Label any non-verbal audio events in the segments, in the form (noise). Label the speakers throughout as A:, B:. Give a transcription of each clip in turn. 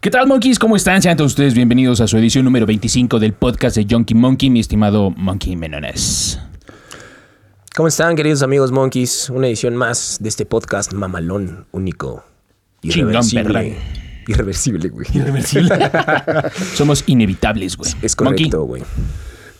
A: ¿Qué tal, monkeys? ¿Cómo están? Sean todos ustedes bienvenidos a su edición número 25 del podcast de Junkie Monkey, mi estimado Monkey Menones.
B: ¿Cómo están, queridos amigos monkeys? Una edición más de este podcast mamalón, único,
A: Chingón,
B: irreversible.
A: perrón.
B: Irreversible, güey.
A: Somos inevitables, güey.
B: Es correcto, güey.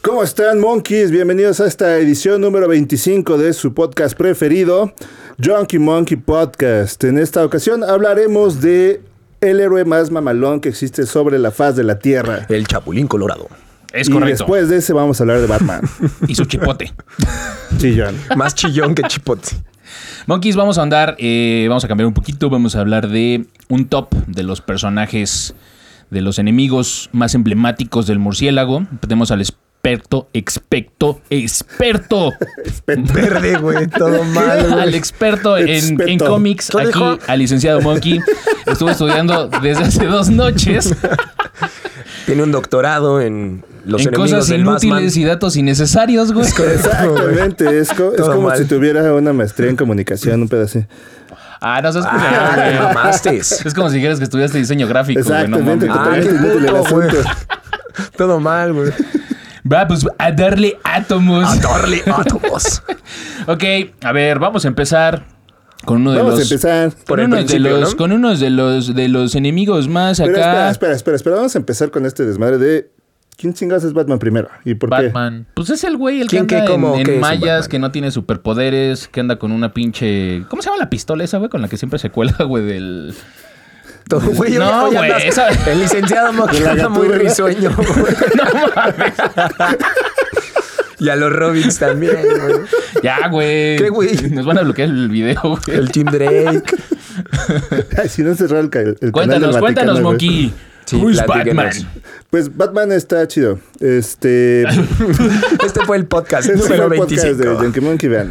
C: ¿Cómo están, monkeys? Bienvenidos a esta edición número 25 de su podcast preferido, Junkie Monkey Podcast. En esta ocasión hablaremos de el héroe más mamalón que existe sobre la faz de la Tierra.
B: El
A: (laughs)
B: Chapulín Colorado.
A: Monkey, es
C: y
A: correcto.
C: después de ese vamos a hablar
A: (laughs)
C: de Batman.
A: Y su
C: (laughs)
A: chipote. (laughs)
C: Chillón.
B: Más chillón que chipote.
A: Monkeys, vamos a andar, eh, vamos a cambiar un poquito, vamos a hablar de un top de los personajes, de los enemigos más emblemáticos del murciélago. Tenemos al experto, experto,
C: (laughs)
A: experto,
B: Verde,
A: (laughs)
B: güey. Todo mal,
A: al
B: güey.
A: experto en, en
C: Experto.
A: cómics,
B: ¿Qué
A: aquí
B: dijo?
A: al licenciado Monkey. Estuvo estudiando desde hace dos
C: (laughs)
A: noches.
B: Tiene un doctorado en los
A: en
B: enemigos
A: cosas
B: del Batman.
A: inútiles y datos innecesarios,
B: (laughs)
A: güey.
C: Exactamente, es, co- es
B: Todo
C: como
B: mal.
C: si tuviera una maestría en comunicación, un pedacito.
A: (laughs) Ah, no seas (laughs)
B: Ah,
A: culero,
B: te
A: güey.
B: mamaste.
A: Es como si quieres que estudiaste diseño gráfico, güey. No
C: Exactamente,
A: mames.
B: Ah,
C: totalmente
B: qué
C: inútil el
B: puto, güey.
C: asunto.
B: Todo mal, güey.
A: Va, pues a darle átomos.
B: A darle
A: ah,
B: átomos.
A: ok, a ver, vamos a empezar con uno de
C: Vamos a
A: los.
C: empezar.
B: por
A: Con
B: el
A: uno, de
B: principio,
A: los,
B: ¿no?
A: con uno de los de los enemigos más
C: Pero
A: acá.
C: espera, espera, espera, espera. Vamos a empezar con este desmadre de ¿quién chingados es Batman primero? ¿Y por qué?
A: Batman. Pues es el güey el que
B: ¿Quién, qué,
A: anda en,
B: cómo,
A: en
B: qué es un
A: mallas,
B: Batman?
A: que no tiene superpoderes, que anda con una pinche. ¿Cómo se llama la pistola esa, güey? Con la que siempre se cuelga, güey, del.
B: Todo- güey,
A: No,
B: hoy- hoy
A: güey,
B: andas-
A: esa- (laughs)
B: El licenciado Monkey
C: De la
B: anda muy
C: gaturra.
B: risueño, güey.
A: No mames.
B: Y a los Robins también, güey.
A: Ya, güey.
B: (laughs) ¿Qué, güey?
A: Nos van a bloquear el video, güey.
B: El Jim Drake.
C: (laughs) Ay, si no cerrar el, ca- el canal del
A: Cuéntanos,
C: Vaticano,
A: cuéntanos,
C: güey.
A: Monkey.
B: Sí,
A: Who's Batman?
B: platíquenos.
C: Pues Batman está chido. Este.
B: Este fue el podcast
C: este fue
B: número
C: el podcast
B: 25.
C: de Yankee Monkey, vean.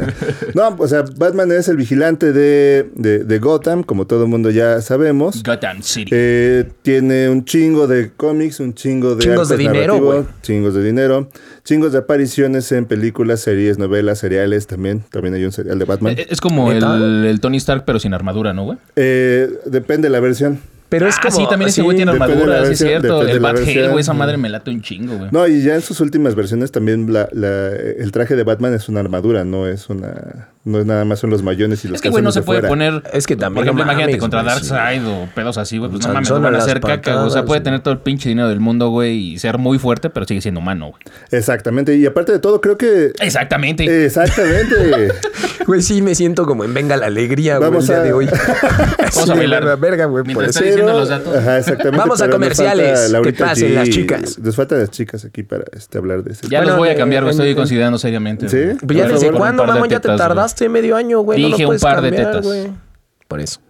C: No, o sea, Batman es el vigilante de, de- de Gotham, como todo el mundo ya sabemos.
A: Gotham City.
C: Eh, tiene un chingo de cómics, un chingo de.
B: Chingos
C: arcos
B: de dinero,
C: narrativos,
B: güey.
C: Chingos de dinero. Chingos de apariciones en películas, series, novelas, seriales también. También hay un serial de Batman.
A: Eh, es como el,
B: ¿Neta?
A: el Tony Stark, pero sin armadura, ¿no, güey?
C: Eh, depende la versión.
B: Pero es
A: Ah,
B: como.
A: sí, también ese güey tiene
C: depende de
A: armadura,
C: la
A: sí es
C: versión,
A: cierto.
C: depende
A: El
C: de la
A: Bathel,
C: versión.
A: güey, esa madre me late un chingo, güey.
C: No, y ya en sus últimas versiones también la- la- el traje de Batman es una armadura, no es una. No es nada más son los mayones y los
A: es que, güey, no
C: calzones
A: se
C: de
A: puede
C: fuera.
A: poner.
B: Es que
A: Por
B: también,
A: ejemplo,
B: no mames,
A: imagínate contra
B: güey, sí.
A: Darkseid o pedos así, güey. Pues no
B: Son-
A: mames,
B: son
A: no van a
B: las
A: hacer caca. güey. O sea,
B: patadas,
A: puede
B: sí.
A: tener todo el pinche dinero del mundo, güey, y ser muy fuerte, pero sigue siendo humano, güey.
C: Exactamente, y aparte de todo, creo que. Eh,
A: Exactamente.
C: Exactamente.
B: Güey, sí, me siento como en Venga la Alegría, güey,
C: Vamos
B: el día
C: a-
B: de hoy.
A: (laughs) Vamos a bailar.
B: verga, Verga, güey, por
A: Mientras
B: eso.
A: Está diciendo los datos.
C: Ajá, exactamente,
B: Vamos a
C: pero nos
B: comerciales,
C: falta
B: que
C: Laurita
B: pasen
C: G.
B: las chicas.
C: Nos faltan las chicas aquí para este, hablar de ese.
A: Ya
B: Bueno,
A: los voy a
B: eh,
A: cambiar, güey.
B: en-
A: Estoy
B: en-
A: considerando seriamente.
C: ¿Sí?
A: güey.
B: Pero Pues ya
A: Por
B: desde
A: favor,
B: cuándo,
A: un par de
B: mamón, ya te
A: tetas, güey.
B: tardaste medio año, güey. no lo
A: Dije un
B: puedes
A: par de
B: cambiar,
A: tetas.
B: güey. Por eso.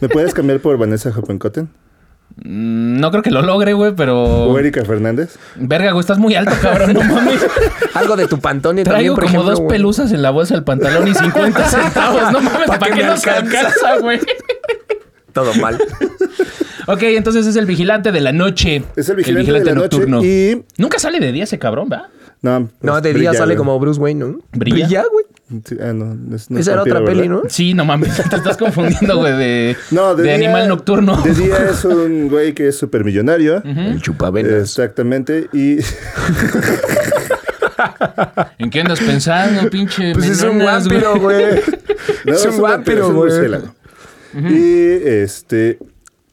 C: ¿Me puedes cambiar por Vanessa Jopencoten?
A: Mm, No creo que lo logre, güey, pero.
C: ¿O Erika Fernández?
A: Verga, güey, estás muy alto, cabrón.
B: (laughs)
A: No mames.
B: Algo de tu pantone
A: Traigo
B: también, por
A: como
B: ejemplo,
A: dos
B: güey.
A: pelusas en la bolsa del pantalón y
B: (laughs)
A: 50 centavos. No mames,
B: ¿Pa'
A: ¿para
B: qué
A: qué
B: me
A: nos
B: alcanza?
A: alcanza, güey? (laughs)
B: Todo mal.
A: Ok, entonces es el vigilante de la noche.
C: Es el vigilante, de la noche y.
A: Nunca sale de día ese cabrón, ¿va?
C: No,
B: No,
C: es-
B: de día
C: brilla,
B: sale
C: güey.
B: como Bruce Wayne, ¿no? Pues
A: Brilla.
B: güey.
C: Sí, ah, no, es- no es
B: Esa era
C: vampiro,
B: otra
C: ¿verdad?
B: peli, ¿no?
A: Sí, no mames, (laughs) te estás confundiendo, güey, de,
C: No,
A: de
C: de, día-
A: animal nocturno.
C: De día es un güey que es supermillonario.
B: El chupavenas.
C: Exactamente. Y (laughs)
A: ¿En qué andas pensando, pinche?
B: Pues es un
A: menonas, güey?
B: vampiro, güey.
C: No,
B: Es un vampiro, güey.
C: murciélago. Y este.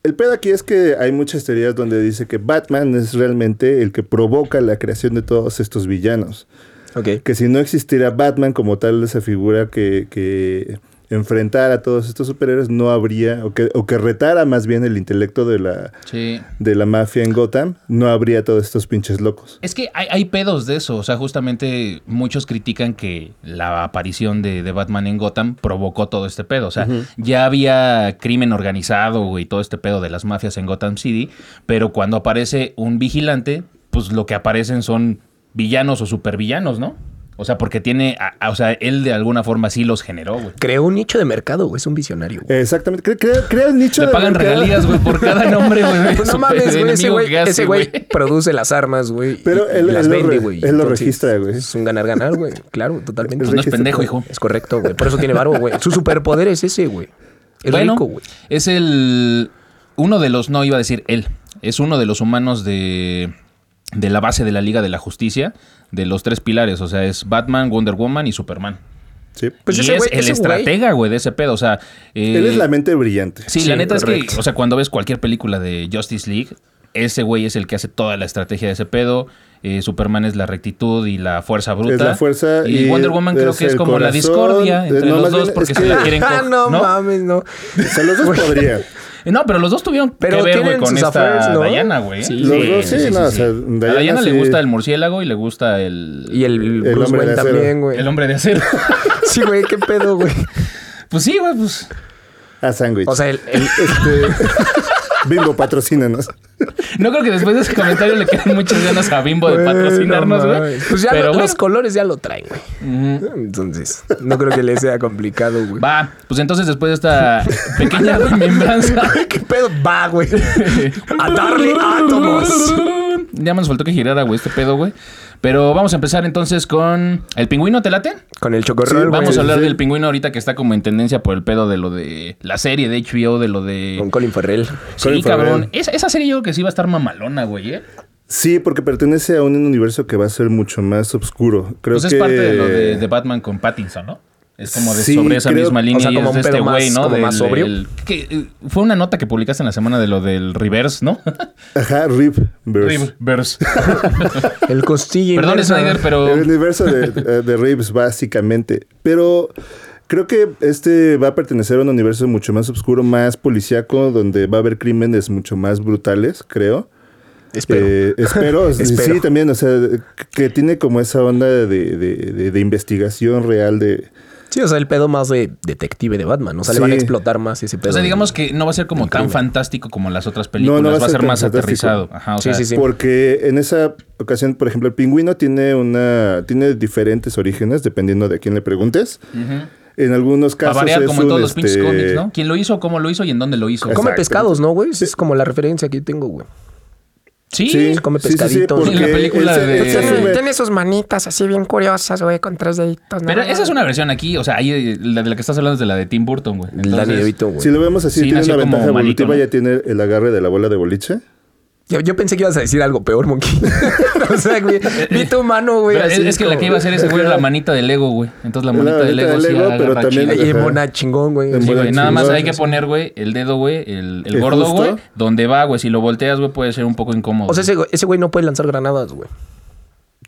C: El pedo aquí es que hay muchas teorías donde dice que Batman es realmente el que provoca la creación de todos estos villanos.
B: Ok.
C: Que si no existiera Batman como tal, esa figura que, que enfrentara a todos estos superhéroes, no habría, o que, o que retara más bien el intelecto de la,
A: Sí.
C: de la mafia en Gotham, no habría todos estos pinches locos.
A: Es que hay, hay pedos de eso. O sea, justamente muchos critican que la aparición de, de Batman en Gotham provocó todo este pedo. O sea, ya había crimen organizado y todo este pedo de las mafias en Gotham City, pero cuando aparece un vigilante, pues lo que aparecen son villanos o supervillanos, ¿no? O sea, porque tiene, a- a- o sea, él de alguna forma sí los generó, güey.
B: Creó un nicho de mercado, güey. Es un visionario. güey.
C: Exactamente. Cre- cre- Crea el nicho
A: Le
C: de
A: pagan
C: mercado.
A: regalías, güey, por cada nombre, güey.
B: (laughs) Pues no
A: super-
B: mames, güey. Ese
A: enemigo
B: güey,
A: que hace,
B: ese güey
A: (laughs)
B: produce las armas, güey. y-
C: Pero
B: y
C: él-
B: las
C: él lo
B: vende,
C: re-
B: güey.
C: él lo registra, güey.
B: Es un ganar-ganar, güey. Claro, totalmente.
A: Pues no es pendejo, hijo.
B: Es correcto, güey. Por eso tiene varo, güey. Su superpoder es ese, güey. Es
A: Bueno,
B: rico, güey.
A: Es el. Uno de los. No iba a decir él. Es uno de los humanos de. De la base de la Liga de la Justicia. De los tres pilares. O sea, es Batman, Wonder Woman y Superman.
C: Sí.
B: Pues
A: y
B: ese
A: es
B: güey-
A: el
B: ese güey-
A: estratega, güey, de ese pedo. O sea. eh,
C: Él es la mente brillante.
A: Sí,
B: Sí,
A: la neta es
B: correcto.
A: que. O sea, cuando ves cualquier película de Justice League. Ese güey es el que hace toda la estrategia de ese pedo. eh, Superman es la rectitud y la fuerza bruta.
C: Es la fuerza
A: Y,
C: y
A: Wonder Woman creo
C: es
A: que es
C: el
A: como la
C: corazón.
A: discordia
C: Eh,
A: entre
C: no,
A: los
C: más
A: dos
C: bien
A: porque
C: es
A: se
C: que-
A: la
B: (laughs)
C: (laughs)
A: quieren. co-
B: Ah, no, mames, no.
C: O sea,
A: (laughs)
C: los dos podrían.
A: Eh, No, pero los dos tuvieron
B: Pero
A: que ver, güey,
B: tienen
A: con
B: sus
A: esta
B: affairs, ¿no?
A: Dayana, güey.
B: Sí.
C: Los dos, sí, no, o sea,
A: a
C: Diana
A: Dayana
C: sí.
A: le gusta el murciélago y le gusta el,
B: Y el,
C: El
B: Bruce
C: hombre de
B: Wayne
C: acero.
B: también, güey.
A: el hombre de
B: (laughs)
A: acero.
B: Sí, güey, qué pedo, güey.
A: pues sí, güey, pues.
C: A sándwich.
B: O sea, el,
A: (laughs)
B: el-
C: (laughs) Este, Bimbo, patrocínanos.
A: No creo que después de ese comentario le queden muchas ganas a Bimbo de
B: (laughs) Güey,
A: patrocinarnos,
B: no
A: güey.
B: mames. Pues ya
A: pero
B: lo-
A: bueno,
B: los colores ya lo traen, güey. Entonces, no creo que le sea complicado, güey.
A: va. Pues entonces, después de esta pequeña remembranza.
B: (laughs) ¿Qué pedo va, güey? A darle átomos.
A: Ya más nos faltó que girara, güey, este pedo, güey. Pero vamos a empezar entonces con. ¿El pingüino te late?
B: Con el
C: Sí,
B: chocorrol, güey.
A: Vamos a hablar
C: sí.
A: del pingüino ahorita que está como en tendencia por el pedo de lo de la serie de HBO, de lo de.
B: Con Colin Farrell.
A: Sí,
C: Colin Farrell.
A: cabrón. Esa, esa serie yo creo que sí va a estar mamalona, güey, ¿eh?
C: Sí, porque pertenece a un universo que va a ser mucho más oscuro. Creo
A: pues es
C: que...
A: parte de lo de, de Batman con Pattinson, ¿no? Es como de
C: Sí,
A: sobre esa
C: creo-
A: misma
C: o
A: línea
B: sea,
A: y
B: como
A: es de
B: un
A: este
B: pedo más-
A: güey, ¿no?
B: como
A: Del-
B: más sobrio.
A: del- que, eh, fue una nota que publicaste en la semana de lo del reverse, ¿no?
C: Ajá, Rip Verse.
A: Reverse.
B: El costillo.
A: Perdón,
B: inversa.
A: Snyder, pero
C: El universo de, eh, de, de Reeves, básicamente. Pero creo que este va a pertenecer a un universo mucho más oscuro, más policíaco, donde va a haber crímenes mucho más brutales, creo.
B: Espero.
A: (laughs)
C: Eh, espero. sí,
B: Espero.
C: Sí, también, o sea, que tiene como esa onda de, de- de- de investigación real de...
B: Sí, o sea, el pedo más de detective de Batman. O sea,
C: Sí.
B: le van a explotar más ese pedo.
A: o sea, digamos que no va a ser como tan fantástico como las otras películas,
C: No, no
A: va, a ser
C: tan
A: más
C: fantástico.
A: aterrizado. Ajá, o
B: Sí,
A: sea,
B: sí, sí.
C: Porque en esa ocasión, por ejemplo, el pingüino tiene una... Tiene diferentes orígenes, dependiendo de a quién le preguntes. En algunos
A: Va a
C: casos
A: variar
C: es
A: como en
C: un,
A: todos los pinches
C: este,
A: cómics, ¿no? ¿Quién lo hizo, cómo lo hizo y en dónde lo hizo?
B: Come
C: Exacto.
B: pescados, ¿no, güey? Esa Es como la referencia que yo tengo, güey.
A: Sí.
C: Sí,
B: come
C: sí, sí, sí,
B: pescadito.
C: porque
A: En la película
C: él se-
A: de-
C: él se
A: Sí,
C: sube-
D: Tiene sus manitas así bien curiosas, güey, con tres deditos. ¿no?
A: Pero esa es una versión aquí, o sea, ahí eh, la de la que estás hablando es de la de Tim Burton, güey.
B: El Danny
A: Entonces-
B: DeVito, güey.
C: Si lo vemos así,
A: Sí,
C: tiene
A: nació
C: una
A: como
C: ventaja
A: malito,
C: evolutiva,
A: ¿no?
C: ya tiene el agarre de la bola de boliche.
B: Yo, yo pensé que ibas a decir algo peor, Monkey. (laughs) o sea, güey, vi tu mano, güey.
A: Pero es,
B: así
A: es que la
B: como-
A: que iba a hacer ese güey
B: (laughs)
A: era la manita del Lego, güey. Entonces la
C: La
A: manita del
C: manita
A: Lego
C: del
A: sí
C: Lego,
A: agarra
C: pero también-
A: chido.
C: Ajá.
B: Ay, mona chingón, güey.
C: En
A: Sí, güey,
C: Bueno,
A: nada más
C: chingón.
A: hay que poner, güey, el dedo, güey, el, el
C: El
A: gordo,
C: justo.
A: güey, donde va, güey. Si lo volteas, güey, puede ser un poco incómodo.
B: O sea, ese, güey- ese güey no puede lanzar granadas, güey.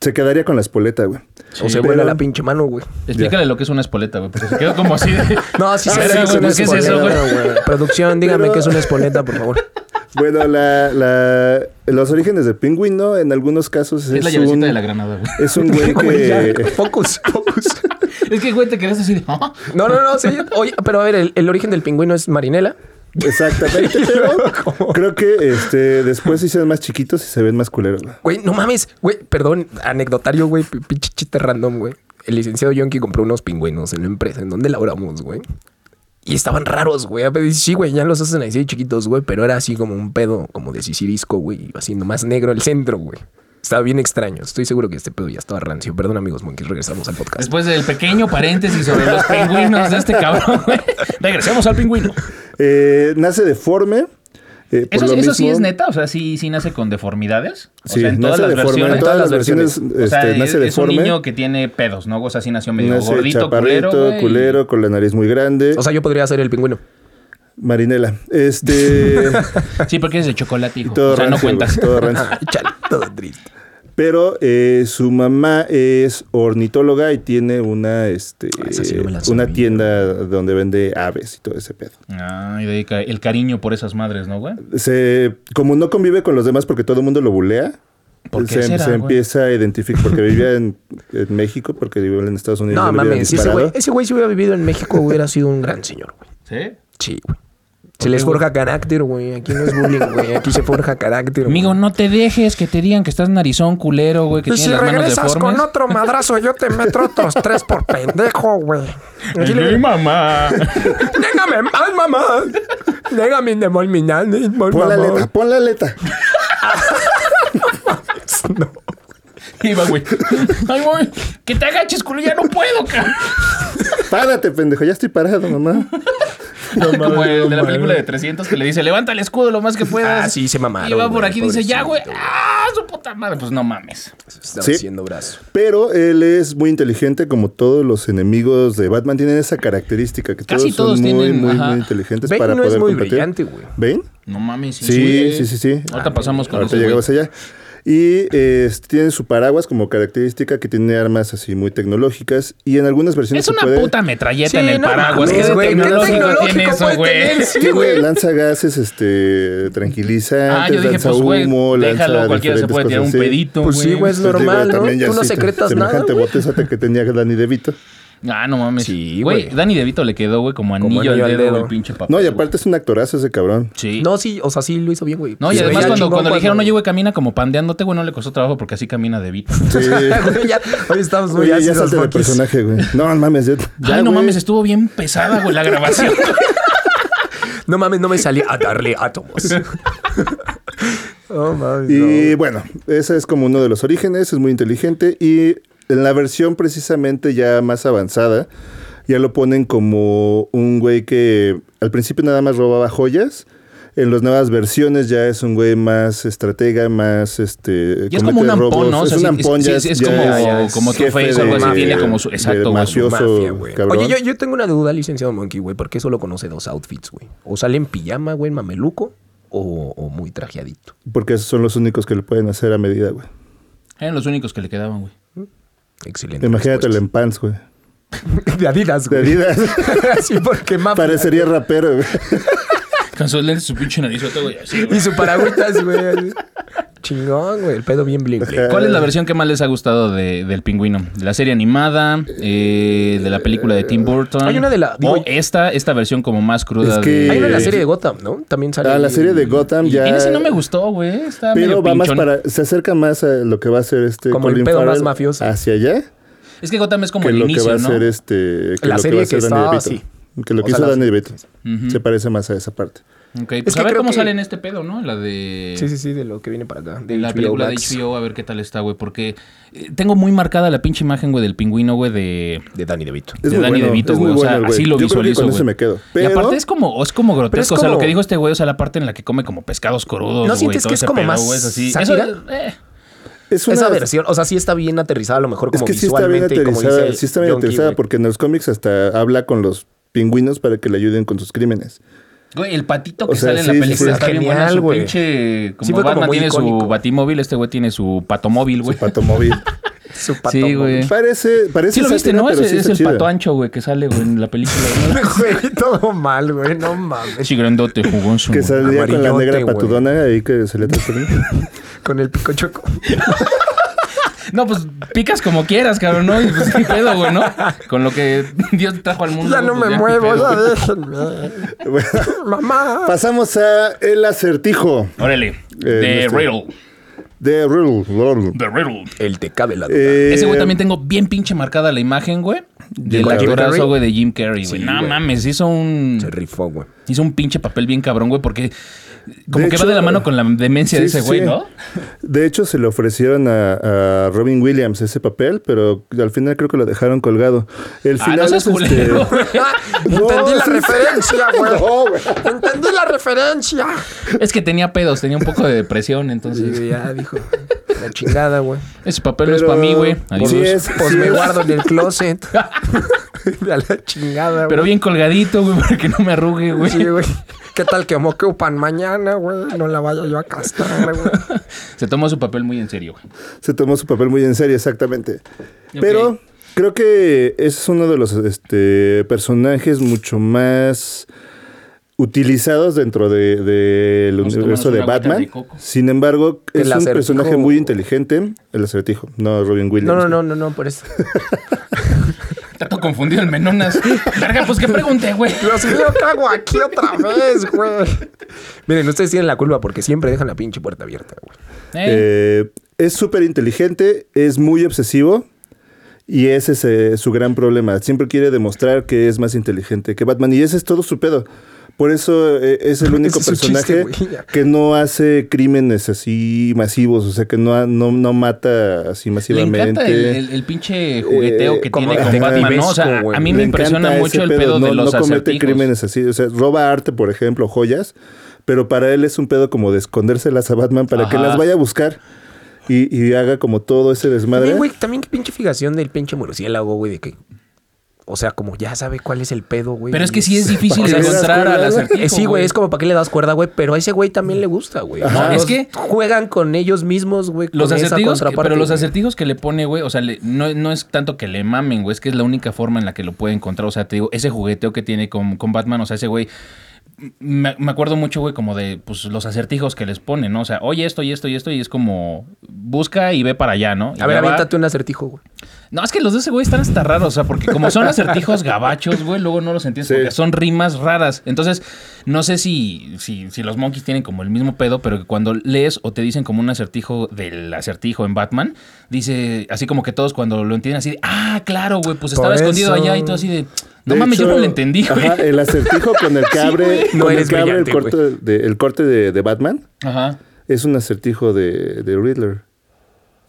C: Se quedaría con la espoleta, güey.
B: O se
C: Pero-
B: vuela la pinche mano, güey.
A: Explícale lo que es una espoleta, güey, porque se quedó como así. de-
B: (laughs) No, sí,
A: A (laughs)
B: sí,
A: ver,
B: sí,
A: güey,
B: sí,
A: pues, ¿qué
B: sí,
A: es
B: sí,
A: eso, güey?
C: (laughs)
B: Producción, dígame
C: Pero-
B: que es una espoleta, por favor.
C: Bueno, la, la- los orígenes del pingüino en algunos casos es,
A: Es la llavecita
C: un,
A: de la granada, güey.
C: Es un güey
B: Güey, ya,
C: (laughs)
B: (laughs)
C: que...
B: Focus, focus.
A: (laughs) Es que, güey, te quedaste así de. "Ah".
B: No, no, no, sí. Oye, pero a ver, el, el origen del pingüino es marinela.
C: Exactamente,
A: (laughs)
C: pero creo que este, después sí se ven más chiquitos y se ven más culeros. güey.
B: Güey, no mames. Güey, perdón, anecdotario, güey, p- pinche chiste random, güey. El licenciado Yonki compró unos pingüinos en una empresa en donde laboramos, güey. Y estaban raros, güey. A ver, Sí, güey, ya los hacen así de chiquitos, güey, pero era así como un pedo, como de sisirisco, güey, haciendo más negro el centro, güey. Estaba bien extraño. Estoy seguro que este pedo ya estaba rancio. Perdón, amigos monkeys, regresamos al podcast.
A: Después del pequeño paréntesis sobre los pingüinos de este cabrón, güey. Regresemos al pingüino.
C: Eh, nace deforme. eh, por
A: Eso,
C: lo
A: eso sí
C: mismo-
A: es neta, o sea, sí, sí nace con deformidades. O
C: Sí,
A: sea, en todas
C: nace
A: las
C: deforme,
A: versiones.
C: en todas las versiones,
A: O sea,
C: este,
A: es,
C: nace
A: es un
C: deforme.
A: niño que tiene pedos, ¿no? O sea, sí nació medio
C: nace
A: gordito,
C: chaparrito,
A: culero. güey, y-
C: culero, con la nariz muy grande.
B: O sea, yo podría ser el pingüino.
C: Marinela. Este...
A: (laughs) Sí, porque es de chocolate, hijo.
C: todo
A: o sea, no
C: rancio, güey,
A: cuentas.
C: todo rancio.
A: (laughs)
B: Chale, todo triste.
C: Pero eh, su mamá es ornitóloga y tiene una, este,
B: Ah, esa sí no me la
C: una
B: sabía.
C: tienda donde vende aves y todo ese pedo.
A: Ay, de ahí ca- el cariño por esas madres, ¿no, güey?
C: Se, como no convive con los demás porque todo el mundo lo bulea,
A: ¿Por qué
C: se,
A: será,
C: se
A: güey?
C: empieza a identificar porque vivía en, en México, porque vivía en Estados Unidos.
B: No
C: y le hubieran
B: mames, si ese güey,
C: disparado.
B: ese güey si hubiera vivido en México hubiera sido un gran señor, güey.
A: ¿Sí?
B: Sí, güey. Se les forja carácter, güey. Aquí no es bullying, güey. Aquí se forja carácter. güey.
A: Amigo, no te dejes que te digan que estás narizón culero, güey, que
D: Y
A: tienes
D: Pues si
A: las manos
D: regresas
A: deformes.
D: con otro madrazo, yo te meto otros tres por pendejo, güey. Así le-
A: Ay, mamá. (laughs)
B: Déjame mal, mamá. Déjame de molminar.
C: Pon la aleta, pon la aleta.
A: Iba, güey. Ay, güey. Que te agaches, culero. Ya no puedo, cabrón.
C: Párate, pendejo, ya estoy parado, mamá.
A: Como el de la película de 300 que le dice, levanta el escudo lo más que puedas.
B: Ah, sí, se mamaron,
A: Y va por
B: güey,
A: aquí y dice, ya, güey.
B: pobrecito,
A: Ah, su puta madre. Pues no mames.
B: Está
C: Sí.
B: haciendo brazo.
C: Pero él es muy inteligente, como todos los enemigos de Batman tienen esa característica que
A: Casi
C: todos,
A: todos
C: son muy,
A: tienen,
C: muy,
A: ajá.
C: muy inteligentes
B: Bane
C: para
B: no es
C: poder
B: muy
C: competir.
B: brillante, güey.
C: ¿Ven?
A: No mames.
C: Sí, sí, sí, sí.
A: Ahorita pasamos con eso,
C: Ahorita
A: güey.
C: llegamos allá. Y eh, tiene su paraguas como característica que tiene armas así muy tecnológicas y en algunas versiones
A: Es una
C: se puede...
A: puta metralleta
B: Sí,
A: en el
B: no
A: paraguas.
B: mames,
A: ¿Qué de
B: güey, ¿qué
A: tecnológico
B: tecnológico
A: tiene eso,
B: puede
A: güey?
B: tener?
C: Sí, güey, lanza gases, este,
A: Ah,
C: tranquilizantes,
A: yo dije,
C: lanza
A: pues, güey,
C: humo, lanza
A: déjalo. Cualquiera se
C: diferentes
A: puede tirar un
C: cosas así.
A: pedito, güey.
B: Pues sí, güey, es
C: Pues,
B: normal,
C: digo,
B: ¿no?
C: también ya
B: Tú no
C: existe
B: secretas nada,
C: Semejante
B: güey.
C: botezote que tenía Danny DeVito.
A: Ah, no mames.
B: Sí,
A: güey.
B: güey.
A: Dani DeVito le quedó, güey, como anillo,
B: anillo
A: al
B: al
A: dedo,
B: dedo.
A: güey, pinche papá.
C: No, y aparte es un actorazo ese cabrón.
A: Sí.
B: No, sí, o sea, sí lo hizo bien, güey.
A: No, y
B: Se
A: además
B: veía
A: cuando,
B: chingón
A: cuando le dijeron, oye, güey, camina como pandeándote, güey, no le costó trabajo porque así camina de Vito. (laughs)
C: Sí.
B: Güey, (laughs) ya, hoy estamos muy
C: Oye, ya
B: ácidos,
C: salte de
B: monkeys.
C: personaje, güey. No, mames, ya, ya,
A: Ay, no
C: güey.
A: mames, estuvo bien pesada, güey, la grabación.
B: No mames, no me salí a darle átomos. (laughs) oh, mames.
C: Y bueno, ese es como uno de los orígenes, es muy inteligente y en la versión precisamente ya más avanzada, ya lo ponen como un güey que al principio nada más robaba joyas. En las nuevas versiones ya es un güey más estratega, más este.
A: Y es como un
C: comete
A: ampón,
C: robos.
A: ¿no? O sea,
C: es un
A: sí,
C: ampón,
A: es-
C: ya
A: es- es como-
C: ya es
A: como
C: jefe
A: Two-Face o algo
C: de-
A: así, tiene como su-
C: de
A: exacto, güey, su
C: mafioso,
B: Mafia, güey.
C: cabrón.
B: Oye, yo, yo tengo una duda, licenciado Monkey, güey, porque solo conoce dos outfits, güey. O sale en pijama, güey, mameluco, o, o muy trajeadito.
C: Porque esos son los únicos que lo pueden hacer a medida, güey.
A: (laughs) Eran los únicos que le quedaban, güey.
B: Excelente.
C: Imagínate el Empans, güey.
B: respuesta. (laughs) de Adidas,
C: De
B: güey.
C: Adidas.
B: sí, porque mafia.
C: Parecería rapero, güey.
A: Con sus lentes, su pinche narizota, güey. así, güey.
B: Y su paragüitas, güey. así. Chingón, güey. El pedo bien bling. bling.
A: ¿Cuál es la versión que más les ha gustado de, del pingüino? ¿De la serie animada? eh, ¿De la película de Tim Burton?
B: Hay una de la- digo,
A: o esta, esta versión como más cruda
C: Es que-
A: de...
B: Hay una de la
C: Eh,
B: serie de Gotham, ¿no? También sale.
C: Ah, la
B: ahí
C: serie
B: el-
C: de Gotham
A: Y
C: ya.
A: en ese no me gustó, güey. Está
C: Pero
A: medio
C: va más
A: pinchón.
C: para. Se acerca más a lo que va a ser este.
B: Como el
C: Colin
B: pedo más
C: Farrell
B: mafioso.
C: Hacia allá.
A: Es que Gotham es como
C: que
A: el
C: lo que va
A: inicio,
C: a
A: ¿no?
C: ser este. Que
B: La
C: lo
B: serie
C: que
B: que
C: va a ser Danny
B: está así.
C: DeVito. Que lo
B: O
C: que
B: sea,
C: hizo
B: las-
C: Danny DeVito. Se parece más a esa parte.
A: Ok, pues a
B: que
A: ver
B: creo
A: cómo
B: que-
A: sale en este pedo, ¿no? La de...
B: Sí, sí, sí, de lo que viene para acá. De
A: la
B: HBO
A: película
B: Max.
A: de HBO, a ver qué tal está, güey. Porque eh, tengo muy marcada la pinche imagen, güey, del pingüino, güey, de...
B: De Danny DeVito.
C: Es
A: de
C: muy
A: Danny
C: bueno,
A: DeVito,
C: es muy
A: güey. O sea,
C: bueno el güey.
A: así lo
C: Yo creo que
A: visualizo,
C: con
A: güey.
C: eso me quedo.
A: Y
C: Pero-
A: aparte es como, es como grotesco. O sea, lo
B: como-
A: que dijo este güey, o sea, la parte en la que come como pescados crudos,
B: ¿No
A: güey,
B: sientes
A: todo
B: que es
A: ese
B: como
A: pedo,
B: más
A: güey, es así.
B: sátira?
A: Eso, eh,
C: Es una.
B: Esa versión, o sea, sí está bien aterrizada, a lo mejor
C: es
B: como
C: que sí está bien
B: visualmente. y como
C: aterrizada.
B: dice
C: Sí está bien
B: Yonki,
C: aterrizada
B: güey.
C: porque en los cómics hasta habla con los pingüinos para que le ayuden con sus crímenes.
A: Güey, el patito
C: O
A: que
C: sea,
A: sale en
C: sí,
A: la
C: sí,
A: película
C: sí.
A: está bien
B: Genial,
A: buena. Su
B: güey.
A: pinche... Como
B: Sí, fue como
A: Batman
B: muy
A: tiene su
B: icónico.
A: batimóvil, este güey tiene su patomóvil, güey. (laughs)
C: Patomóvil.
B: Su pato,
A: Sí, güey.
C: parece. parece
A: Sí lo viste,
C: sátira,
A: ¿no?
C: pero
A: Ese-
C: sí
A: Es
C: está
A: el
C: chida.
A: pato ancho, güey, que sale, güey, en la película.
C: (laughs)
A: ¿no?
B: (laughs) Güey, todo mal, güey. No mames.
A: Sí, grandote, jugoso.
C: Que
A: güey.
C: salía con la
B: Amarillote,
C: negra
B: güey.
C: patudona ahí que se le transformó. (laughs)
B: Con el pico (laughs) choco.
A: No, pues picas como quieras, cabrón, ¿no? Y pues qué pedo, güey, ¿no? Con lo que (laughs) Dios te trajo al mundo.
B: Ya no
A: pues,
B: me
A: qué
B: muevo,
A: pedo,
B: ya
A: güey.
B: déjenme.
C: Bueno,
B: Mamá.
C: pasamos a El Acertijo
A: Órale. The
C: Eh, nuestro-
A: Riddle.
C: de Riddle. Riddle.
A: The Riddle.
B: El te cabe la duda.
C: Eh,
A: Ese güey también tengo bien pinche marcada la imagen, güey. Del
B: Carrey.
A: actorazo, güey, de Jim Carrey, güey.
B: Sí,
A: no
B: güey.
A: mames, hizo
B: Se
A: un.
B: rifó, güey.
A: Hizo un pinche papel bien cabrón, güey, porque. Como
C: De
A: que
C: hecho-
A: va de la mano con la demencia de
C: Sí,
A: ese
C: sí,
A: güey,
C: sí.
A: ¿no?
C: De hecho, se le ofrecieron a, a Robin Williams ese papel, pero al final creo que lo dejaron colgado. El
A: Ah,
C: final
A: no seas
C: es este- (laughs)
A: culero. güey.
B: Ah, (laughs)
C: No,
D: Entendí
C: sí,
D: la
C: sí.
D: referencia, güey.
C: No, güey.
D: Entendí la referencia.
A: Es que tenía pedos, tenía un poco de depresión, entonces.
B: Y ya dijo. La chingada, güey.
A: Ese papel no es
C: Pero-
A: para mí, güey. Adiós.
C: Sí es,
B: Pues
C: sí
B: me
C: es.
B: guardo en el (laughs) closet. A la chingada,
A: Pero
B: güey.
A: bien colgadito, güey, (laughs) para que no me arrugue, güey.
B: Sí, güey. ¿Qué tal que me ocupan mañana, güey? No la vaya yo a castrar, güey.
A: Se tomó su papel muy en serio, güey.
C: Se tomó su papel muy en serio, exactamente. Pero creo que ese es uno de los este, personajes mucho más utilizados dentro del de, del
A: Nos tomamos
C: universo de
A: una agüita
C: Batman.
A: de coco.
C: Sin embargo,
B: El
C: es un
B: acertijo.
C: personaje muy inteligente. El acertijo, no Robin Williams.
B: No, no, no, no, no, por eso.
A: Está todo confundido el
C: (laughs)
A: menonas. Verga, pues que pregunté, güey.
B: Dios mío, ¿qué hago aquí otra vez, güey? Miren, ustedes tienen la culpa porque siempre dejan la pinche puerta abierta, güey.
A: Eh,
C: Eh, es súper inteligente, es muy obsesivo y ese es eh, su gran problema. Siempre quiere demostrar que es más inteligente que Batman y ese es todo su pedo. Por eso eh,
B: (laughs)
C: es el único
B: Ese es su
C: personaje
B: chiste, güey, ya.
C: que no hace crímenes así masivos, o sea, que no, ha- no, no mata así
A: le
C: masivamente.
A: encanta el, el- el pinche jugueteo
C: Eh,
A: que
B: como
A: tiene con
C: ajá.
A: Batman, ¿no? O sea, a- a mí me
C: Le encanta
A: impresiona
C: ese
A: mucho el pedo
C: no,
A: de los
C: No comete
A: acertijos.
C: crímenes así, o sea, roba arte, por ejemplo, joyas, pero para él es un pedo como de escondérselas a Batman para que
A: Ajá.
C: las vaya a buscar y, y haga como todo ese desmadre.
B: También, güey, también qué pinche fijación del pinche murciélago, güey, de que. O sea, como ya sabe cuál es el pedo, güey.
A: Pero es que sí
B: (laughs)
A: es difícil
C: ¿Para qué le das
A: encontrar
C: cuerda,
A: al
C: güey?
A: acertijo.
B: Eh, sí, güey, es como para qué le das cuerda, güey, pero a ese güey también le gusta, güey.
C: Ajá.
B: No,
A: Es
B: los-
A: que-
B: juegan con ellos mismos, güey. con
A: Los
B: esa
A: acertijos, que-
B: contraparte,
A: pero los
B: güey.
A: acertijos que le pone, güey, o sea, le- no, no es tanto que le mamen, güey, es que es la única forma en la que lo puede encontrar. O sea, te digo, ese jugueteo que tiene con, con Batman, o sea, ese güey. m- Me, me acuerdo mucho, güey, como de pues, los acertijos que les ponen, ¿no? O sea, oye esto y esto y esto, y es como busca y ve para allá, ¿no? Y
B: A ver,
A: ya va.
B: aviéntate un acertijo, güey.
A: No, es que los de ese güey están hasta raros, o sea, porque como son acertijos gabachos, güey, luego no los entiendes
C: Sí.
A: porque son rimas raras. Entonces, no sé si, si, si los monkeys tienen como el mismo pedo, pero que cuando lees o te dicen como un acertijo del acertijo en Batman, dice así como que todos cuando lo entienden así de, ah, claro, güey, pues estaba
B: Por
A: escondido
B: eso.
A: allá y todo así de, no
C: De
A: mames, yo
C: hecho,
A: no lo entendí, güey.
C: ajá, eh.
A: Ajá.
C: el acertijo
A: (laughs)
C: con el que abre,
B: güey. No
C: con el,
B: eres
C: que abre el
B: brillante,
C: corte, de, el corte de, de Batman es un acertijo de, de Riddler.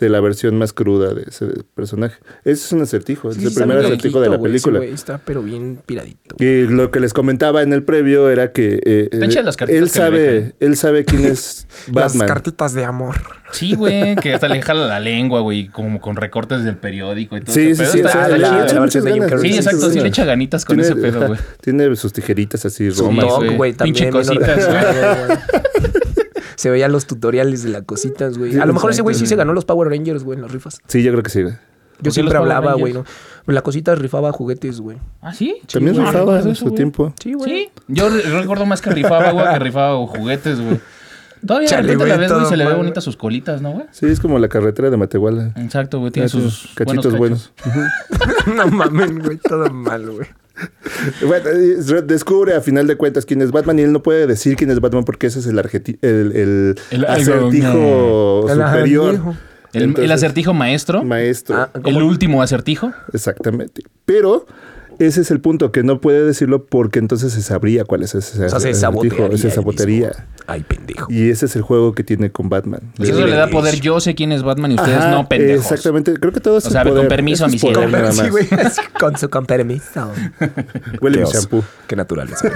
C: De la versión más cruda de ese personaje. Ese es un acertijo, es el primer acertijo de la película.
B: está, pero bien piradito.
C: Y lo que les comentaba en el previo era que eh,
A: Te
C: eh,
A: echa las cartitas
C: él
A: que le dejan.
C: sabe, él sabe quién es
D: (laughs) Las
C: Batman.
D: cartitas de amor.
A: Sí, güey, que hasta le jala la lengua, güey, como con recortes del periódico y todo
C: Sí,
A: ese pedo.
C: sí, sí, o
A: Está-
C: sea,
A: está
C: le
B: la-
C: echa
A: chido.
B: la-
C: muchas
B: versión de Jim
C: ganas.
B: Carrey.
A: Sí, exacto, sí le echa ganitas con
C: Tiene-
A: ese pedo, güey.
C: Tiene sus tijeritas así romas.
B: no,
A: güey.
B: güey, también.
A: Pinche
B: menor de
A: cositas,
B: edad, güey. (laughs) Se veían los tutoriales de las cositas, güey. A lo mejor ese güey sí se ganó los Power Rangers, güey, en las rifas.
C: Sí, yo creo que sí. güey.
B: Yo
A: qué los
B: siempre
A: Power
B: hablaba, güey, ¿no?
A: Rangers?
B: La cosita rifaba juguetes, güey.
A: ¿Ah, sí?
C: También
A: güey.
C: rifaba en
A: ¿Recuerdas
C: su
A: eso, güey?
C: tiempo.
B: Sí, güey.
A: Sí, yo re- recuerdo más que rifaba, güey, que rifaba juguetes, güey. Todavía de
B: Chale,
A: repente la
B: güey,
A: ves, güey,
B: todo
A: se le ve
B: mal,
A: bonita sus colitas, ¿no, güey?
C: Sí, es como la carretera de Matehuala.
A: Exacto, güey, Mm, tiene
C: Ah, tiene
A: sus
C: cachitos
A: buenos.
C: buenos. (laughs)
A: cachos.
B: (laughs) no mames, güey, todo mal, güey.
C: Bueno, eh, descubre a final de cuentas quién es Batman y él no puede decir quién es Batman porque ese es el, argeti- el, el
A: El
C: acertijo
B: El
C: superior.
B: acertijo.
A: El,
C: Entonces,
A: el acertijo maestro,
C: Maestro.
B: Ah,
A: el último acertijo.
C: Exactamente. Pero ese es el punto, que no puede decirlo porque entonces se sabría cuál (laughs) es ese
B: O sea, se
C: acertijo,
B: sabotearía.
C: Se
B: él
C: sabotearía.
B: mismo. Ay, pendejo.
C: Y ese es el juego que tiene con Batman.
A: Que Pues eso le da poder, yo sé quién es Batman y ustedes
C: Ajá,
A: no, pendejos.
C: Exactamente. Creo que todo es
A: O sea,
C: poder.
A: con permiso,
C: Eso es
A: mis
C: poder,
A: hijos.
C: nada más.
B: Sí, güey, (laughs) así, con su con permiso.
C: Huele
B: Qué
C: mi
B: oso.
C: shampoo.
B: Qué naturaleza.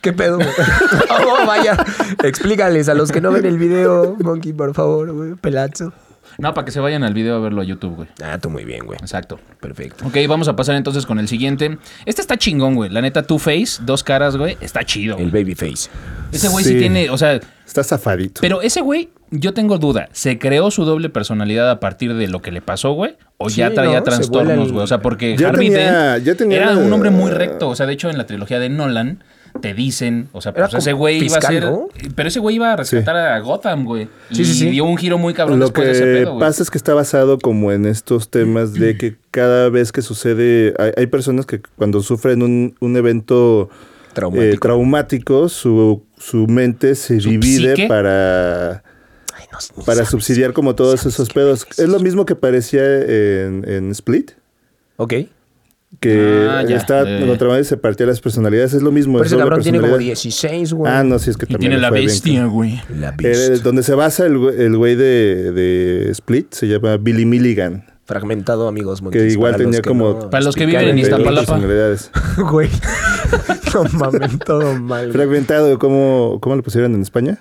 B: ¿Qué pedo? güey? (laughs) Oh, vaya. Explícales a los que no ven el video, Monkey, por favor, güey. Pelazo.
A: No, para que se vayan al video a verlo a YouTube, güey.
B: Ah, tú muy bien, güey.
A: Exacto.
B: Perfecto.
A: Ok, vamos a pasar entonces con el siguiente. Este está chingón, güey. La neta, Two Face, dos caras, güey. Está chido.
B: El
A: güey.
B: babyface.
A: Ese güey sí
C: Sí.
A: tiene, o sea,
C: Está zafadito.
A: Pero ese güey, yo tengo duda, ¿se creó su doble personalidad a partir de lo que le pasó, güey? ¿O
B: Sí,
A: ya traía
B: ¿no? Se vuela
A: trastornos,
B: el-
A: güey? O sea, porque
C: Ya
A: Harvey
C: tenía-
A: Dent
C: ya tenía-
A: era un hombre muy recto. O sea, de hecho, en la trilogía de Nolan te dicen, o sea,
B: Era
A: pues ese
B: como
A: güey iba a
B: fiscal,
A: ser...
B: ¿no?
A: Pero ese güey iba a rescatar a Gotham, güey.
B: Sí,
A: y
B: sí, sí.
A: dio un giro muy cabrón
C: Lo que
A: después de ese pedo, güey.
C: pasa es que está basado como en estos temas de que cada vez que sucede, hay, hay personas que cuando sufren un, un evento
B: Traumático.
C: eh, traumático, su, su mente se
A: ¿Su
C: divide
A: psique?
C: para,
B: Ay, no, ni
C: para
B: sabes.
C: subsidiar como todos esos pedos. Es lo mismo que parecía en, en Split.
B: Ok.
C: Pues Que
A: Ah, ya.
C: está
A: Eh.
C: otra vez se partía las personalidades, es lo mismo.
B: Pero
C: es
B: ese
C: doble
B: cabrón tiene como
C: personalidad.
B: 16, güey.
C: Ah, no, sí, es que
A: Y
C: también.
A: tiene
C: le
A: la
C: fue bien
A: bestia, güey.
B: La
C: Eh,
B: beast.
C: donde se basa el, güe- el güey de, de Split se llama Billy Milligan.
B: Fragmentado, amigos.
C: Que igual
B: para los
C: tenía
B: que
C: como-
B: no
A: Para los que
B: explicaron
A: viven en
B: el-
C: Entre
A: Iztapalapa.
C: otras personalidades.
A: (laughs)
B: Güey. No mames, todo mal. güey.
C: Fragmentado, ¿cómo, ¿cómo lo pusieron en España?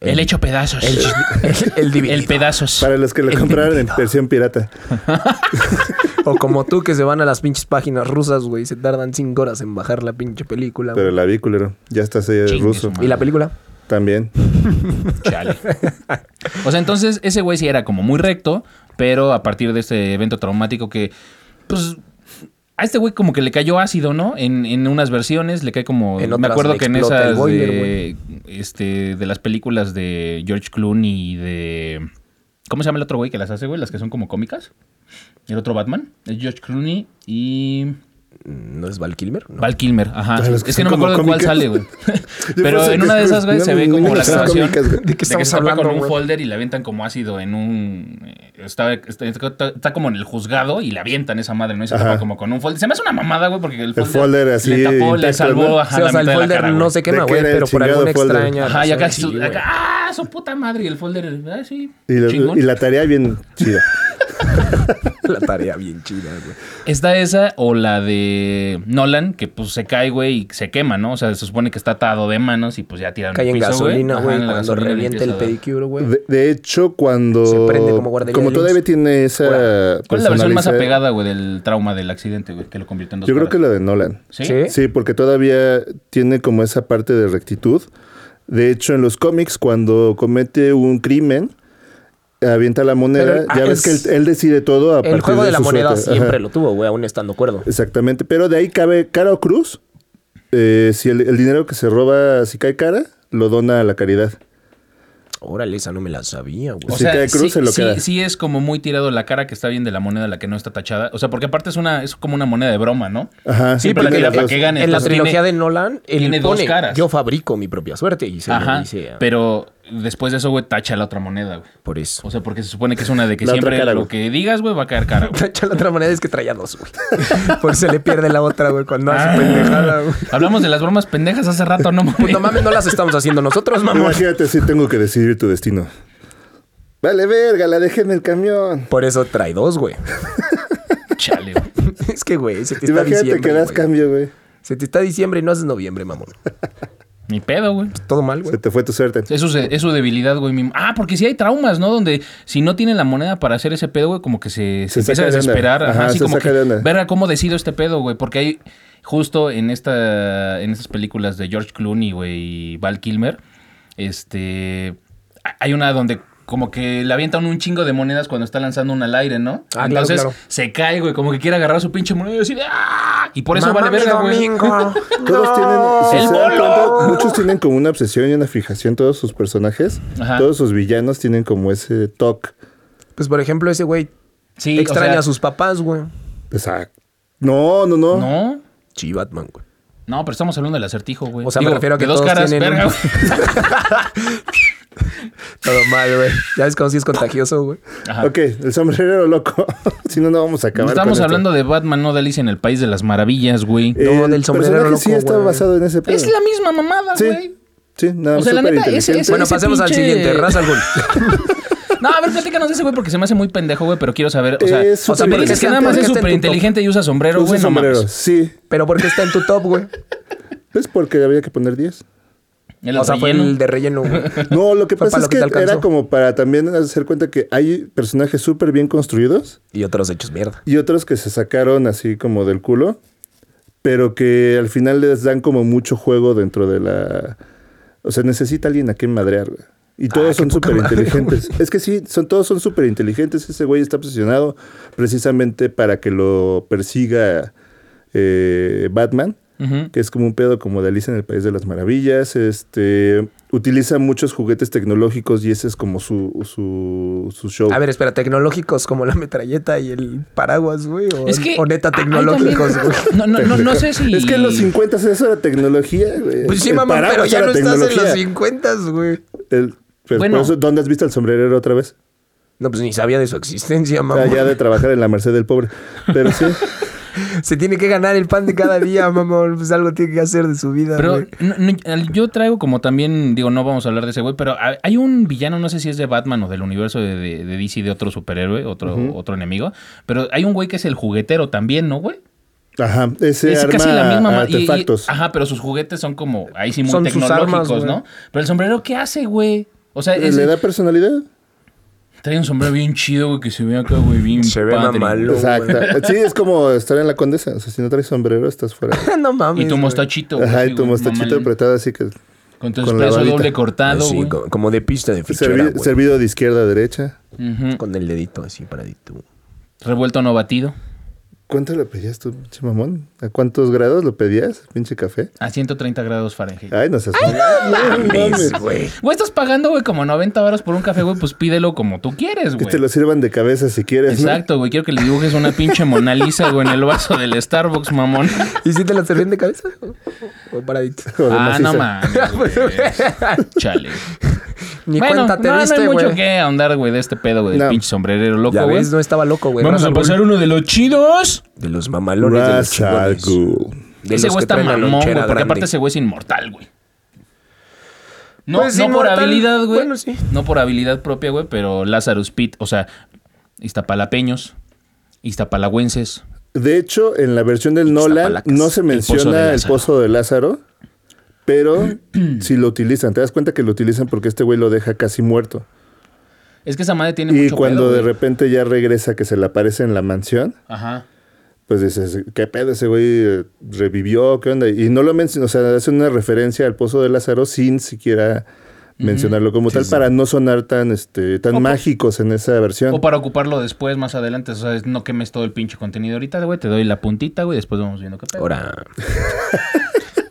A: El, hecho pedazos.
B: El,
A: El,
B: el, el dividido.
A: pedazos.
C: Para los que lo compraron en versión pirata.
B: O como tú que se van a las pinches páginas rusas, güey. y Se tardan 5 horas en bajar la pinche película.
C: Pero
B: güey.
C: la vi, culero. Ya está eh,
A: Chingue su
C: ruso.
A: madre.
B: ¿Y la película?
C: También.
A: Chale. O sea, entonces ese güey sí era como muy recto, pero a partir de este evento traumático que, pues, a este güey como que le cayó ácido, ¿no? En, en unas versiones le cae como...
B: En
A: me
B: otras
A: acuerdo
B: le
A: que en
B: explota
A: esas
B: el boiler,
A: de, este, de las películas de George Clooney y de... ¿Cómo se llama el otro güey que las hace, güey? Las que son como cómicas. El otro Batman. Es George Clooney y.
B: ¿No es Val Kilmer? No.
A: Val Kilmer. Ajá.
C: Las que
A: Es que
C: son
A: no me
C: como
A: acuerdo de cuál
C: cómicas.
A: sale, güey.
C: (laughs) Yo
A: Pero
C: pensé
A: en
C: que
A: una de
C: es-
A: esas, güey,
C: yo
A: se ve
C: me
A: como
C: imagino
A: la
C: que son
A: grabación.
C: cómicas, güey.
B: ¿De qué
A: de que
B: estamos
A: se tapa
B: hablando,
A: con un
B: güey?
A: folder y la avientan como ácido en un. eh, Está, está, está- está como en el juzgado y la avientan esa madre, ¿no? Y se
C: Ajá.
A: tapa como con un folder. Se me hace una mamada, güey, porque el folder.
C: folder así
A: Le tapó, le
C: intacto,
A: salvó
C: ¿no?
A: ajá,
B: Sí, o
A: la
B: sea, el
A: mitad de la
B: folder
A: cara,
B: no
A: güey.
B: se
C: ¿De
B: quema,
C: qué
B: güey,
C: era el
B: pero por
C: chingado
B: alguna
C: folder?
B: extraña.
A: Ajá, y
B: razón,
A: acá,
B: sí,
A: su-
B: güey.
A: acá, ¡Ah! Su puta madre. Y el folder. Ah, sí.
C: Y la,
A: chingón.
C: y la tarea bien chida.
B: La tarea bien chida, güey.
A: Está esa o la de Nolan, que pues se cae, güey, y se quema, ¿no? O sea, se supone que está atado de manos y pues ya tiran
B: Cae en gasolina, güey, cuando revienta el
A: pedic.
B: pedicure, güey.
C: De, de hecho, cuando.
B: Se prende como guardería de
C: todavía
B: lince.
C: tiene esa.
A: ¿Cuál es la versión más
C: personaliza-
A: apegada, güey, del trauma del accidente, güey, que lo convirtió en dos
C: Yo creo que
A: caras?
C: la de Nolan.
A: ¿Sí?
B: Sí.
C: Sí, porque todavía tiene como esa parte de rectitud. De hecho, en los cómics, cuando comete un crimen, avienta la moneda.
B: Pero, ah,
C: ya ves
B: es-
C: que él, él decide todo a
B: El
C: partir
B: juego de la
C: su
B: moneda
C: suerte. Ajá.
B: siempre lo tuvo, güey, aún estando cuerdo.
C: Exactamente. Pero de ahí cabe Caro Cruz. eh, si el, el dinero que se roba, si cae cara, lo dona a la caridad.
B: Órale, esa no me la sabía,
A: O
B: güey.
C: Sí,
A: sea,
C: que
A: sí,
C: cruce lo
A: sí-
C: queda.
A: sí es como muy tirado la cara que está bien de la moneda, la que no está tachada. O sea, porque aparte es una es como una moneda de broma, ¿no?
C: Ajá.
A: Sí, pero
C: porque
A: la tira
C: los
A: para
C: dos-
A: que gane.
B: En la
A: entonces
B: trilogía
A: tiene-
B: de Nolan, él
A: tiene dos
B: pone,
A: caras.
B: yo fabrico mi propia suerte y se lo
A: Ajá,
B: dice a-
A: pero después de eso, güey, tacha la otra moneda, güey.
B: por eso. (laughs)
A: O sea, porque se supone que es una de que
C: (laughs) La otra
A: siempre
C: cara,
A: lo
C: güey.
A: que digas, güey, va a caer
C: (laughs)
A: cara, güey.
B: la otra manera es que traía dos, güey. (laughs) Por eso se le pierde la otra, güey, cuando hace
A: Ah.
B: pendejada, güey.
A: Hablamos de las bromas pendejas hace rato, no mames.
B: Pues no mames, no las estamos haciendo nosotros, mamón.
C: Imagínate si tengo que decidir tu destino. Vale, verga, la dejé en el camión.
B: Por eso trae dos, güey. (laughs)
A: Chale, güey.
B: Es que, güey, se te está
C: Imagínate que
B: diciembre,
C: das
B: güey.
C: cambio, güey.
B: Se te está diciembre y no haces noviembre, mamón.
A: Ni pedo, güey.
B: Todo mal,
C: Se
B: güey.
C: te fue tu suerte.
A: Es su, es su debilidad, güey. mi- Ah, porque sí hay traumas, ¿no? Donde si no tienen la moneda para hacer ese pedo, güey, como que se, se empieza
C: Se
A: a
C: saca de onda.
A: desesperar. Ajá,
C: Ajá,
A: así
C: se
A: como
C: saca
A: que,
C: de onda.
A: verga, ¿cómo decido este pedo, güey? Porque hay justo en esta en estas películas de George Clooney, güey, y Val Kilmer, este... a- Hay una donde como que le avientan un chingo de monedas cuando está lanzando una al aire, ¿no?
B: Ah, claro,
A: Entonces
B: claro.
A: se cae, güey, como que quiere agarrar su pinche moneda y decir ¡Ah! Y por eso
D: Mamá,
A: vale
D: mi
A: verga, güey.
D: domingo.
C: Todos tienen,
D: No.
C: si
A: ¡El
C: se dan
A: bolo!
C: cuenta, muchos tienen como una obsesión y una fijación, todos sus personajes,
A: Ajá.
C: todos sus villanos tienen como ese toque.
B: Pues, por ejemplo, ese güey
A: (laughs) Sí, o
B: extraña
A: sea,
B: a sus papás, güey.
C: Exacto. No, no, no.
A: No,
B: Sí, Batman, güey.
A: No, pero estamos hablando del acertijo, güey.
B: O sea, me refiero a que
A: de dos
B: todos
A: caras,
B: tienen
A: verga,
B: un-
A: güey.
B: Todo mal, güey. Ya ves cómo sí es contagioso, güey. (laughs)
A: Ajá.
C: Ok, el sombrerero loco. (laughs) si no, no vamos a acabar.
A: Estamos hablando de Batman, no de Alicia en el País de las Maravillas, güey.
C: de.
B: No, del sombrerero
C: personaje sí
B: loco,
C: está
B: güey.
C: basado en ese pedo.
A: Es la misma mamada,
C: Sí.
A: güey.
C: Sí, nada
A: O
C: más.
A: sea, la
C: súper
A: neta, ese-
C: inteligente.
A: ese-
B: Bueno, pasemos al
A: pinche-
B: siguiente. Raza
C: (laughs)
B: algún.
A: No, a ver, platícanos de ese güey porque se me hace muy pendejo, güey, pero quiero saber, o sea,
B: Eh,
C: Es
A: o sea, me
C: súper-
A: dices que nada
B: ¿por
A: más
B: qué
A: es
B: está en tu
A: súper inteligente y usa sombrero,
C: Usa
A: güey, no
C: sombrero,
A: mames.
C: sí.
B: Pero porque está en tu top, güey.
C: Es porque había que poner 10.
A: El
B: O sea, fue
A: relleno.
B: el de relleno, güey.
C: No, lo que
B: Fue
C: pasa
B: para
C: es
B: lo que
C: que,
B: te
C: era
B: alcanzó.
C: como para también hacer cuenta que hay personajes súper bien construidos
B: Y otros hechos mierda.
C: y otros que se sacaron así como del culo, pero que al final les dan como mucho juego dentro de la... O sea, necesita alguien a quien madrear, güey. Y todos
B: Ah, qué
C: son
B: poca
C: súper
B: madre,
C: inteligentes. Es que sí, son, todos son súper inteligentes. Ese güey está obsesionado precisamente para que lo persiga eh, Batman
A: Ujú.
C: que es como un pedo como de Alicia en el País de las Maravillas. Este utiliza muchos juguetes tecnológicos y ese es como su, su, su show.
B: A ver, espera, tecnológicos como la metralleta y el paraguas, güey. O,
A: Es que
B: o neta
A: hay también- (laughs)
B: tecnológicos, güey.
A: No, no, no, no sé si
C: Es que en los 50 eso era tecnología, güey.
B: Pues sí,
C: El
B: mamá, pero
C: paraguas
B: ya
C: era
B: no estás en los
C: tecnología.
B: 50, güey.
C: El- pero
A: Bueno.
C: por eso, ¿dónde has visto el sombrerero otra vez?
B: No, pues ni sabía de su existencia, mamá.
C: Allá de trabajar en la merced del pobre. Pero
B: (laughs)
C: sí.
B: Se tiene que ganar el pan de cada día, mamón. Pues algo tiene que hacer de su vida,
A: Pero
B: güey.
A: no- no, yo traigo como también, digo, no vamos a hablar de ese güey, pero ha- hay un villano, no sé si es de Batman o del universo de, de- de DC, de otro superhéroe, otro, otro enemigo, pero hay un güey que es el juguetero también, ¿no, güey?
C: Ajá. Ese
A: es
C: arma
A: casi la misma ma- y- y-
C: artefactos.
A: ajá, pero sus juguetes son como, ahí sí, muy
B: Son sus
A: tecnológicos,
B: armas,
A: ¿no?
B: güey.
A: Pero el sombrero, ¿qué hace, güey? O sea, es-
C: ¿Le da personalidad?
A: trae un sombrero bien chido, güey, que se ve acá, güey, bien
B: Se ve
A: padre.
B: mamalón. No,
C: Exacto. Sí, es como estar en la condesa. O sea, si no traes sombrero, estás fuera.
B: (laughs) no mames.
A: Y tu
B: güey.
A: mostachito, güey.
C: Ajá,
A: así,
C: y tu
A: güey,
C: mostachito
A: mamalón.
C: apretado así que
A: Con tu
C: con la
A: espresso
C: babita.
A: doble cortado,
B: Así,
A: güey.
B: co- como de pista de fichera,
C: Servi-
B: güey.
C: servido de izquierda a derecha.
A: Ujú.
B: Con el dedito así paradito.
A: Revuelto no batido.
C: cuánto lo pedías tú, pinche mamón? ¿A cuántos grados lo pedías, pinche café?
A: A 130 grados Fahrenheit.
C: Ay, no seas mamón. No mames.
B: güey.
A: Güey, estás pagando, güey, como 90 baros por un café, güey, pues pídelo como tú quieres, Ah,
C: Que
A: güey.
C: te lo sirvan de cabeza si quieres. ¿no?
A: Exacto, güey. Quiero que le dibujes una pinche Mona Lisa, güey, en el vaso del Starbucks, mamón.
B: ¿Y si te la servían de cabeza? O
C: (laughs)
B: paradito.
C: O de
A: Ah, no mames,
C: maciza.
A: güey.
C: Pues,
A: Chale.
B: (laughs) Ni
A: bueno,
B: cuenta te
A: no, no
B: diste,
A: hay mucho
B: güey.
A: que ahondar, güey, de este pedo, güey, del
C: No.
A: pinche sombrerero loco,
B: Ya
A: güey.
B: ves, no estaba loco, güey.
A: Vamos
B: Ra's
A: a
B: al
A: pasar
B: Ghul.
A: uno de los chidos.
B: De los mamalones de los
C: Ra's al
B: chingones.
C: Ghul.
B: De
A: ese
B: los
A: güey
B: que
A: está
B: traen la
A: mamón, güey,
B: lonchera
A: porque
B: grande.
A: aparte ese güey es inmortal, güey. No,
B: Pues
A: no por
B: inmortal,
A: habilidad, güey.
B: bueno, sí.
A: No por habilidad propia, güey, pero Lazarus Pit, o sea, Iztapalapeños, Iztapalagüenses.
C: De hecho, en la versión del Nolan
B: Iztapalacas.
C: no se
A: El pozo de
C: menciona el
A: Lázaro.
C: pozo de Lázaro,
A: (clears throat)
C: pero si lo utilizan, te das cuenta que lo utilizan porque este güey lo deja casi muerto.
A: Es que esa madre tiene
C: Y
A: mucho
C: cuando
A: pedo,
C: de
A: güey.
C: repente ya regresa que se le aparece en la mansión,
A: Ajá.
C: pues dices, ¿qué pedo ese güey eh, revivió? ¿Qué onda? Y no lo menciona, o sea, hace una referencia al pozo de Lázaro sin siquiera mencionarlo como tal para no sonar tan este tan mágicos en esa versión.
A: O para ocuparlo después, más adelante. O sea, es- no quemes todo el pinche contenido ahorita, güey. Te doy la puntita, güey. Después vamos viendo qué pedo.
B: (laughs) Ahora.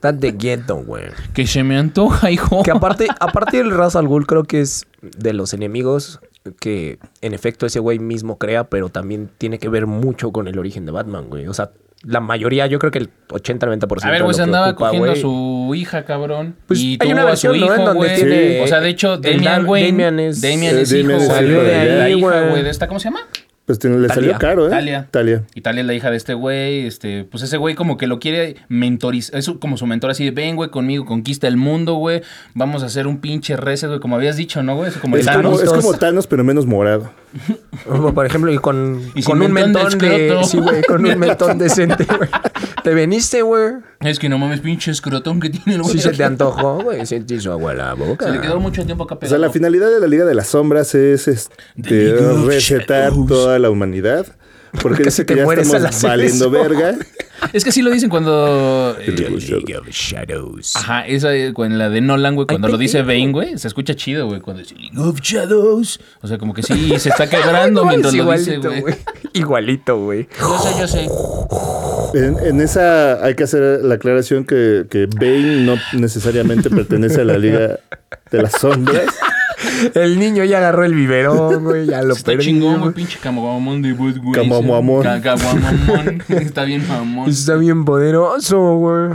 B: Date quieto, güey.
A: Que se me antoja, hijo.
B: Que aparte, aparte del Ra's al Ghul, creo que es de los enemigos que en efecto ese güey mismo crea, pero también tiene que ver mucho con el origen de Batman, güey. O sea, la mayoría, yo creo que el 80-90%.
A: A ver,
B: de
A: güey,
B: lo
A: se
B: que
A: andaba
B: ocupa,
A: cogiendo a
B: güey.
A: su hija, cabrón.
B: Pues,
A: y
B: hay
A: tuvo
B: una
A: a su
B: versión, ¿no? En
A: hijo,
B: donde
A: güey.
B: tiene-
A: O sea, de hecho,
B: el
A: Damian
B: Dan-
A: Wayne. Damian
B: Damian
A: es,
B: es-
C: Eh,
A: hijo,
C: Damian es
A: güey,
C: hijo de
A: de la
C: ahí,
A: hija,
B: güey.
A: güey, de esta, ¿cómo se llama?
C: Pues tiene- le
B: Talia.
C: salió caro, ¿eh?
A: Talia.
C: Talia.
A: Y Talia es la hija de este güey, este, pues ese güey como que lo quiere mentorizar, es como su mentor así de, ven güey conmigo, conquista el mundo, güey, vamos a hacer un pinche reset, güey, como habías dicho, ¿no, güey? Es como
C: Es
A: Thanos.
C: como, es
B: Thanos.
C: como Thanos, pero menos morado.
B: Como, (laughs) Por ejemplo, y con,
A: (laughs) Y sin
B: con un
A: mentón
B: mentón
A: de
B: de.
A: escroto.
B: Sí, güey, con un
A: (laughs)
B: mentón decente, güey. Te veniste, güey.
A: Es que no mames, pinche escrotón que tiene el güey.
B: Sí se te antojó, güey. Se te hizo agua la boca.
A: Se le quedó mucho tiempo acá
C: O
A: pegado.
C: sea, la finalidad de la Liga de las Sombras es
A: The
C: este,
A: League of
C: recetar
A: Shadows.
C: toda la humanidad. Porque
B: Porque
C: dice
B: se te
C: que ya
B: mueres a
C: estamos
B: las
C: valiendo
B: series.
C: verga.
A: Es que así lo dicen cuando... eh,
B: The League of Shadows.
A: Ajá, esa eh, con la de Nolan, güey, cuando lo dice Bane, güey, se escucha chido, güey, cuando dice League of Shadows. O sea, como que sí, se está quebrando
B: No, es
A: mientras lo dice,
B: igualito,
A: güey.
B: güey. Igualito, güey.
A: Yo sé, yo sé.
C: En, en esa hay que hacer la aclaración que, que Bane no necesariamente pertenece a la Liga de las Sombras.
B: El niño ya agarró el biberón, güey. Ya lo
A: Está
B: perdí.
A: chingón, güey,
B: güey.
A: pinche caguamamón de Wood, güey.
C: Caguamamón.
A: Ca- Caguamamón. Está bien mamón.
B: Está bien poderoso, güey.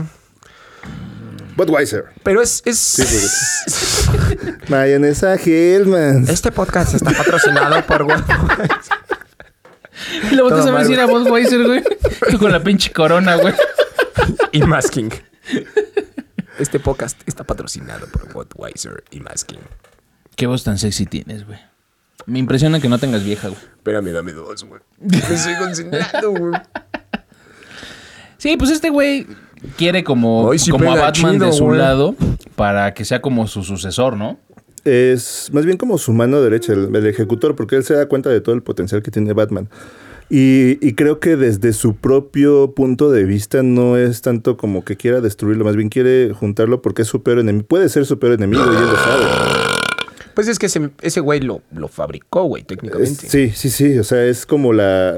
C: Budweiser. pues,
B: Pero es. es...
C: Mayonesa Hellman.
B: (laughs) este podcast está patrocinado por Guapo.
A: Y luego te
B: Todo
A: sabes
B: mal,
A: si era Budweiser, güey. Tú con la pinche corona, güey.
B: (laughs) y Masking. Este podcast está patrocinado por Budweiser y Masking.
A: Qué voz tan sexy tienes, güey. Me impresiona que no tengas vieja, güey.
B: Espérame, dame dos, güey. Me estoy concentrando, güey.
A: Sí, pues este güey quiere como,
B: Ay, sí
A: como a
B: pega
A: Batman
B: chido,
A: de su
B: güey.
A: lado para que sea como su sucesor, ¿no?
C: es más bien como su mano derecha, el, el ejecutor, porque él se da cuenta de todo el potencial que tiene Batman. Y, y creo que desde su propio punto de vista no es tanto como que quiera destruirlo, más bien quiere juntarlo porque es su peor enemigo. Puede ser su peor enemigo y él lo sabe.
B: Pues es que ese, ese güey lo, lo fabricó, güey,
C: Es-
B: técnicamente.
C: sí, sí, sí. O sea, es como la.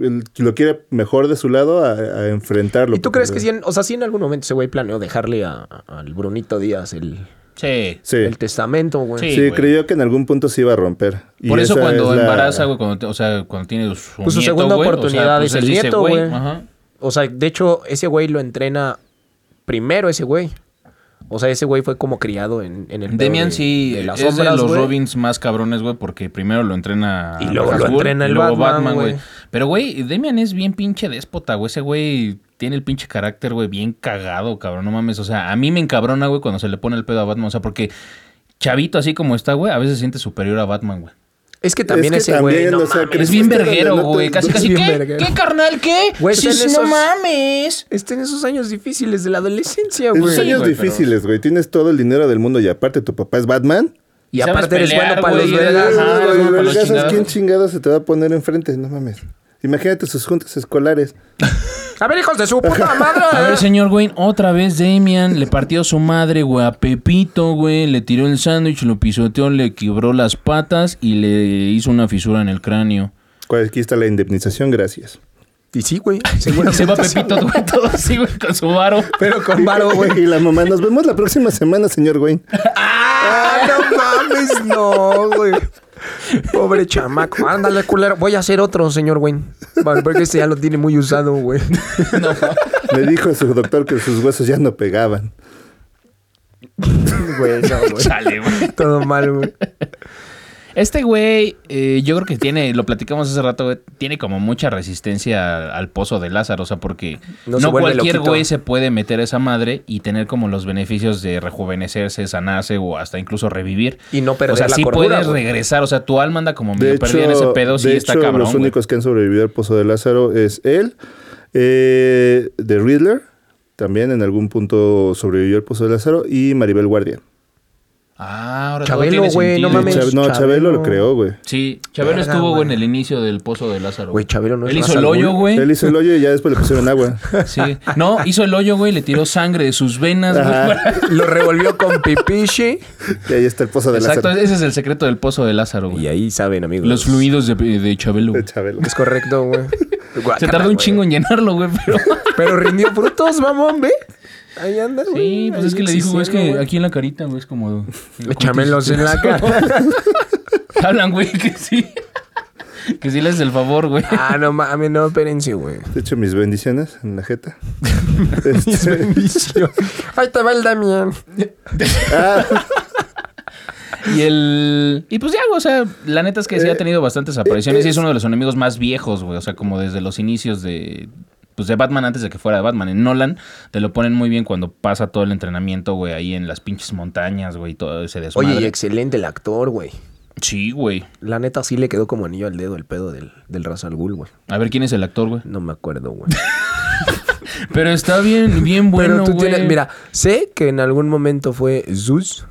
C: el- lo quiere mejor de su lado a, a enfrentarlo.
B: ¿Y tú
C: porque-
B: crees que si en, o sea, si en algún momento ese güey planeó dejarle a- a- al Brunito Díaz el,
A: Sí.
C: Sí.
B: el testamento, güey?
A: Sí.
C: Sí,
A: güey.
C: creyó que en algún punto se iba a romper. Y
A: Por eso
C: esa
A: cuando
C: es la-
A: embaraza, güey, cuando, te- o sea, cuando tiene su
B: Pues su
A: nieto,
B: segunda
A: güey, o sea,
B: oportunidad
A: pues
B: es
A: él
B: el
A: dice,
B: nieto, güey.
A: Ajá.
B: O sea, de hecho, ese güey lo entrena primero ese güey. O sea, ese güey fue como criado en, en el... pedo
A: Demian
B: de-
A: sí
B: de las
A: es de
B: sombras,
A: los
B: güey.
A: Robins más cabrones, güey, porque primero lo entrena
B: Y luego lo
A: Ra's al Ghul,
B: entrena el
A: y luego
B: Batman, güey.
A: Pero güey, Demian es bien pinche déspota, güey. Ese güey tiene el pinche carácter, güey, bien cagado, cabrón, no mames, o sea, a mí me encabrona, güey, cuando se le pone el pedo a Batman, o sea, porque chavito así como está, güey, a veces se siente superior a Batman, güey.
B: Es que también
C: que
B: ese güey...
C: también,
B: no
C: o sea,
B: mames,
C: que
A: Es bien
C: Este
A: verguero,
C: donde no te-
A: güey, casi
C: es
A: casi
B: bien
A: ¿qué?
B: verguero.
A: ¿Qué carnal qué?
B: Güey,
A: Sí,
B: está en
A: sí, no
B: esos-
A: mames.
B: Está en esos años difíciles de la adolescencia,
C: Esos
B: güey.
C: años
A: güey, pero-
C: difíciles, güey. Tienes todo el dinero del mundo y aparte tu papá es Batman.
B: Y
A: Sabes
B: aparte eres
A: pelear,
B: bueno para
A: güey,
B: los
A: eres-
B: vergas.
A: ajá, eres bueno para los
C: Ya sabes
A: chingados.
C: quién chingado se te va a poner enfrente, no mames. Imagínate sus juntas escolares.
B: A ver, hijos de su puta madre.
A: (laughs) A ver, señor Wayne, otra vez Damian le partió su madre, güey, a Pepito, güey. Le tiró el sándwich, lo pisoteó, le quebró las patas y le hizo una fisura en el cráneo.
C: Cual- Aquí está la indemnización, gracias.
B: Y sí, güey.
A: Se va
B: seguramente sí,
A: Pepito, güey, todo así, güey, con su varo.
B: Pero
A: (laughs)
B: con varo, güey.
C: Y la mamá, nos vemos la próxima semana, señor Wayne.
B: ¡Ah, no mames! No, güey. Pobre chamaco. Ándale, culero. Voy a hacer otro, señor Wayne. Vale, porque este ya lo tiene muy usado, güey.
A: No,
C: Le dijo a su doctor que sus huesos ya no pegaban.
B: Güey, no, güey.
A: chale, güey.
B: Todo mal, güey.
A: Este güey, eh, yo creo que tiene, lo platicamos hace rato, güey, tiene como mucha resistencia al, al pozo de Lázaro, o sea, porque
B: No
A: no,
B: se vuelve
A: cualquier
B: loquito.
A: güey se puede meter a esa madre y tener como los beneficios de rejuvenecerse, sanarse o hasta incluso revivir.
B: Y no perder
A: O sea,
B: la
A: sí
B: cordura,
A: puedes
B: güey.
A: regresar, o sea, tu alma anda como
C: De
A: medio
C: hecho,
A: perdida en ese pedo, sí
C: de
A: está
C: hecho,
A: cabrón.
C: los
A: güey.
C: únicos que han sobrevivido al Pozo de Lázaro es él, eh, The Riddler, también en algún punto sobrevivió al Pozo de Lázaro, y Maribel Guardia.
A: Ah, ahora todo
B: Chabelo,
A: tiene
B: güey,
A: sentido.
B: no mames.
C: Chab- no, Chabelo
B: Chabelo.
C: lo creó, güey.
A: Sí, Chabelo
B: Verga,
A: estuvo, güey, en
B: güey.
A: el inicio del pozo de Lázaro.
B: Güey, Chabelo no es
A: Él hizo el
B: Lázaro,
A: hoyo, güey.
C: Él hizo el hoyo y ya después le
B: (laughs)
C: pusieron agua.
A: Sí. No, hizo el hoyo, güey, le tiró sangre de sus venas, güey.
C: Ajá.
B: Lo revolvió con pipishi.
C: Y ahí está el Pozo de
A: Exacto,
C: Lázaro.
A: ese es el secreto del pozo de Lázaro, güey.
B: Y ahí saben, amigos.
A: Los fluidos de, de Chabelo. güey.
C: De Chabelo.
B: Es correcto, güey.
A: Se
B: Guácala,
A: tardó un
B: güey.
A: chingo en llenarlo, güey,
B: (laughs)
A: pero...
B: Pero rindió frutos, mamón, ve. Ahí anda, güey.
A: Sí, pues es
B: ahí
A: que le dijo, güey, es
B: existiendo,
A: que
B: güey.
A: aquí en la carita, güey, es como...
B: Échamelos en la cara.
A: (laughs) Hablan, güey, que sí. (laughs) Que sí les des el favor, güey.
B: Ah, no mames, no, espérense, güey.
C: De hecho, mis bendiciones en la
B: (laughs)
C: jeta. Este,
B: Ahí te va el Damián.
C: ah,
A: Y el... Y pues ya, güey, o sea, la neta es que
B: Eh,
A: sí ha tenido bastantes apariciones y es uno de los enemigos más viejos, güey. O sea, como desde los inicios de... Pues de Batman antes de que fuera de Batman. En Nolan te lo ponen muy bien cuando pasa todo el entrenamiento, güey, ahí en las pinches montañas, güey, y todo ese desmadre.
B: Oye, y excelente el actor, güey.
A: Sí, güey.
B: La neta sí le quedó como anillo al dedo el pedo del, del Ra's al Ghul, güey.
A: A ver quién es el actor, güey.
B: No me
A: (laughs)
B: acuerdo, güey.
A: Pero está bien, bien bueno,
B: Pero tú
A: güey.
B: tienes, mira, sé que en algún momento fue Zeus.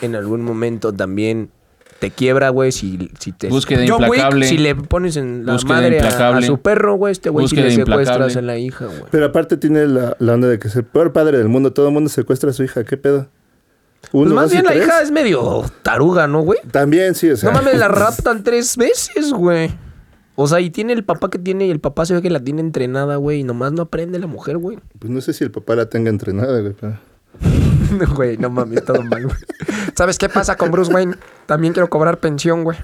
B: En algún momento también te quiebra, güey, si, si te...
A: Búsqueda
B: John Wick,
A: implacable.
B: si le pones en la
A: Búsqueda
B: madre a- a,
A: implacable.
B: su perro, güey, este güey, si
A: Búsqueda
B: le secuestras
A: implacable.
B: a la hija, güey.
C: Pero aparte tiene la, la onda de que es el peor padre del mundo. Todo el mundo secuestra a su hija. ¿Qué pedo?
B: Pues
C: Uno,
B: más
C: dos y
B: bien la
C: tres.
B: hija es medio taruga, ¿no, güey?
C: También, sí, o sea.
B: No mames,
C: (laughs)
B: la raptan tres veces, güey. O sea, y tiene el papá que tiene, y el papá se ve que la tiene entrenada, güey, y nomás no aprende la mujer, güey.
C: Pues no sé si el papá la tenga entrenada, güey. pero-
B: (laughs) No, Güey, no mames, todo mal, güey.
D: ¿Sabes qué pasa con Bruce Wayne? También quiero cobrar pensión, güey.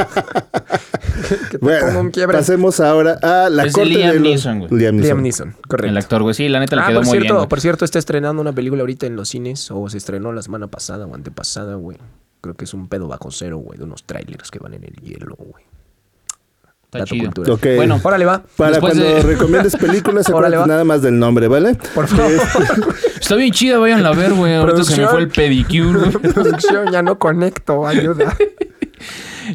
D: que te pongo un
C: Bueno,
D: quiebre.
C: pasemos ahora a la
A: Es
C: corte
A: Liam
C: de los...
A: Neeson, güey.
C: Liam Neeson.
B: Liam Neeson, correcto.
A: El actor, güey. Sí, la neta le
B: ah,
A: quedó
B: por
A: muy
B: cierto,
A: bien. güey.
B: por cierto, está estrenando una película ahorita en los cines, o se estrenó la semana pasada o antepasada, güey. Creo que es un pedo bajo cero, güey, de unos trailers que van en el hielo, güey.
A: Está
B: Dato
A: chido.
B: cultural.
C: Ok.
A: Bueno,
B: Órale, va.
C: Para
A: Después
C: cuando
A: de-
C: recomiendes
B: (laughs)
C: películas,
B: Órale,
C: acuérdate
B: va.
C: nada más del nombre, ¿vale? Eh,
B: Por favor,
A: está bien chida, vayan a ver, güey. Ahorita se me fue el pedicure, güey.
D: Producción, ya no conecto, ayuda.
B: (laughs)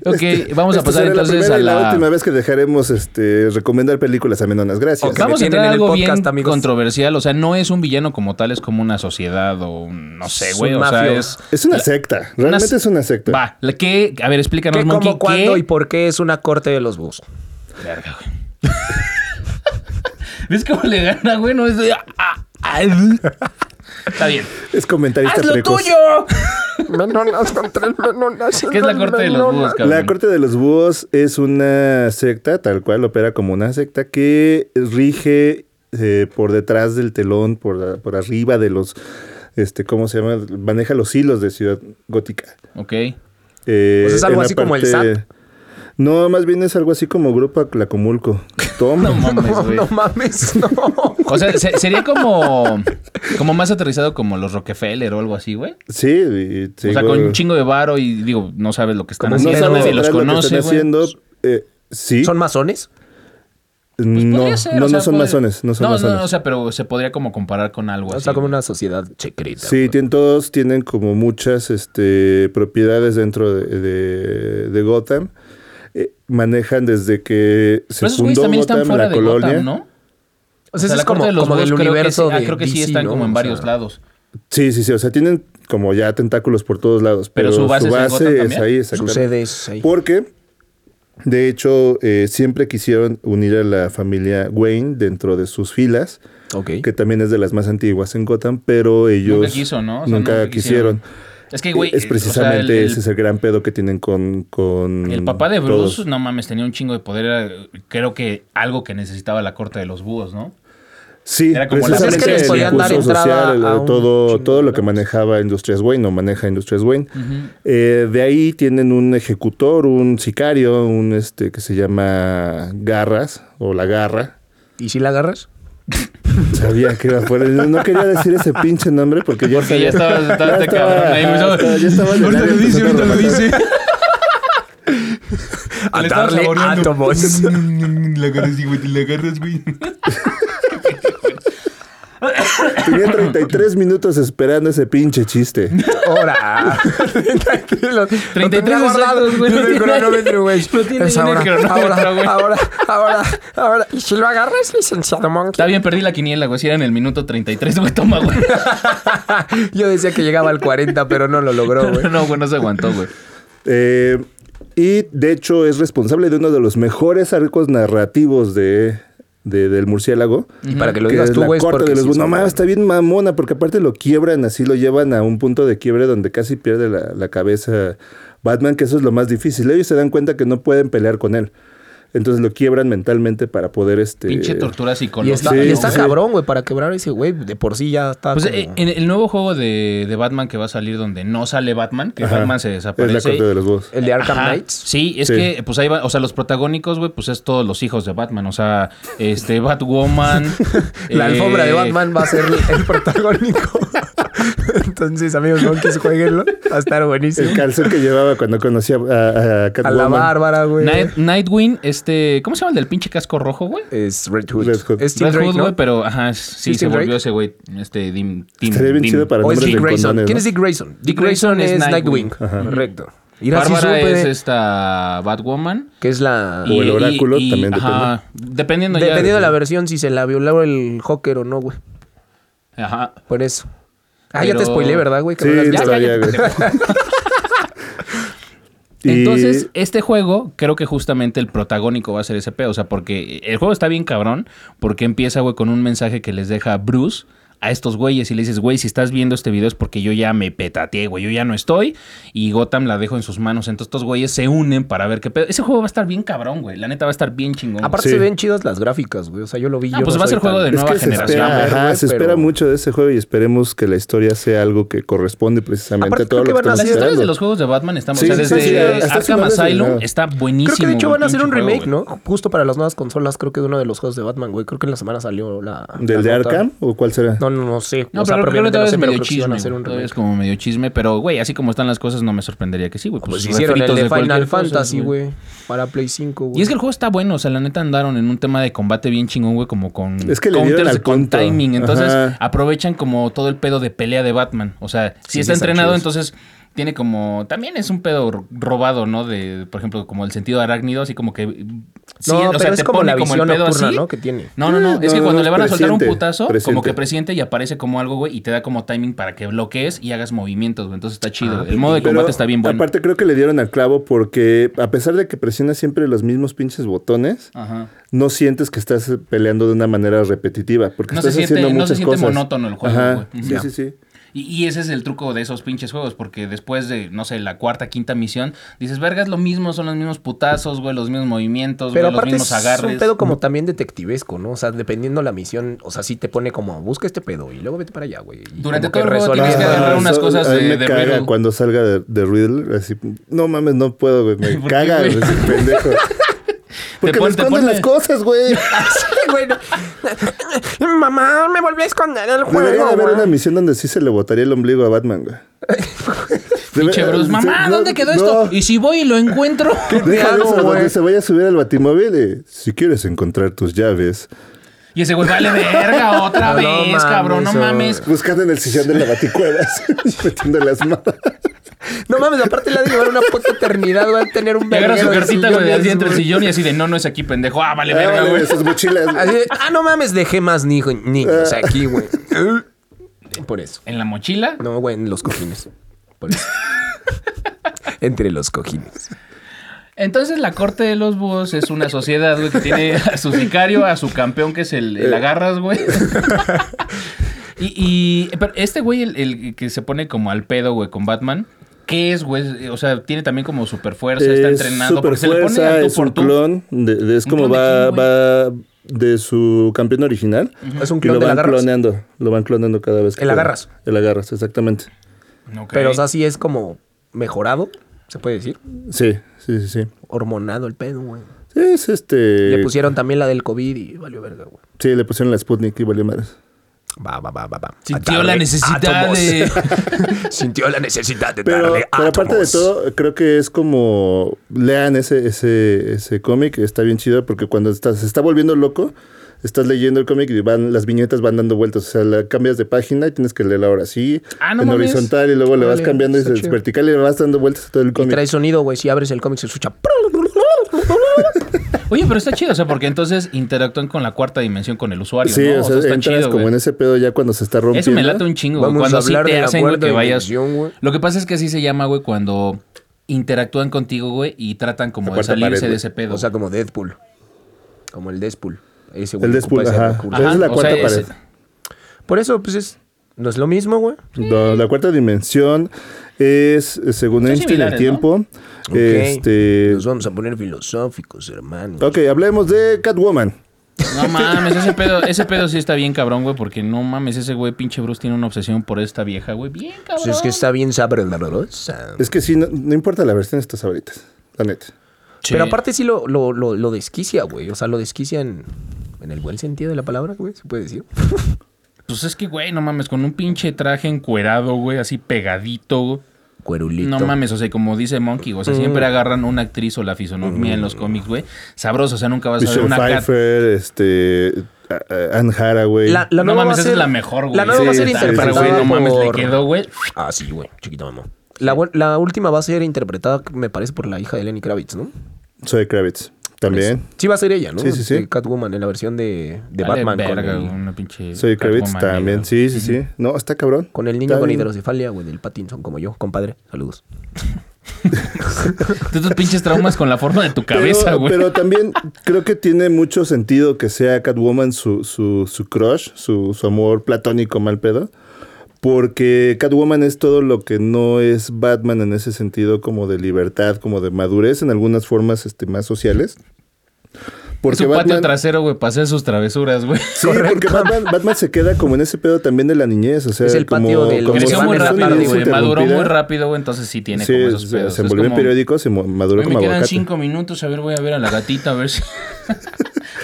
A: Ok,
B: Este
A: vamos a
C: Esta
A: pasar
C: será
A: entonces
C: la primera
A: a
C: y la última
A: la...
C: vez que dejaremos este, recomendar películas a menonas. Gracias.
B: Ok. que
A: Vamos
B: me
A: a entrar
B: tienen
A: a
B: en
A: algo
B: el podcast,
A: bien
B: amigos.
A: controversial. O sea, no es un villano como tal, es como una sociedad o un- no sé,
B: Es
A: güey.
B: un
A: O sea,
B: mafio.
A: es.
C: Es una secta. Realmente
A: una-
C: es una secta.
A: Va, la que. A ver, explícanos,
B: ¿Qué,
A: Monkey.
B: cómo, cuándo
A: qué-
B: y por qué es una corte de los bus?
A: Verga, güey. ¿Ves cómo le gana, güey? No es de- ah, ah, (laughs) Está bien.
C: Es comentarista
A: ¡Haz lo
C: precoz.
B: (laughs)
A: tuyo!
D: Menonas contra el menonas.
A: ¿Qué es la corte de los búhos, cabrón?
C: La Corte de los Búhos es una secta, tal cual opera como una secta, que rige eh, por detrás del telón, por, la- por arriba de los, este, ¿cómo se llama? Maneja los hilos de Ciudad Gótica.
A: Ok.
C: Eh,
B: Pues es algo
C: en la
B: así como el SAT.
C: No, más bien es algo así como
A: (laughs)
C: Grupo Aclacomulco. Toma.
A: No
C: (laughs)
A: mames, güey.
B: (laughs) No mames, no.
A: O sea, se- sería como, como más aterrizado como los Rockefeller o algo así, güey.
C: sí, y te
A: o sea,
C: digo-
A: con un chingo de varo y digo, no sabes lo que están
B: Como
C: no
B: de
A: haciendo,
B: dinero,
C: sabes
A: nadie los
C: atrás lo que
A: conoce,
C: están
A: güey. Pues,
C: haciendo. eh, sí.
B: ¿Son masones?
C: no,
A: pues Podría ser,
C: no,
A: o sea,
C: no son
A: puede-
C: masones. No son
A: no,
C: masones.
A: No, o sea, pero se podría como comparar con algo
B: O
A: así.
B: sea, como
A: güey.
B: una sociedad secreta.
C: Sí, tienen, todos tienen como muchas este, propiedades dentro de, de- de Gotham. Eh, manejan desde que
A: Pero
C: se
A: Pues esos güeyes
C: fundó
A: también están
C: Gotham,
A: fuera
C: la
A: de
C: colonia.
A: Gotham, ¿no?
B: O sea,
A: la
B: eso Pues
A: Corte
B: es como,
A: de los
B: como
A: Búhos
B: del
A: creo que
B: universo
A: sí- ah,
B: de
A: creo que sí
B: DC,
A: están
B: ¿no?
A: como en
B: O
A: varios
B: sea,
A: lados.
C: Sí, sí, sí. O sea, tienen como ya tentáculos por todos lados. Pero, su base,
A: es en Gotham
C: es
A: también.
C: ahí,
B: Su
C: exactamente.
B: sede es ahí.
C: Porque, de hecho, eh, siempre quisieron unir a la familia Wayne dentro de sus filas.
B: Ok.
C: que también es de las más antiguas en Gotham, pero ellos
A: Nunca quiso, ¿no? O sea,
C: nunca
A: nunca
C: quisieron.
A: quisieron. Es que, güey.
C: es
A: eh, o sea,
C: precisamente
A: el- el-
C: ese es el gran pedo que tienen con. con
A: El papá de Bruce,
C: todos.
A: no mames, tenía un chingo de poder. era, Creo que algo que necesitaba la corte de los búhos, ¿no?
C: Sí,
A: Era como la- Pues
C: precisamente
A: es que les
C: el
A: podían
C: impulso
B: dar entrada
C: social, el-
B: a un
C: todo,
B: chingo
C: todo
B: de
C: lo que
B: cosas.
C: manejaba Industrias Wayne o maneja Industrias Wayne. Eh, de ahí tienen un ejecutor, un sicario, un este que se llama Garras o La Garra.
B: ¿Y si la agarras? (laughs)
C: Sabía que iba fuera. No, no quería decir ese pinche nombre porque ya
A: Porque ya
C: sabía-
A: estaba, estaba
C: (laughs) Ya
A: este
C: estaba-
A: cabrón ahí. me
C: ajá,
A: estaba-
C: estaba- ya estaba en el
A: ahorita
C: área
A: lo dice,
C: empezando
A: ahorita lo
C: a
A: dice.
B: A
A: Le estaba
B: darle
A: saboreando.
B: átomos.
A: La agarras, güey, te la agarras, güey.
C: Tenía 33 minutos esperando ese pinche chiste.
B: Ahora. Tranquilo.
A: 33 exactos, güey.
B: güey. Desde el cronómetro, güey.
A: Lo tiene
B: Es
A: ahí en el
B: ahora,
A: cronómetro, güey.
B: ahora, ahora, ahora, ahora.
D: ¿Y si lo agarras, licenciado Monkey?
A: Está bien, perdí la quiniela, güey. Si era en el minuto 33, güey, toma, güey.
B: Yo decía que llegaba al 40, pero no lo logró, güey.
A: No, güey, no se aguantó, güey.
C: Eh, y de hecho es responsable de uno de los mejores arcos narrativos de, de- del murciélago.
B: Y para que lo
C: que
B: digas
C: es
B: tú,
C: la
B: güey, es
C: corte
B: porque
C: de los
B: sí
C: Bus-
B: es
C: No
B: muy
C: mames,
B: bueno.
C: está bien mamona, porque aparte lo quiebran así, lo llevan a un punto de quiebre donde casi pierde la, la cabeza Batman, que eso es lo más difícil. Ellos se dan cuenta que no pueden pelear con él. Entonces lo quiebran mentalmente para poder este.
A: Pinche tortura
B: Y
A: psicológica.
B: está,
C: Sí,
B: y
A: ¿no?
B: está
C: sí.
B: cabrón, güey, para quebrar ese güey. De por sí ya está.
A: Pues
B: como-
A: eh, en el nuevo juego de, de Batman que va a salir donde no sale Batman, que
C: Ajá.
A: Batman se
C: Es
A: desaparece.
C: la corte de los búhos.
B: el de Arkham
A: Ajá.
B: Knights.
A: Sí, es
C: Sí.
A: que, pues ahí va, o sea, los protagónicos, güey, pues es todos los hijos de Batman, o sea, este,
C: (laughs)
A: Batwoman.
B: La
A: eh,
B: alfombra de Batman va a ser el protagónico. Entonces, amigos, no quis jueguenlo. Va a estar buenísimo.
C: El calzón que llevaba cuando conocía a, a
B: A la
C: Catwoman.
B: Bárbara, güey.
A: Night- Nightwing, este, ¿cómo se llama el del pinche casco rojo, güey?
B: Es Red Hood.
C: Red Hood.
B: Es Tim
A: Red
B: Drake,
A: Hood,
B: ¿no?
A: güey, pero, ajá, sí,
B: ¿Sí,
A: se
B: Tim
A: volvió
B: Drake?
A: ese güey, este, Dim, Dim.
C: Estaría bien
A: Dim.
C: chido para
B: O es
C: nombres
B: Dick
C: de
B: Grayson.
C: condones,
B: ¿Quién
C: ¿no?
B: es Dick Grayson?
A: Dick Grayson es Nightwing.
B: Correcto. Y ahora sí
A: Bárbara
B: supe
A: es esta Batwoman.
B: que es la...
C: O el oráculo, también
A: Dependiendo ya.
B: Dependiendo de la versión, si se la violó el Joker o no, güey.
A: Ajá.
B: Por eso. Ah, ya
A: Pero-
B: te spoilé, ¿verdad, güey? Que
C: Sí,
B: no la has
C: lo
B: visto.
C: sabía, güey. Y-
A: Entonces, este juego, creo que justamente el protagónico va a ser ese pedo. O sea, porque el juego está bien cabrón, porque empieza, güey, con un mensaje que les deja Bruce a estos güeyes y le dices, güey, si estás viendo este video es porque yo ya me petateé, güey, yo ya no estoy y Gotham la dejo en sus manos. Entonces, estos güeyes se unen para ver qué pedo. Ese juego va a estar bien cabrón, güey. La neta va a estar bien chingón. güey.
B: Aparte
C: Sí.
B: se ven chidas las gráficas, güey. O sea, yo lo vi.
A: Ah,
B: yo
A: pues
B: no
A: va a
B: soy
A: ser juego
B: tan-
A: de
C: Es
A: nueva
C: que se
A: generación.
C: espera,
B: güey,
C: ajá, se
B: pero-
C: espera mucho de ese juego y esperemos que la historia sea algo que corresponde precisamente
B: Aparte,
C: a todo
B: creo que
C: lo que
B: van a
C: estamos
A: Las
B: hacer-
A: historias
C: esperando.
A: de los juegos de Batman están...
C: Sí,
A: o sea,
C: sí,
A: desde
C: sí, hasta hace
A: Arkham
C: una vez
A: Asylum
C: original.
A: está buenísimo.
B: Creo que de hecho
A: güey,
B: van a hacer
A: pinche
B: un
A: juego,
B: remake,
A: güey.
B: ¿no? Justo para las nuevas consolas, creo que de uno de los juegos de Batman, güey. Creo que en la semana salió la.
C: ¿Del
B: la
C: de
B: nota.
C: Arkham o cuál será?
B: No, no, no sé.
A: No,
B: O sea,
A: pero creo que
B: propiamente
A: todavía
B: sé,
A: es
B: pero
A: medio
B: creo que sí van
A: chisme.
B: a hacer un
A: güey. Todavía es
B: remake.
A: como medio chisme, pero güey, así como están las cosas, no me sorprendería que sí, güey.
B: Pues hicieron el
A: refritos
B: de
A: cualquier
B: Final
A: cosa,
B: Fantasy, güey. Para Play 5, güey.
A: Y es que el juego está bueno, o sea, la neta andaron en un tema de combate bien chingón, güey, como con
C: Es que le dieron al
A: con
C: punto.
A: timing. Entonces
C: Ajá.
A: aprovechan como todo el pedo de pelea de Batman. O sea, si
C: Sí,
A: está
C: sí, están
A: entrenado,
C: chidos.
A: entonces tiene como. También es un pedo ro- robado, ¿no? De, por ejemplo, como el sentido arácnido, así como que. sí,
B: no,
A: o
B: pero
A: sea,
B: es
A: te
B: como
A: pone
B: la visión
A: el pedo
B: nocturna,
A: así.
B: ¿no? Que tiene.
A: No, no, no.
C: Mm,
A: Es que
C: no,
A: cuando
C: no,
A: le van a soltar un
C: presiente,
A: putazo, como
C: presiente.
A: que presiente y aparece como algo, güey, y te da como timing para que bloquees y hagas movimientos, güey. Entonces está chido. güey. el modo de
C: Ah, Pero,
A: combate está bien bueno.
C: Aparte creo que le dieron al clavo porque a pesar de que presionas siempre los mismos pinches botones,
A: Ajá.
C: no sientes que estás peleando de una manera repetitiva porque
A: No se
C: estás
A: siente-
C: haciendo
A: no se
C: muchas
A: siente
C: cosas.
A: monótono el juego,
C: Ajá,
A: güey.
C: Sí,
A: Ya.
C: sí, sí.
A: Y, y ese es el truco de esos pinches juegos, porque después de, no sé, la cuarta, quinta misión, dices, verga, es lo mismo, son los mismos putazos, güey, los mismos movimientos,
B: Pero
A: güey, pues, los mismos
B: aparte es
A: agarres.
B: un pedo como también detectivesco, ¿no? O sea, dependiendo la misión, o sea, sí te pone como, busca este pedo y luego vete para allá, güey. Y
A: Durante
B: como que
A: todo el juego
B: resuelve.
A: tienes que
C: Ah,
A: agarrar unas
C: eso-
A: cosas
C: a mí
A: de-
C: me
A: de
C: caga
A: Riddle.
C: cuando salga de, de Riddle, así, no mames, no puedo, güey, me
A: (laughs) ¿Por qué,
C: caga,
A: güey?
C: güey, ese
A: (laughs)
C: pendejo. Porque me
A: pon- te
C: esconden
A: pone- Ah,
C: las cosas,
A: (laughs)
B: (laughs)
C: güey.
D: Sí, güey. Mamá, me volví a esconder el juego.
C: Debería de haber
D: güey.
C: una misión donde sí se le botaría el ombligo a
A: (laughs)
C: Batman, güey.
A: Pinche
C: Debe-
A: Bruce,
C: sí,
A: mamá,
C: no,
A: ¿dónde quedó
C: no.
A: esto? Y si voy y lo
B: (laughs)
A: encuentro.
C: Deja de
B: hago,
C: eso,
B: güey?
C: donde se vaya a subir al batimóvil. eh, si quieres encontrar tus llaves,
A: y ese güey, vale verga, otra
B: No, no
A: vez,
B: mames,
A: cabrón, no
B: o-
A: mames.
C: buscando en el sillón de la (laughs) baticuevas, metiendo las manos.
B: No mames, aparte le ha de llevar una puta eternidad, va a tener un
A: Y agarra su
B: verguero de
A: cartita, güey,
B: sillones,
A: así entre el
B: güey.
A: sillón y así de, no, no es aquí, pendejo. Ah, vale
C: Ah,
A: verga,
C: vale,
A: güey.
C: güey, sus
A: (laughs)
C: mochilas.
B: Así de, ah, no mames, dejé más ni niños aquí, güey. Eh, Por eso.
A: En la mochila.
B: No, güey, en los cojines.
A: (laughs)
B: Por eso. Entre los cojines.
A: Entonces la corte de los búhos es una sociedad,
C: (laughs) Eh.
A: güey, que tiene a su sicario, a su campeón, que es el, el agarras, güey. Y, y- pero este güey, el, el que se pone como al pedo, güey, con Batman, ¿qué es, güey? O sea, tiene también como super fuerza, está
C: Es
A: entrenado. Porque se le pone
C: superfuerza,
A: al tú
C: es un
A: por tú.
C: clon, de- de- es
A: ¿Un
C: como
A: clon de
C: va,
A: quién,
C: va de su campeón original.
B: Es un
C: Y
B: clon
C: lo
B: de
C: van
B: la garra.
C: cloneando, lo van clonando cada vez que
B: El
C: pueden.
B: agarras.
C: El agarras, exactamente.
A: Ok.
B: Pero, o sea, sí es como mejorado, se puede decir.
C: Sí, sí, sí, sí.
B: Hormonado el pedo, güey.
C: Es este.
B: Le pusieron también la del COVID y valió verga, güey.
C: Sí, le pusieron la Sputnik y valió madres.
B: Va, va, va, va, va.
A: Sintió
B: A
A: la
B: darle
A: necesidad
B: átomos.
A: de. (laughs)
B: Sintió la necesidad de
C: Pero,
B: darle
C: pero aparte de
B: átomos.
C: todo, creo que es como. Lean ese, ese, ese cómic, está bien chido porque cuando estás, se está volviendo loco, estás leyendo el cómic y van, las viñetas van dando vueltas. O sea, la, cambias de página y tienes que leerla ahora así,
A: Ah, no
C: en
A: mames.
C: horizontal y luego le vas
B: Órale,
C: cambiando y
B: está
C: es
B: chido.
C: vertical y le vas dando vueltas a todo el
B: Y trae
C: cómic.
B: sonido, güey. Si abres el cómic se escucha.
A: Oye, pero está chido, o sea, porque entonces interactúan con la cuarta dimensión con el usuario.
C: Sí,
A: ¿no?
C: o sea,
A: está
C: entras
A: chido,
C: como
A: güey.
C: en ese pedo ya cuando se está
A: Eso
C: rompiendo.
A: me late un chingo, güey.
B: Vamos
A: Cuando
B: a
A: sí
B: hablar
A: te
B: de la
A: hacen, güey,
B: cuarta
A: que vayas.
B: dimensión, güey.
A: Lo que pasa es que así se llama, güey, cuando interactúan contigo, güey, y tratan como
C: La
A: de
C: cuarta
A: salirse
C: pared,
A: de
C: güey.
A: ese pedo.
B: O sea, como Deadpool. Como el Deadpool. Ese güey
C: El
B: ocupa
C: Deadpool,
B: ese
C: ajá.
B: recurso.
C: pues, Esa es la
A: o
C: cuarta
A: sea,
C: pared.
A: ese-
B: Por eso, pues es. No es lo mismo, güey.
C: La, la cuarta dimensión es, eh, según
A: Son
C: Einstein, el
A: similares,
C: tiempo.
B: Ok.
C: Este,
B: Nos vamos a poner filosóficos, hermano.
C: ok, hablemos de Catwoman. (laughs)
A: no mames, ese pedo, ese pedo sí está bien cabrón, güey, porque no mames, ese güey pinche Bruce tiene una obsesión por esta vieja, güey, bien cabrón.
B: Pues es que está bien sabrosa.
C: Es que sí, no, no importa la versión, estas ahoritas. La neta.
A: Sí.
B: Pero aparte sí lo, lo, lo, lo desquicia, güey. O sea, lo desquicia en, en el buen sentido de la palabra, güey. Se puede decir.
A: Pues es que, güey, no mames, con un pinche traje encuerado, güey, así pegadito, güey.
B: Cuerulito.
A: No mames, o sea, como dice Monkey, o sea,
C: Mm.
A: siempre agarran una actriz o la fisonomía en los cómics, güey. Sabroso, o sea, nunca vas a ver
C: Michelle
A: una cat.
C: Pfeiffer, este, a- a- Anne Haraway.
B: La,
A: No
B: la nueva va
A: mames,
B: a
A: esa
B: ser-
A: es la mejor, güey.
B: La nueva va a
C: Sí,
B: ser
C: está,
A: Pero,
B: interpretada
A: güey, no mames, le
B: por-
A: quedó, güey.
B: Ah, sí, güey. Chiquito mamá. La, bu- la última va a ser interpretada, me parece, por la hija de Lenny Kravitz, ¿no?
C: Soy Kravitz. También.
B: Sí, va a ser ella, ¿no?
C: Sí, sí, sí.
B: De Catwoman en la versión de, de
A: Dale
B: Batman con,
A: verga,
B: el,
A: una pinche
C: Soy Kravitz
A: Catwoman,
C: también.
A: güey.
C: Sí, sí, sí. No, está cabrón.
B: con el
C: Está
B: niño con
C: bien.
B: hidrocefalia, güey, del Pattinson, como yo, compadre. Saludos.
A: Tú tus pinches traumas con la forma de tu cabeza,
C: pero,
A: güey.
C: pero
A: (laughs)
C: también creo que tiene mucho sentido que sea Catwoman su, su, su crush, su, su amor platónico mal pedo. Porque Catwoman es todo lo que no es Batman en ese sentido, como de libertad, como de madurez, en algunas formas este, más sociales.
A: es un patio trasero, güey, para hacer sus travesuras, güey.
C: Sí, porque Batman, Batman se queda como en ese pedo también de la niñez. O sea,
B: Es el
C: como,
B: patio del-
C: como
B: Creció
A: Creció
C: si
A: muy
C: fuera una
A: rápido,
C: niñez
A: güey. Maduró muy
C: interrumpida.
A: rápido, güey, entonces sí tiene
C: Sí,
A: como
C: o
A: esos
C: sea,
A: pedos.
C: se
A: Es
C: envolvió en
A: como,
C: periódico, se mo- maduró
A: "Ay,
C: como
A: Me quedan
C: aguacate.
A: cinco minutos, a ver, voy a ver a la gatita, a ver si... (laughs)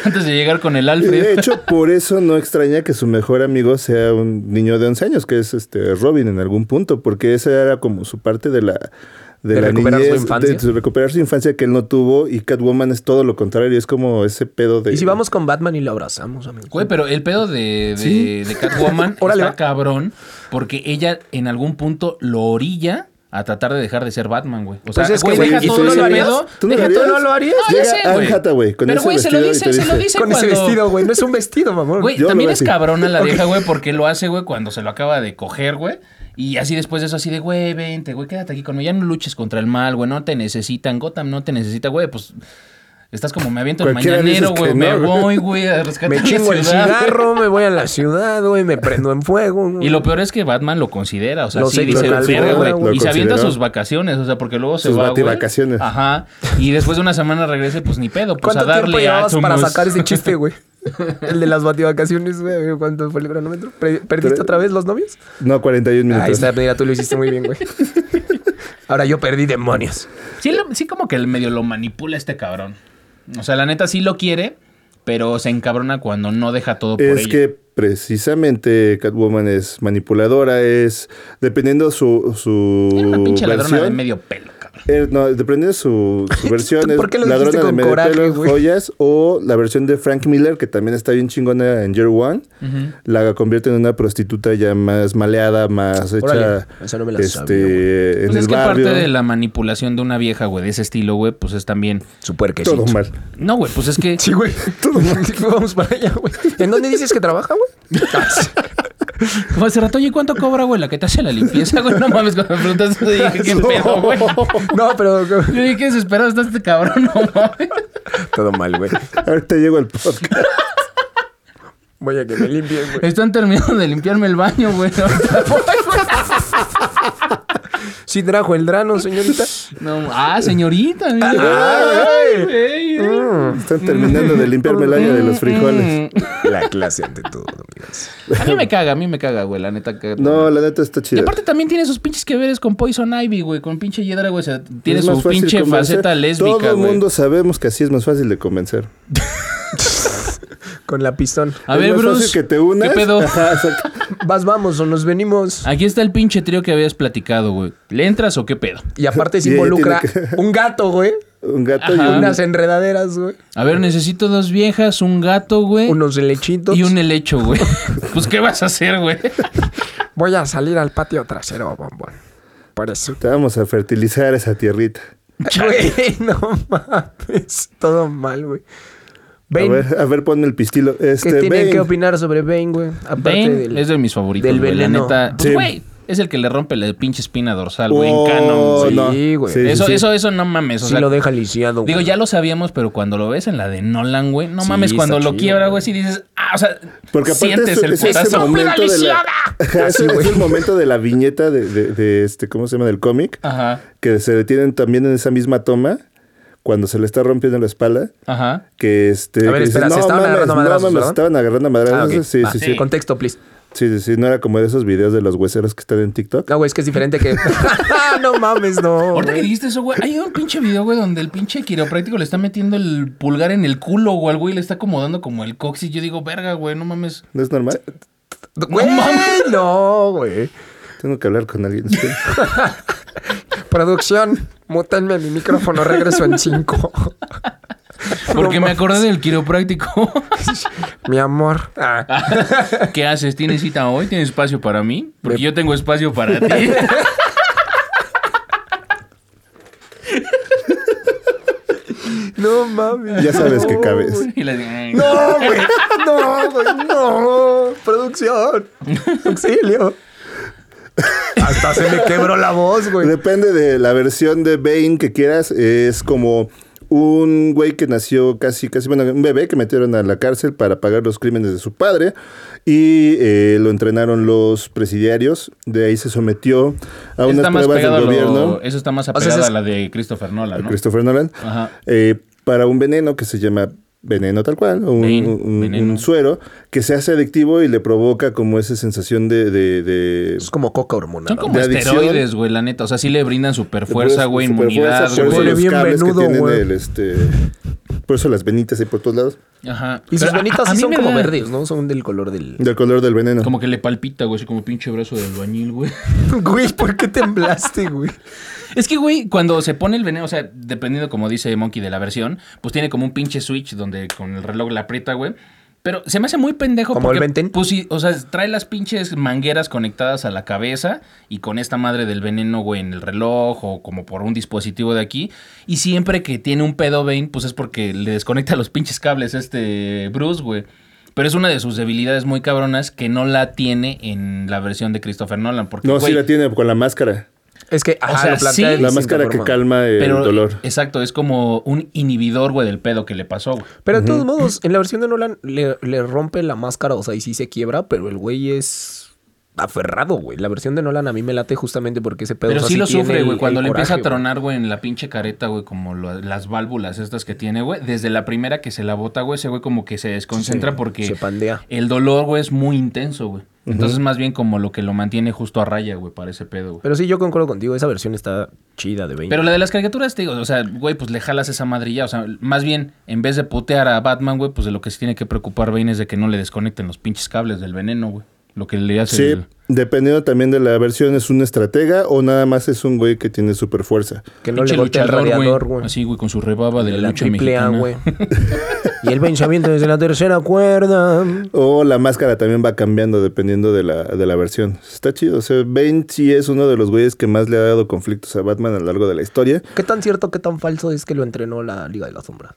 A: Antes de llegar con el Alfred.
C: De hecho, por eso no extraña que su mejor amigo sea un niño de 11 años, que es este Robin en algún punto, porque esa era como su parte de la de,
B: De
C: la
B: recuperar su
C: niñez,
B: infancia.
C: de su- recuperar su infancia que él no tuvo y Catwoman es todo lo contrario, es como ese pedo de
B: Y si vamos con Batman y lo abrazamos, amigo.
A: Güey, pero el pedo de, de, de
C: (laughs)
A: Catwoman
B: Órale,
A: está
B: va.
A: cabrón porque ella en algún punto lo orilla a tratar de dejar de ser Batman, güey. O sea,
B: Pues es que,
A: güey,
B: güey,
A: deja
B: ¿y tú
A: todo
B: no
A: ese
B: lo harías?
A: pedo.
C: ¿Tú no
A: deja
C: lo
A: todo-
C: harías?
A: No, ya
C: Llega
A: sé,
C: Anne
A: güey.
C: Hathaway con
A: Pero,
C: ese
A: güey, se lo
C: vestido y
A: dice,
C: te
A: se lo
C: dice-
A: dice
B: con ese
A: cuando-
B: vestido, güey. No
A: (laughs)
B: es un vestido, mamón.
A: Güey,
C: Yo lo
A: también
C: veo
A: es
C: así.
A: cabrona la vieja, güey, porque lo hace, güey, cuando se lo acaba de coger, güey. Y así después de eso, así de, güey, vente, güey, quédate aquí conmigo. Ya no luches contra el mal, güey, no te necesitan. Gotham no te necesita, güey, pues... Estás como, me aviento el
C: Cualquiera dices
A: mañanero, güey,
C: que
A: me
C: no, güey.
A: voy, güey, a rescatar
B: Me
A: la
B: chingo el
A: ciudad, güey.
B: cigarro, me voy a la ciudad, güey, me prendo en fuego. güey.
A: Y lo peor es que Batman lo considera, o sea,
B: Lo
A: sí
B: sé,
A: dice,
B: lo considera,
A: "Verga, güey",
B: lo
A: Y se avienta
C: consideró.
A: sus vacaciones, o sea, porque luego se
C: Sus
A: va, güey.
C: bativacaciones.
A: Ajá. Y después de una semana regrese, pues ni pedo, pues a
B: ¿Cuánto tiempo
A: darle a
B: llevabas para
A: Atomus.
B: sacar ese
A: (laughs)
B: chiste, güey? El de las bativacaciones, güey. ¿Cuánto fue el cronómetro? ¿Pre- ¿Perdiste
C: Tres-
B: otra vez los novios?
C: No, 41 minutos.
B: Ahí está, mira, tú lo hiciste muy bien, güey. (laughs) Ahora yo perdí demonios.
A: Sí, lo- sí como que el medio lo manipula este cabrón. O sea, la neta sí lo quiere, pero se encabrona cuando no deja todo por
C: Es
A: ella.
C: que precisamente Catwoman es manipuladora, es dependiendo su su
A: Era una pinche ladrona de
C: versión,
A: medio pelo, cabrón.
C: Eh, no, dependiendo de su,
B: (laughs)
C: su versión.
B: ¿Por
C: es
B: qué lo dijiste
C: ladrona de
B: con
C: medio
B: coraje,
C: pelo,
B: güey?
C: joyas o la versión de Frank Miller, que también está bien chingona en Year One. La convierte en una prostituta ya más maleada, más hecha
B: Órale, esa no me la
C: este,
B: sabía, güey.
C: en
A: Pues
C: el
A: es que
C: barrio.
A: parte de la manipulación de una vieja, güey, de ese estilo, güey, pues es también...
B: Su puerquecito.
C: Todo mal. (laughs)
A: No, güey, pues es que...
B: Sí, güey.
A: (laughs)
B: Vamos para allá, güey. ¿En dónde dices que trabaja, güey?
A: Fue hace rato, oye, ¿cuánto cobra, güey, la que te hace la limpieza, güey? No mames, cuando me preguntas eso, dije, ¿qué pedo, güey?
B: No, pero...
A: Yo dije, ¿qué desesperado está este cabrón? No mames.
B: Todo mal, güey. (laughs)
C: Ahorita llego al podcast.
B: Voy a que me limpies, güey.
A: Están terminando de limpiarme el baño, güey. Ahorita voy,
B: Sí trajo el drano, señorita.
A: güey. No, ah, señorita. mira.
C: ay.
A: Ay, güey.
C: Están terminando de limpiarme el año de los frijoles.
B: La clase ante todo, amigos.
A: A mí me caga, a mí me caga, güey, la neta. que-
C: No, la neta está
A: Y
C: chida.
A: aparte también tiene sus pinches que veres con Poison Ivy, güey, con pinche Yedra, güey. O sea, tiene
C: Es más
A: su
C: fácil
A: pinche
C: convencer.
A: faceta
C: Todo
A: lésbica,
C: el
A: güey.
C: mundo sabemos que así es más fácil de convencer.
B: Con la pistón.
A: A
C: Es
A: ver,
C: más
A: Bruce.
C: fácil que te unas.
A: ¿Qué pedo?
C: (laughs) Ajá, exacto.
B: Vas, vamos o nos venimos.
A: Aquí está el pinche trío que habías platicado, güey. ¿Le entras o qué pedo?
B: Y aparte se
C: (laughs) Y ella
B: involucra
C: tiene que-
B: un gato, güey.
C: Un gato
A: Ajá.
C: y un...
B: Unas enredaderas, güey.
A: A ver, necesito dos viejas, un gato, güey.
B: Unos lechitos.
A: Y un helecho, güey. (laughs) pues, ¿qué vas a hacer,
C: (laughs)
A: güey?
D: Voy a salir al patio trasero, bombón. Por
A: (laughs)
D: eso.
C: Te vamos a fertilizar esa tierrita.
B: Güey, no mames. Todo mal, güey.
C: A
B: Bane.
C: ver, a ver, ponme el pistilo.
B: ¿Qué
C: Este,
B: tienen
C: Bane.
B: que opinar sobre Bane, güey? Aparte
A: Bane
B: del...
A: es de mis favoritos,
B: del
A: güey. La
B: veneno.
A: neta. Pues,
C: Sí.
A: güey, es el que le rompe la pinche espina dorsal, güey,
C: Oh,
A: en Canon, güey.
C: no.
B: Sí, güey.
C: Sí, sí,
A: Eso,
C: sí.
A: eso, eso no mames. O
B: Sí
A: sea,
B: lo deja lisiado, güey.
A: Digo, ya lo sabíamos, pero cuando lo ves en la de Nolan, güey, no
B: Sí,
A: mames, cuando
B: está
A: lo
B: chido,
A: quiebra, güey,
B: güey.
A: sí dices, ah, o sea,
C: Porque aparte
A: sientes
C: es-
A: el
C: es ese
A: putazo.
C: momento de la- (laughs) Ajá, ese- es el momento de la viñeta de, de- de este, ¿cómo se llama? Del cómic.
B: Ah.
A: Ajá,
C: Que se detienen también en esa misma toma. Cuando se le está rompiendo la espalda.
A: ajá.
C: Que este.
B: A ver,
C: que
B: espera, se estaban agarrando
C: no
B: madrazos,
C: mames,
B: ¿verdad?
C: estaban agarrando madrazos.
B: Ah, ok.
C: sí,
B: Va.
C: sí, sí,
A: sí.
B: Contexto, please.
C: sí, sí, sí, No era como de esos videos de los hueseros que están en TikTok.
B: No, güey, es que es diferente que... (laughs) (laughs) no mames, no.
A: Ahorita que
B: güey.
A: dijiste eso, güey, hay un pinche video, güey, donde el pinche quiropráctico le está metiendo el pulgar en el culo, güey, al güey, le está acomodando como el coxis. Yo digo, verga, güey, no mames.
C: ¿No es normal?
B: Güey, no, güey.
C: Tengo que hablar con alguien. espera.
D: Producción, mútenme mi micrófono, regreso en cinco.
A: Porque
D: No
A: me acordé del quiropráctico.
D: Mi amor. Ah,
A: ¿Qué haces? ¿Tienes cita hoy? ¿Tienes espacio para mí? Porque yo tengo espacio para ti. (laughs)
B: No mames.
C: (laughs) Ya sabes
B: (laughs)
C: que cabes.
A: Y le digo,
B: No, güey. No, güey. No. Producción. Auxilio. Hasta se me quebró la voz, güey.
C: Depende de la versión de Bane que quieras. Es como un güey que nació casi, casi, bueno, un bebé que metieron a la cárcel para pagar los crímenes de su padre y eh, lo entrenaron los presidiarios. De ahí se sometió a unas
A: está más
C: pruebas
A: pegado a
C: del
A: lo-
C: gobierno,
A: Eso está más
B: sea,
A: apegado
B: ese
A: a
B: es-
A: la de Christopher Nolan, ¿no?
C: Christopher Nolan,
A: Ajá.
C: eh, para un veneno que se llama veneno tal cual, un,
A: Bane,
C: un- un-
A: veneno.
C: un suero que se hace adictivo y le provoca como esa sensación de... de- de-
B: Es como coca hormonal.
A: Son como
C: de adicción.
A: esteroides, güey, la neta. O sea, sí le brindan super fuerza, güey, inmunidad,
C: superfuerza, por eso
A: güey.
B: pone
C: los
B: bien
C: cables que
B: venudo,
C: tienen
B: güey.
C: el, este, por eso las venitas ahí por todos lados.
A: Ajá.
B: Y sus
A: Pero a-
B: venitas
A: a
B: sí
A: mí
B: son
A: me
B: como
A: da-
B: verdes, ¿no? Son del color del...
C: Del color del veneno.
A: Como que le palpita, güey, así como pinche brazo de albañil, güey.
B: (laughs) Güey, ¿por qué temblaste, güey?
A: Es que, güey, cuando se pone el veneno, o sea, dependiendo, como dice Monkey, de la versión, pues tiene como un pinche switch donde con el reloj la aprieta, güey. Pero se me hace muy pendejo
B: ¿Como
A: porque,
B: el Benten?
A: pues sí, o sea, trae las pinches mangueras conectadas a la cabeza y con esta madre del veneno, güey, en el reloj o como por un dispositivo de aquí. Y siempre que tiene un pedo Bane, pues es porque le desconecta los pinches cables a este Bruce, güey. Pero es una de sus debilidades muy cabronas que no la tiene en la versión de Christopher Nolan. Porque,
C: no, sí
A: güey,
C: la tiene con la máscara.
B: Es que, ajá,
A: O sea,
B: lo plantea
A: sí.
B: de
C: La
B: distinta
C: máscara que
B: forma.
C: calma el
A: Pero,
C: dolor.
A: Exacto, es como un inhibidor, güey, del pedo que le pasó, güey.
B: Pero de todos modos, en la versión de Nolan le, le rompe la máscara, o sea, y sí se quiebra, pero el güey es aferrado, güey. La versión de Nolan a mí me late justamente porque ese pedo...
A: Pero
B: o sea,
A: sí lo
B: tiene
A: sufre,
B: el-
A: güey, cuando
B: el
A: le empieza a
B: coraje, güey.
A: tronar, güey, en la pinche careta, güey, como lo- las válvulas estas que tiene, güey. Desde la primera que se la bota, güey, ese güey como que se desconcentra
B: Sí,
A: porque
B: se pandea.
A: el dolor, güey, es muy intenso, güey. Entonces, más bien como lo que lo mantiene justo a raya, güey, para ese pedo, güey.
B: Pero sí, yo concuerdo contigo, esa versión está chida de 20.
A: Pero la de las caricaturas, te digo, o sea, güey, pues le jalas esa madrilla. O sea, más bien, en vez de putear a Batman, güey, pues de lo que se tiene que preocupar Bane es de que no le desconecten los pinches cables del veneno, güey. Lo que le hace...
C: Sí,
A: el-
C: dependiendo también de la versión, es un estratega o nada más es un güey que tiene super fuerza.
B: que no
A: Pinche
B: le golpea el
A: luchador, güey.
B: radiador, güey.
A: Así, güey, con su rebaba de
B: De
A: la,
B: la
A: lucha
B: triple A,
A: mexicana. (laughs) Pues
B: güey. y el pensamiento desde la tercera cuerda.
C: O la máscara también va cambiando dependiendo de la, de la versión. Está chido. O sea, Bane sí es uno de los güeyes que más le ha dado conflictos a Batman a lo largo de la historia.
B: ¿Qué tan cierto, qué tan falso es que lo entrenó la Liga de las Sombras?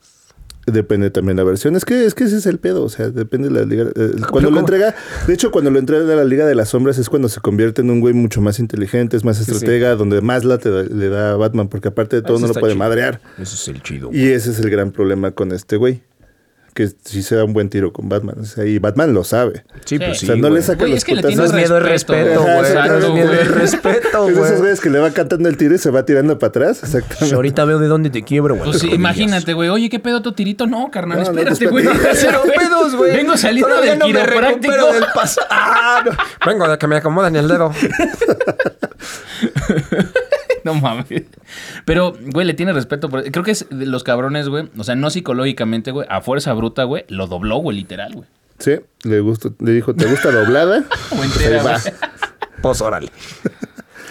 C: Depende también la versión. Es que, es que ese es el pedo. O sea, depende de la liga. eh, cuando
B: ¿cómo?
C: lo entrega. De hecho, cuando lo entrega a la Liga de las Sombras es cuando se convierte en un güey mucho más inteligente, es más estratega, donde más la le da a Batman, porque aparte de todo
B: Eso
C: no lo
B: está
C: puede
B: chido.
C: madrear.
B: Ese es el chido.
C: Y ese es el gran problema con este güey. que sí se da un buen tiro con Batman. O sea, y Batman lo sabe.
B: Sí,
A: pues
B: pues
A: sí,
B: sí.
C: o sea, no le
B: güey.
C: saca
A: Güey,
C: los
A: es que le
C: putazos.
A: tienes
B: No es miedo, es
A: respeto,
B: respeto,
C: güey.
B: güey.
C: Exacto,
B: No es miedo,
C: güey.
B: es respeto,
C: Es de esos
B: güey.
C: güeyes que le va cantando el tiro y se va tirando para atrás. Exactamente.
B: Ahorita veo de dónde te quiebro, güey.
A: Pues sí, imagínate, güey. Oye, ¿qué pedo tu tirito? No, carnal,
C: No, no,
A: espérate,
C: pues,
A: güey.
B: Pero pedos, güey.
A: Vengo saliendo
B: Todavía
A: del
B: no me
A: quiropráctico.
B: recupero del pasado. Ah, no.
D: Vengo de que me acomodan el dedo.
A: (laughs) No mames. Pero, güey, le tiene respeto. Por... Creo que es de los cabrones, güey. O sea, no psicológicamente, güey. A fuerza bruta, güey. Lo dobló, güey, literal, güey.
C: Sí, le, gustó, le dijo, ¿te gusta doblada?
A: (laughs) O
C: Pues ahí
A: entera,
C: va.
A: güey.
B: Pues órale.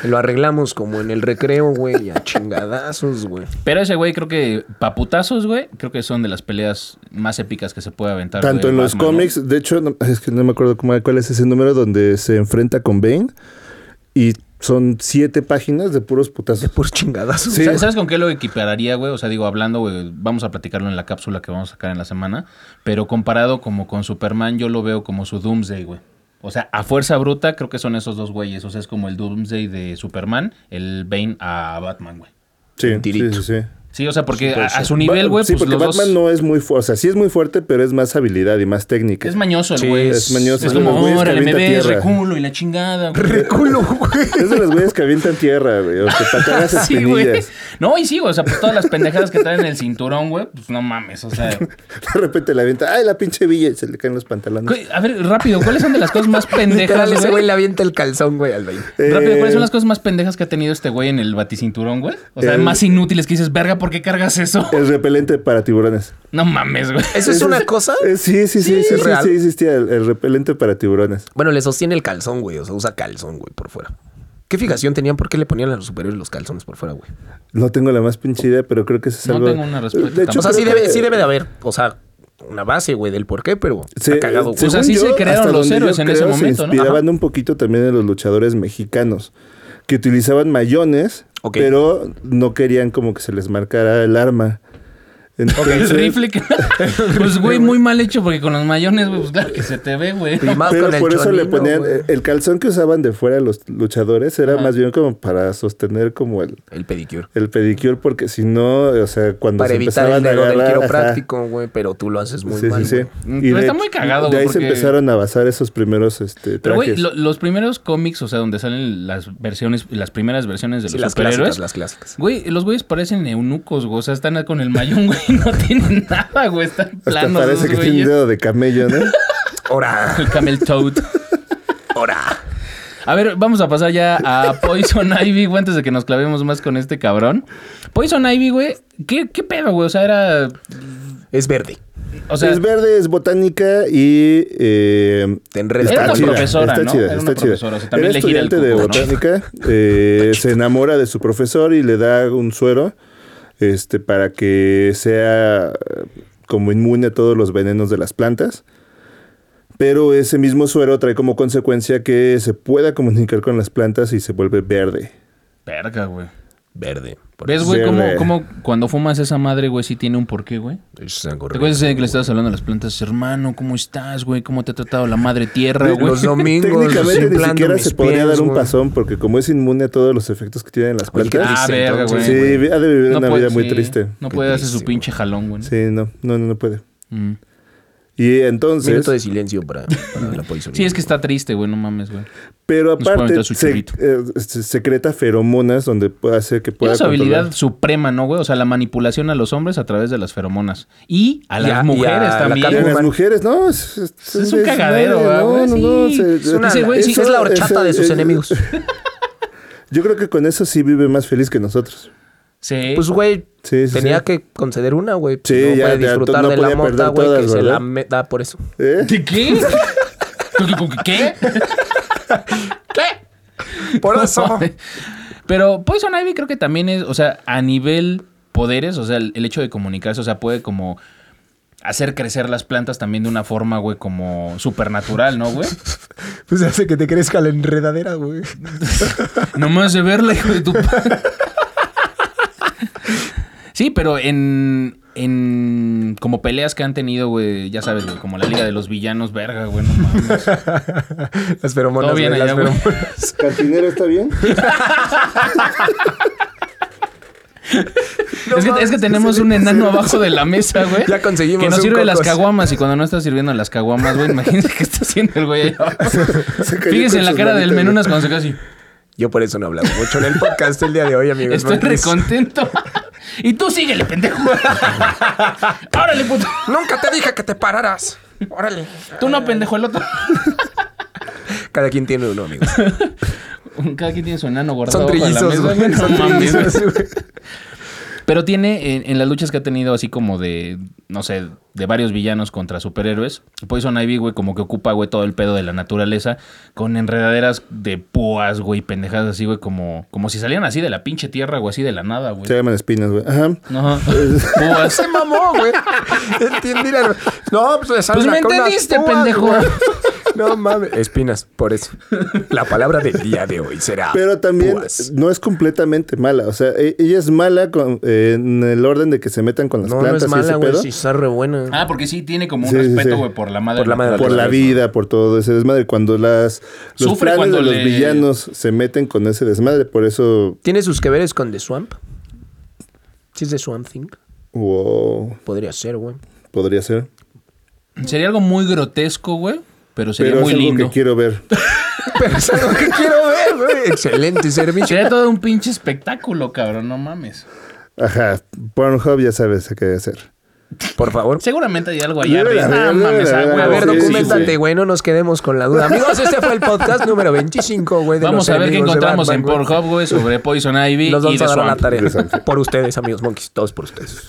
B: Lo arreglamos como en el recreo, güey, a chingadazos, güey.
A: Pero ese güey, creo que paputazos, güey. Creo que son de las peleas más épicas que se puede aventar.
C: Tanto
A: güey,
C: en los
A: Batman, ¿no?
C: cómics, de hecho, no- es que no me acuerdo cómo- cuál es ese número donde se enfrenta con Bane y son siete páginas de puros putazos.
B: Por chingadazos.
C: Sí.
A: ¿Sabes- ¿Sabes con qué lo equipararía, güey? O sea, digo, hablando, güey, vamos a platicarlo en la cápsula que vamos a sacar en la semana, pero comparado como con Superman, yo lo veo como su Doomsday, güey. O sea, a fuerza bruta creo que son esos dos güeyes. O sea, es como el Doomsday de Superman, el Bane a Batman, güey.
C: Sí, sí,
B: tirito.
C: sí, sí.
A: Sí, o sea, porque a,
C: Puede
A: a
C: ser.
A: su nivel,
C: Ba-
A: güey,
C: Sí,
A: pues
C: porque
A: los dos-
C: Batman no es muy fuerte. O sea, sí es muy fuerte, pero es más habilidad y más técnica.
A: Es mañoso el
B: Sí,
A: güey.
C: es mañoso,
A: Es
C: es de
A: como,
C: los güeyes que
A: órale, me
C: avienta
A: ves,
C: tierra".
A: reculo y la
C: (laughs)
A: chingada, güey.
B: Reculo, güey.
C: (laughs) Es de los güeyes que avientan tierra, güey. O que patadas
A: (laughs) Sí, güey.
C: espinillas.
A: No, y sí, güey. O sea, pues todas las pendejadas que traen en el cinturón, güey, pues no mames. O
C: (laughs)
A: sea,
C: De repente la avienta, ¡ay, la pinche villa! Y se le caen los pantalones.
A: Cu- A ver, rápido, ¿cuáles son de las cosas más
B: Literal,
A: pendejas,
B: ese güey
A: güey?
B: le avienta el calzón, güey, al Bane.
A: Rápido, ¿cuáles
C: Eh,
A: son las cosas más pendejas que ha tenido este güey en el baticinturón, güey? O sea,
C: el-
A: más inútiles que dices, verga, ¿por qué cargas eso? (laughs)
C: Eh, El repelente para tiburones.
A: No mames, güey.
B: ¿Eso es una cosa?
C: Eh, sí, sí, sí, sí, sí,
B: es real.
C: sí, existía el, el repelente para tiburones.
B: Bueno, le sostiene el calzón, güey. O sea, usa calzón, güey, por fuera. ¿Qué fijación tenían? ¿Por qué le ponían a los superiores los calzones por fuera, güey?
C: No tengo la más pinche idea, pero creo que eso es
A: No
C: algo...
A: tengo una respuesta
C: De hecho,
B: O sea, sí
C: creo
B: debe,
C: que-
B: sí debe de haber, o sea, una base, güey, del por qué, pero
C: Se-
B: está cagado, güey.
A: O sea,
C: según
A: sí se crearon
C: hasta
A: los
C: donde yo
A: héroes en ese
C: creo,
A: momento,
C: Se
A: ¿no?
C: inspiraban un poquito también de los luchadores mexicanos que utilizaban mayones,
B: Ok.
C: pero no querían como que se les marcara el arma.
A: El
C: Entonces,
A: rifle que... Pues, güey, muy mal hecho porque con los mayones, güey, pues claro que se te ve, güey.
B: Y más
C: Pero
B: con el
C: por eso le
B: chonino,
C: ponían
B: güey.
C: el calzón que usaban de fuera los luchadores era más bien como para sostener como el,
B: el pedicure.
C: el pedicure porque si no, o sea, cuando
B: Para
C: se
B: evitar el
C: empezaban a
B: dedo del
C: agarrar, ajá,
B: quiropráctico, güey, pero tú lo haces muy
C: sí,
B: mal.
C: sí, sí.
B: güey.
C: Y
A: Mm, Pero
C: de-
A: está muy cagado,
C: De ahí
A: porque-
C: se empezaron a basar esos primeros este, trajes.
A: (laughs) Pero, güey, lo- los primeros cómics, o sea, donde salen las versiones, las primeras versiones de
B: Sí,
A: los
B: las
A: superhéroes,
B: clásicas, las clásicas.
A: Güey, los güeyes parecen eunucos, güey. O sea, están con el mayón, güey. No (laughs) tienen nada, güey. Están
C: Hasta
A: planos.
C: parece
A: esos
C: que tiene un
A: güeyes.
C: dedo de camello, ¿no?
B: Ora,
A: El camel toad.
B: ora.
A: A ver, vamos a pasar ya a Poison (laughs) Ivy, güey, antes de que nos clavemos más con este cabrón. Poison Ivy, güey, ¿qué, qué pedo, güey? O sea, era.
B: Es verde.
A: (laughs) O sea,
C: es verde, es botánica y. eh,
B: Te enredas.
A: Era
C: está
A: una
C: chida,
A: profesora,
C: está
A: ¿no?
C: chida,
A: Era una
C: está chida.
A: profesora, o sea, también
C: Era
A: le gira el
C: estudiante de
A: cuco, ¿no?
C: botánica, eh, se enamora de su profesor y le da un suero este, para que sea eh, como inmune a todos los venenos de las plantas. Pero ese mismo suero trae como consecuencia que se pueda comunicar con las plantas y se vuelve verde.
A: verga, güey.
B: Verde. Por
A: ¿Ves, güey,
C: Sí,
A: cómo,
C: güey.
A: cómo cuando fumas esa madre, güey, sí tiene un porqué, güey?
B: Es algo
A: ¿Te acuerdas ese
B: verde,
A: que le
B: güey.
A: estabas hablando a las plantas? Hermano, ¿cómo estás, güey? ¿Cómo te ha tratado la madre tierra, güey?
B: Los domingos.
C: Técnicamente ni
B: templando
C: siquiera
B: mis
C: se podría
B: pies,
C: dar un
B: güey.
C: pasón porque como es inmune a todos los efectos que tienen las
B: Oye, qué
C: plantas,
A: (laughs) Ah,
B: triste,
A: verga,
B: entonces,
A: güey.
C: sí, ha de vivir una
A: puede-
C: vida muy
A: sí,
C: triste.
A: No
B: Qué
A: puede hacer su
B: triste, güey.
A: pinche jalón, güey. ¿no?
C: Sí, no, no, no no puede.
A: Mm.
C: Y
B: Minuto de
C: entonces,
B: silencio para, para la poison.
A: Sí, es que está triste, güey, no mames, güey.
C: pero
A: Nos puede
C: aparte
A: meter su
C: se,
A: churrito.
C: eh, se- secreta feromonas donde puede hacer que
A: Esa
C: pueda
A: es su
C: controlar.
A: habilidad suprema, ¿no, güey? O sea, la manipulación a los hombres a través de las feromonas. Y a
B: Y
A: las
B: a- y a
A: mujeres
B: la
A: también.
C: Y a las
B: Catwoman.
C: mujeres, no, es,
A: Es un cagadero, ¿verdad, güey? Sí, es una- Dice, güey, sí,
B: es la horchata de sus
C: es-
B: enemigos.
C: Yo creo que con eso sí vive más feliz que nosotros.
A: Sí.
B: Pues, güey,
C: Sí, sí,
B: tenía
C: sí.
B: que conceder una, güey.
C: Sí,
B: no
C: ya,
B: puede
C: ya,
B: disfrutar
C: no
B: de
C: podía
B: la mota,
C: perder
B: güey, que
C: todas,
B: se la
C: ¿verdad?
B: me- da por eso.
C: ¿Eh?
A: ¿De
B: (laughs)
A: qué? ¿Qué? ¿Qué?
D: Por
A: (laughs)
D: eso.
A: Pero Poison Ivy creo que también es, o sea, a nivel poderes, o sea, el, el hecho de comunicarse, o sea, puede como hacer crecer las plantas también de una forma, güey, como supernatural, ¿no, güey?
B: (laughs) Pues hace que te crezca la enredadera,
A: (laughs)
B: güey.
A: Nomás de verla, hijo de tu. pa- sí, pero en. En. Como peleas que han tenido, güey. Ya sabes, güey. Como la Liga de los Villanos, verga, güey. No mames.
B: (laughs) Las feromonas.
A: Todo bien
B: güey,
A: allá,
B: las
A: güey.
B: feromonas.
C: ¿Cantinero está bien?
A: es, que, es que tenemos un enano abajo de la
C: (laughs)
A: mesa, güey.
B: Ya conseguimos
A: Que nos
B: un
A: sirve las
B: cocos.
A: caguamas y cuando no está sirviendo las caguamas, güey, imagínense qué está haciendo el güey ahí abajo.
C: (laughs) Se cayó
A: Fíjense
C: con
A: en la
C: sus
A: cara del
C: manitas, güey.
A: menunas cuando se casi.
B: Yo por eso no hablaba mucho (laughs) en el podcast el día de hoy, amigos.
A: Estoy
B: Monkeys.
C: (laughs)
A: recontento. y tú síguele, pendejo. Órale, puto.
D: Nunca te dije que te pararas. Órale.
A: Tú no, pendejo, el otro.
B: Cada quien tiene uno, amigos.
A: (laughs) Cada quien tiene su enano guardado
B: Son
A: abajo de la mesa,
B: trillizos, güey.
A: güey. No
B: Son
A: mames, güey.
B: trillizos, güey.
A: Pero tiene en, en las luchas que ha tenido así como de, no sé, de varios villanos contra superhéroes. Poison Ivy, güey, como que ocupa, güey, todo el pedo de la naturaleza con enredaderas de púas, güey, pendejadas así, güey, como, como si salieran así de la pinche tierra, güey, así de la nada, güey.
C: (laughs) Se llaman espinas, güey. Ajá.
B: (laughs)
A: Ajá. Púas.
B: Se mamó, güey. Entendí la- No, pues le salen
A: Pues me
B: acá unas
A: entendiste,
B: púas,
A: pendejo.
B: güey. No mames. Espinas, por eso. La palabra del día de hoy será.
C: Pero también
B: púas.
C: no es completamente mala. O sea, e- ella es mala con- eh, en el orden de que se metan con las
B: No, no es
C: plantas y ese
B: mala, güey.
C: pedo.
B: Sí, está re buena.
A: Ah, porque sí tiene como un
C: Sí, sí,
A: respeto,
C: sí.
A: güey, por la madre.
B: Por la madre.
C: por la
B: naturaleza.
C: vida, por todo ese desmadre. Cuando las los
A: Sufre
C: planes
A: cuando
C: de los
A: le-
C: villanos se meten con ese desmadre, por eso.
B: ¿Tiene sus que veres con The Swamp? Si es The Swamp Thing,
C: Wow,
B: podría ser, güey.
C: podría ser.
A: Sería algo muy grotesco, güey, pero sería
C: Pero
A: muy
C: es algo
A: lindo.
C: que quiero ver.
B: Pero es algo que quiero ver, güey. Excelente servicio.
A: Sería todo un pinche espectáculo, cabrón, no mames.
C: Ajá, Pornhub ya sabes a qué hacer.
B: Por favor.
A: Seguramente hay algo allá
C: Debe de
A: arriba.
C: haber,
A: Ah,
C: debe de
A: mames, ah,
C: haber
A: güey,
B: A ver,
C: Sí,
A: sí,
B: documentate,
C: sí, sí.
B: güey. No nos quedemos con la duda. Amigos, este fue el podcast número 25, güey. de
A: Vamos
B: los
A: a ver qué
B: enemigos de
A: encontramos
B: Batman,
A: en
B: güey.
A: Pornhub, güey, sobre Poison Ivy
B: Nos
A: y
B: vamos
A: The
B: a dar a la
A: Swamp.
B: tarea.
C: Interesante.
B: Por ustedes, amigos monkeys. Todos por ustedes.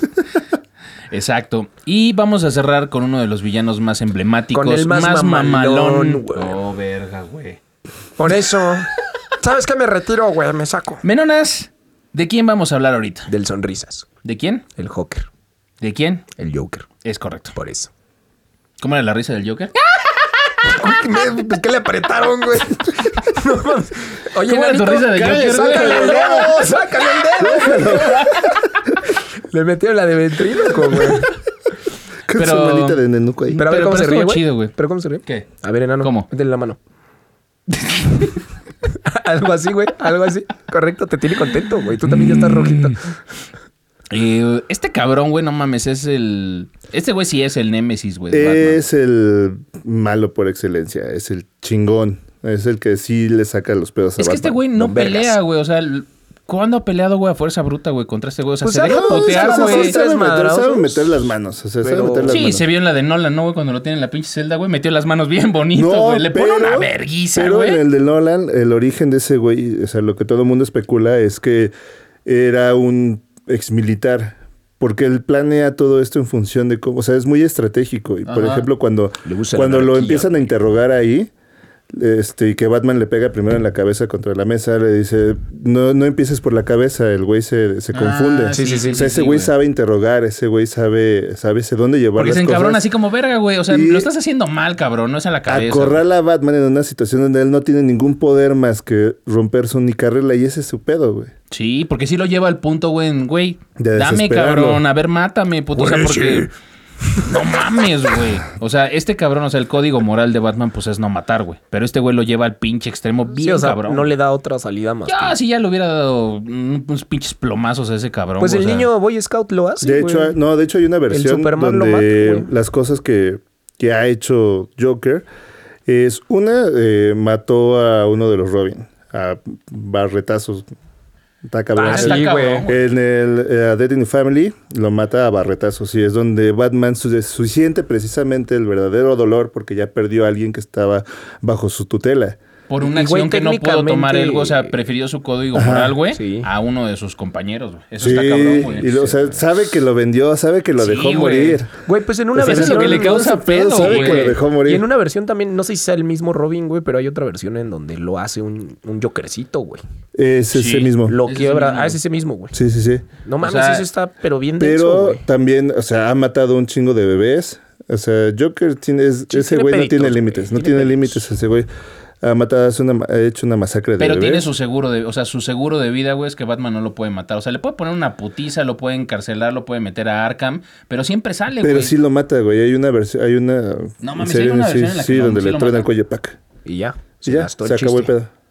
A: Exacto. Y vamos a cerrar con uno de los villanos más emblemáticos,
B: Con el más mamalón, güey.
A: Oh, verga, güey.
B: Por eso,
D: ¿Sabes qué? Me retiro, güey. Me saco.
A: Menonas, ¿de quién vamos a hablar ahorita?
B: del sonrisas.
A: ¿De quién?
B: El Joker.
A: ¿De quién?
B: El Joker.
A: Es correcto.
B: Por eso.
A: ¿Cómo era la risa del Joker?
B: pues, ¿Qué, le apretaron, güey? (laughs) No mames. Oye,
A: ¿Cómo era tu
B: Nanito,
A: risa del
B: cállate,
A: Joker, güey?
B: Sácale el dedo, sácale el dedo. Le metieron la de ventríloco, güey.
C: Con su
A: Pero-
C: manita de nenuco ahí.
B: Pero a ver
A: Pero- pero
B: cómo se
A: estuvo
B: ríe, güey.
A: chido, güey.
B: Pero cómo se ríe.
A: ¿Qué?
B: A ver, enano.
A: ¿Cómo?
B: Métele la mano. (laughs) algo así, güey. Algo así. Correcto, te tiene contento, güey. Tú también ya
A: Mm,
B: estás rojito.
A: Eh, este cabrón, güey, no mames, es el... Este güey sí es el némesis, güey.
C: Eh,
A: de Batman.
C: Es el malo por excelencia, es el chingón, es el que sí le saca los pedos a
A: Es que este
C: Batman.
A: güey no
B: Don Vergas.
A: pelea, güey. O sea, l- ¿cuándo ha peleado, güey, a fuerza bruta, güey, contra este güey? O sea,
B: Pues
A: se deja
B: algo,
A: potear,
B: algo
C: sabe,
A: güey.
B: así. tres
C: sabe meter,
B: madrazos.
C: sabe meter las manos, o sea, sabe
B: Pero-
C: meter las
A: Sí,
C: manos.
A: se vio en la de Nolan, ¿no, güey? Cuando lo tiene en la pinche celda, güey, metió las manos bien bonito, güey. Le pone una verguiza,
C: pero en
A: güey.
C: el de Nolan, el origen de ese güey, o sea, lo que todo el mundo especula es que era un exmilitar. Porque él planea todo esto en función de cómo. O sea, es muy estratégico. Y por
A: Ajá.
C: ejemplo, cuando,
B: Le gusta la
C: cuando lo
B: anarquía,
C: empiezan a interrogar ahí, este, y que Batman le pega primero en la cabeza contra la mesa, le dice: No, no empieces por la cabeza, el güey se, se
A: Ah,
C: confunde.
A: sí, sí, sí,
C: O sea,
A: sí, sí,
C: ese güey
A: güey.
C: sabe interrogar, ese güey sabe, sabe hacia dónde llevar
A: Porque
C: las
A: se encabrona
C: cosas.
A: así como verga, güey. O sea,
C: Y-
A: lo estás haciendo mal, cabrón. No es a la cabeza. güey.
C: Acorrala a Batman en una situación donde él no tiene ningún poder más que romper su única regla y ese es su pedo, güey.
A: Sí, porque sí lo lleva al punto, güey. en, Güey,
C: De
A: dame,
C: desesperarlo.
A: cabrón. A ver, mátame, puto. O sea, porque... No mames, güey. O sea, este cabrón, o sea, el código moral de Batman, pues es no matar, güey. Pero este güey lo lleva al pinche extremo bien
B: Sí, o sea,
A: cabrón.
B: no le da otra salida más. que-
A: Ya, si ya le hubiera dado un- unos pinches plomazos a ese cabrón.
B: Pues
A: güey,
B: el
A: o sea.
B: niño Boy Scout lo hace.
C: de
B: güey.
C: hecho, hay- no, de hecho hay una versión
B: Superman lo
C: donde
B: mata, güey.
C: las cosas que, que ha hecho Joker es una eh, mató a uno de los Robin a barretazos. Está cabrón.
A: Ah, está
C: El-
A: cabrón, güey.
C: En el eh, Dead in the Family lo mata a barretazos y es donde Batman su su- siente precisamente el verdadero dolor porque ya perdió a alguien que estaba bajo su tutela.
A: Por una
B: Y, güey,
A: acción que no pudo tomar
B: técnicamente-
A: él, güey. O sea, prefirió su código moral, güey,
B: sí.
A: a uno de sus compañeros, güey. Eso
C: Sí,
A: está cabrón, güey.
C: y lo- o sea, sabe que lo vendió, sabe que lo
A: Sí,
C: dejó
A: güey.
C: morir.
B: Güey, pues en una
C: O sea,
A: Eso es lo
B: versión.
A: que le causa pedo,
C: sabe que
A: güey.
C: lo dejó morir.
B: Y en una versión también, no sé si sea el mismo Robin, güey, pero hay otra versión en donde lo hace un, un Jokercito, güey.
C: Es
A: Sí.
C: ese mismo.
B: Lo
A: Es ese
B: quiebra.
A: mismo,
B: ah,
A: güey.
B: es ese mismo, güey.
C: Oh. Sí, sí, sí.
B: No mames,
A: sea,
B: eso está, pero bien denso,
C: Pero
B: güey.
C: también, o sea, ha matado un chingo de bebés. O sea, Joker tiene, es-
B: Sí,
C: ese
B: tiene
C: güey no
B: peditos,
C: tiene
B: güey,
C: límites, no
B: tiene
C: tiene
B: peditos.
C: límites ese güey. Ha matado, hace una- ha hecho una masacre de
A: Pero
C: bebés.
A: tiene su seguro de, o sea, su seguro de vida, güey, es que Batman no lo puede matar. O sea, le puede poner una putiza, lo puede encarcelar, lo puede meter a Arkham, pero siempre sale,
C: Pero
A: güey.
C: sí lo mata, güey. Hay una versión, hay una
A: No mames,
C: serie
A: hay una
C: sí,
A: versión en la que
C: sí,
A: lo-
C: donde
A: sí
C: le
A: lo
C: truena
A: mata.
C: el cuello pac.
B: Y ya.
C: Y ya,
B: gastó
C: se acabó el
B: chiste.
C: pedo.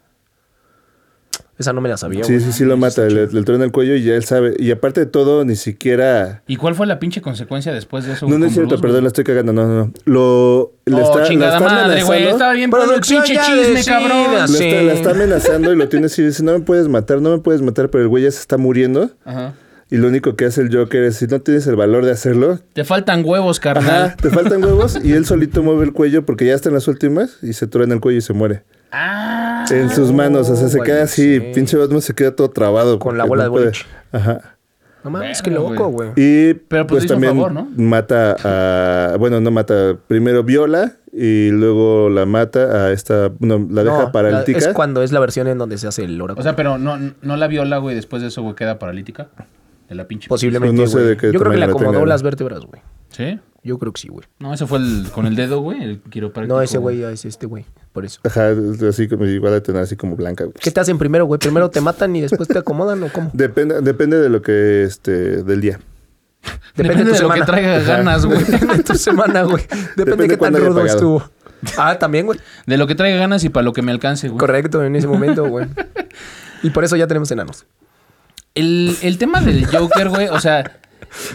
B: Esa no me la sabía,
C: Sí,
B: güey.
C: sí, sí lo mata, le, le truena el cuello y ya él sabe. Y aparte de todo, ni siquiera...
A: ¿Y cuál fue la pinche consecuencia después de eso?
C: No, no
A: con
C: es cierto,
A: Bruce,
C: perdón, la
A: güey?
C: estoy cagando, no, no, no. Lo... Le
A: oh,
C: está, la
A: chingada
C: está
A: madre, güey.
C: amenazando.
A: Estaba bien bueno el
B: Producción
A: pinche
B: ya
A: chisme,
B: decida,
A: cabrón.
C: Lo está,
B: Sí.
C: la está amenazando y lo tiene así. Dice, no me puedes matar, no me puedes matar, pero el güey ya se está muriendo.
A: Ajá.
C: Y lo único que hace el Joker es, si no tienes el valor de hacerlo,
A: Te faltan huevos, carnal.
C: ajá, te faltan huevos. Y él solito mueve el cuello porque ya está en las últimas y se truena el cuello y se muere.
A: Ah.
C: En sus manos, o sea, se
B: güey,
C: queda así,
B: sí.
C: pinche Batman se queda todo trabado.
B: Con la
C: porque
B: bola
C: no
B: de
C: puede.
B: boliche.
C: Ajá.
B: No
A: Verga,
B: mames, qué loco,
A: güey.
B: güey.
C: Y
A: Pero, pues,
C: pues,
A: le hizo un
C: también
A: favor, ¿no?
C: mata a... Bueno, no mata, primero viola y luego la mata a esta... No, la deja
B: No,
C: paralítica.
B: la- Es cuando es la versión en donde se hace el oráculo.
A: O sea, pero no, no la viola, güey. Después de eso, güey, queda paralítica. De la pinche.
B: Posiblemente,
C: Pues no sé
B: güey.
C: de qué
B: Yo creo que
C: tamaño
B: le
C: la
B: acomodó
C: tenga,
B: las
C: güey.
B: vértebras, güey.
A: ¿Sí?
B: Yo creo que sí, güey.
A: No, ese fue el, con el dedo, güey. El quiropráctico.
B: No, ese güey es este güey. Por eso.
C: Ajá, así como igual a tener así como blanca.
B: ¿Qué te hacen primero, güey? ¿Primero te matan y después te acomodan o cómo?
C: Depende, depende de lo que este del día.
A: Depende, de lo que traiga ganas, güey.
B: (laughs) Depende de tu semana, güey. Depende, de
C: Depende
B: qué tan
C: cuándo haya
B: rudo
C: pagado.
B: estuvo. Ah, también, güey.
A: De lo que traiga ganas y para lo que me alcance, güey.
B: Correcto, en ese momento, güey. Y por eso ya tenemos enanos.
A: El, el tema del Joker, güey, o sea,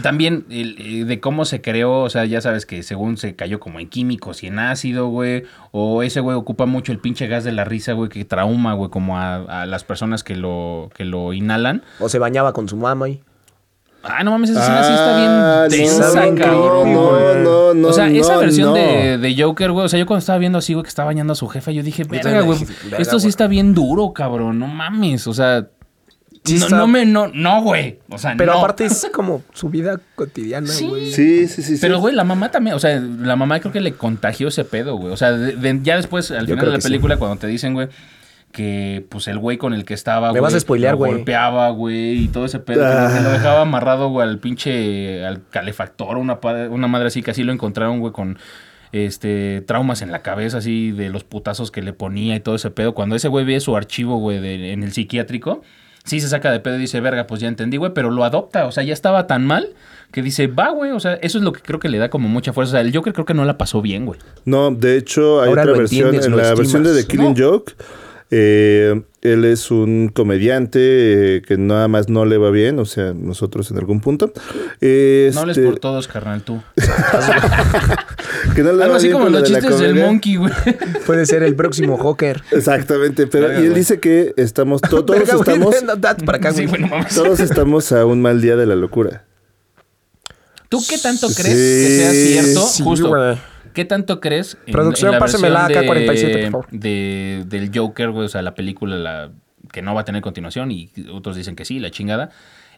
A: también el, eh, de cómo se creó, o sea, ya sabes que según se cayó como en químicos y en ácido, güey, o ese güey ocupa mucho el pinche gas de la risa, güey, que trauma, güey, como a, a las personas que lo, que lo inhalan.
B: O se bañaba con su mamá y...
A: Ah, no mames, esa escena sí está bien
C: Ah, no,
A: tensa,
C: no,
A: cabrón.
C: No,
A: güey.
C: no, no.
A: o sea, esa
C: no,
A: versión
C: no.
A: de, de Joker, güey. O sea, yo cuando estaba viendo así, güey, que estaba bañando a su jefa, yo dije, verga,
B: también
A: güey.
B: dije, verga,
A: Esto sí
B: güey".
A: está bien duro, cabrón. No mames. O sea,
B: Sí
A: no,
B: está-
A: no me, no, no, güey. O sea,
B: Pero
A: no.
B: aparte es como su vida cotidiana,
A: Sí.
B: güey.
C: Sí, sí, sí. sí.
A: Pero, güey, la mamá también, o sea, la mamá creo que le contagió ese pedo, güey. O sea, de- de- ya después, al
B: Yo
A: final
B: creo
A: de la
B: que sí.
A: película, cuando te dicen, güey, que pues el güey con el que estaba,
B: Me vas a spoilear,
A: lo
B: güey.
A: golpeaba, güey, y todo ese pedo.
C: Ah.
A: que Lo dejaba amarrado, güey, al pinche, al calefactor, una, pa- una madre así, que así lo encontraron, güey, con... Este, traumas en la cabeza, así de los putazos que le ponía y todo ese pedo. Cuando ese güey ve su archivo, güey, de- en el psiquiátrico, sí se saca de pedo y dice, verga, pues ya entendí, güey, pero lo adopta, o sea, ya estaba tan mal que dice, va, güey, o sea, eso es lo que creo que le da como mucha fuerza. O sea, el Joker creo que no la pasó bien, güey.
C: No, de hecho, hay
B: Ahora
C: otra
B: lo
C: versión.
B: entiendes,
C: En
B: lo
C: la
B: estimas.
C: versión de The Killing Joke, eh, él es un comediante eh, que nada más no le va bien, o sea, nosotros en algún punto.
A: No hables
C: Este,
A: por todos, carnal, tú.
C: Que no le
A: Algo
C: va
A: así
C: bien
A: como
C: con
A: los
C: lo de la
A: chistes del
C: comedia.
A: Monkey, güey.
B: Puede ser el próximo Joker.
C: Exactamente, pero
A: Verga,
C: y él
A: güey.
C: dice que estamos, to- todos
B: Verga, güey,
C: estamos,
B: (laughs) no, date para acá,
A: Sí,
B: güey.
A: güey, no mames.
C: todos estamos a un mal día de la locura.
A: ¿Tú qué tanto
C: Sí,
A: crees que sea cierto?
B: sí,
A: Justo.
B: güey.
A: ¿Qué tanto crees? en-
B: Producción,
A: en la
B: pásame la
A: versión
B: AK-47,
A: de-
B: por favor.
A: de- del Joker, güey, o sea, la película la, que no va a tener continuación y otros dicen que sí, la chingada.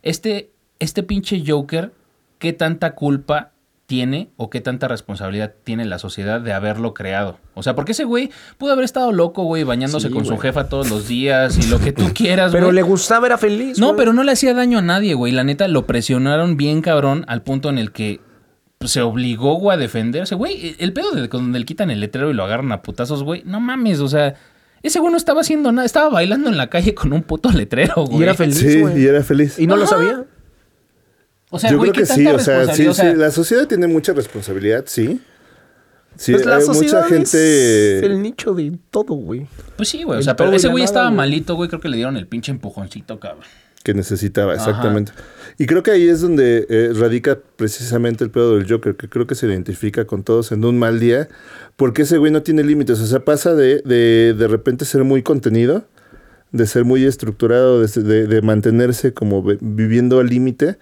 A: Este, este pinche Joker, ¿qué tanta culpa tiene o qué tanta responsabilidad tiene la sociedad de haberlo creado? O sea, porque ese güey pudo haber estado loco, güey, bañándose
B: Sí,
A: con su
B: güey.
A: jefa todos los días y lo que tú quieras,
B: Pero
A: güey.
B: le gustaba, era feliz.
C: Pues,
A: No,
B: güey.
A: pero no le hacía daño a nadie, güey. La neta lo presionaron bien cabrón al punto en el que pues, se obligó, güey, a defenderse. Güey, e, el pedo de cuando le quitan el letrero y lo agarran a putazos, güey. No mames, o sea, ese güey no estaba haciendo nada. Estaba bailando en la calle con un puto letrero, güey.
B: Y era feliz,
C: Sí,
B: güey.
C: y era feliz.
B: Y no lo
A: Ajá.
B: sabía.
A: O sea,
C: Yo
A: güey,
C: creo
A: qué
C: que sí,
A: tanta
C: o sea, sí,
A: responsabilidad. O sea,
C: sí, la sociedad tiene mucha responsabilidad, sí. Sí,
B: Pues la
C: hay
B: sociedad
C: mucha gente.
B: es el nicho de todo, güey.
A: Pues sí, güey. O
B: el
A: sea, pero
B: todo y
A: ese
B: la
A: güey
B: nada,
A: estaba
B: güey.
A: malito, güey. Creo que le dieron el pinche empujoncito, cabrón.
C: que necesitaba,
A: Ajá.
C: exactamente. Y creo que ahí es donde eh, radica precisamente el pedo del Joker, que creo que se identifica con todos en un mal día, porque ese güey no tiene límites, o sea, pasa de de, de repente ser muy contenido, de ser muy estructurado, de, se- de- de mantenerse como ve- viviendo al límite,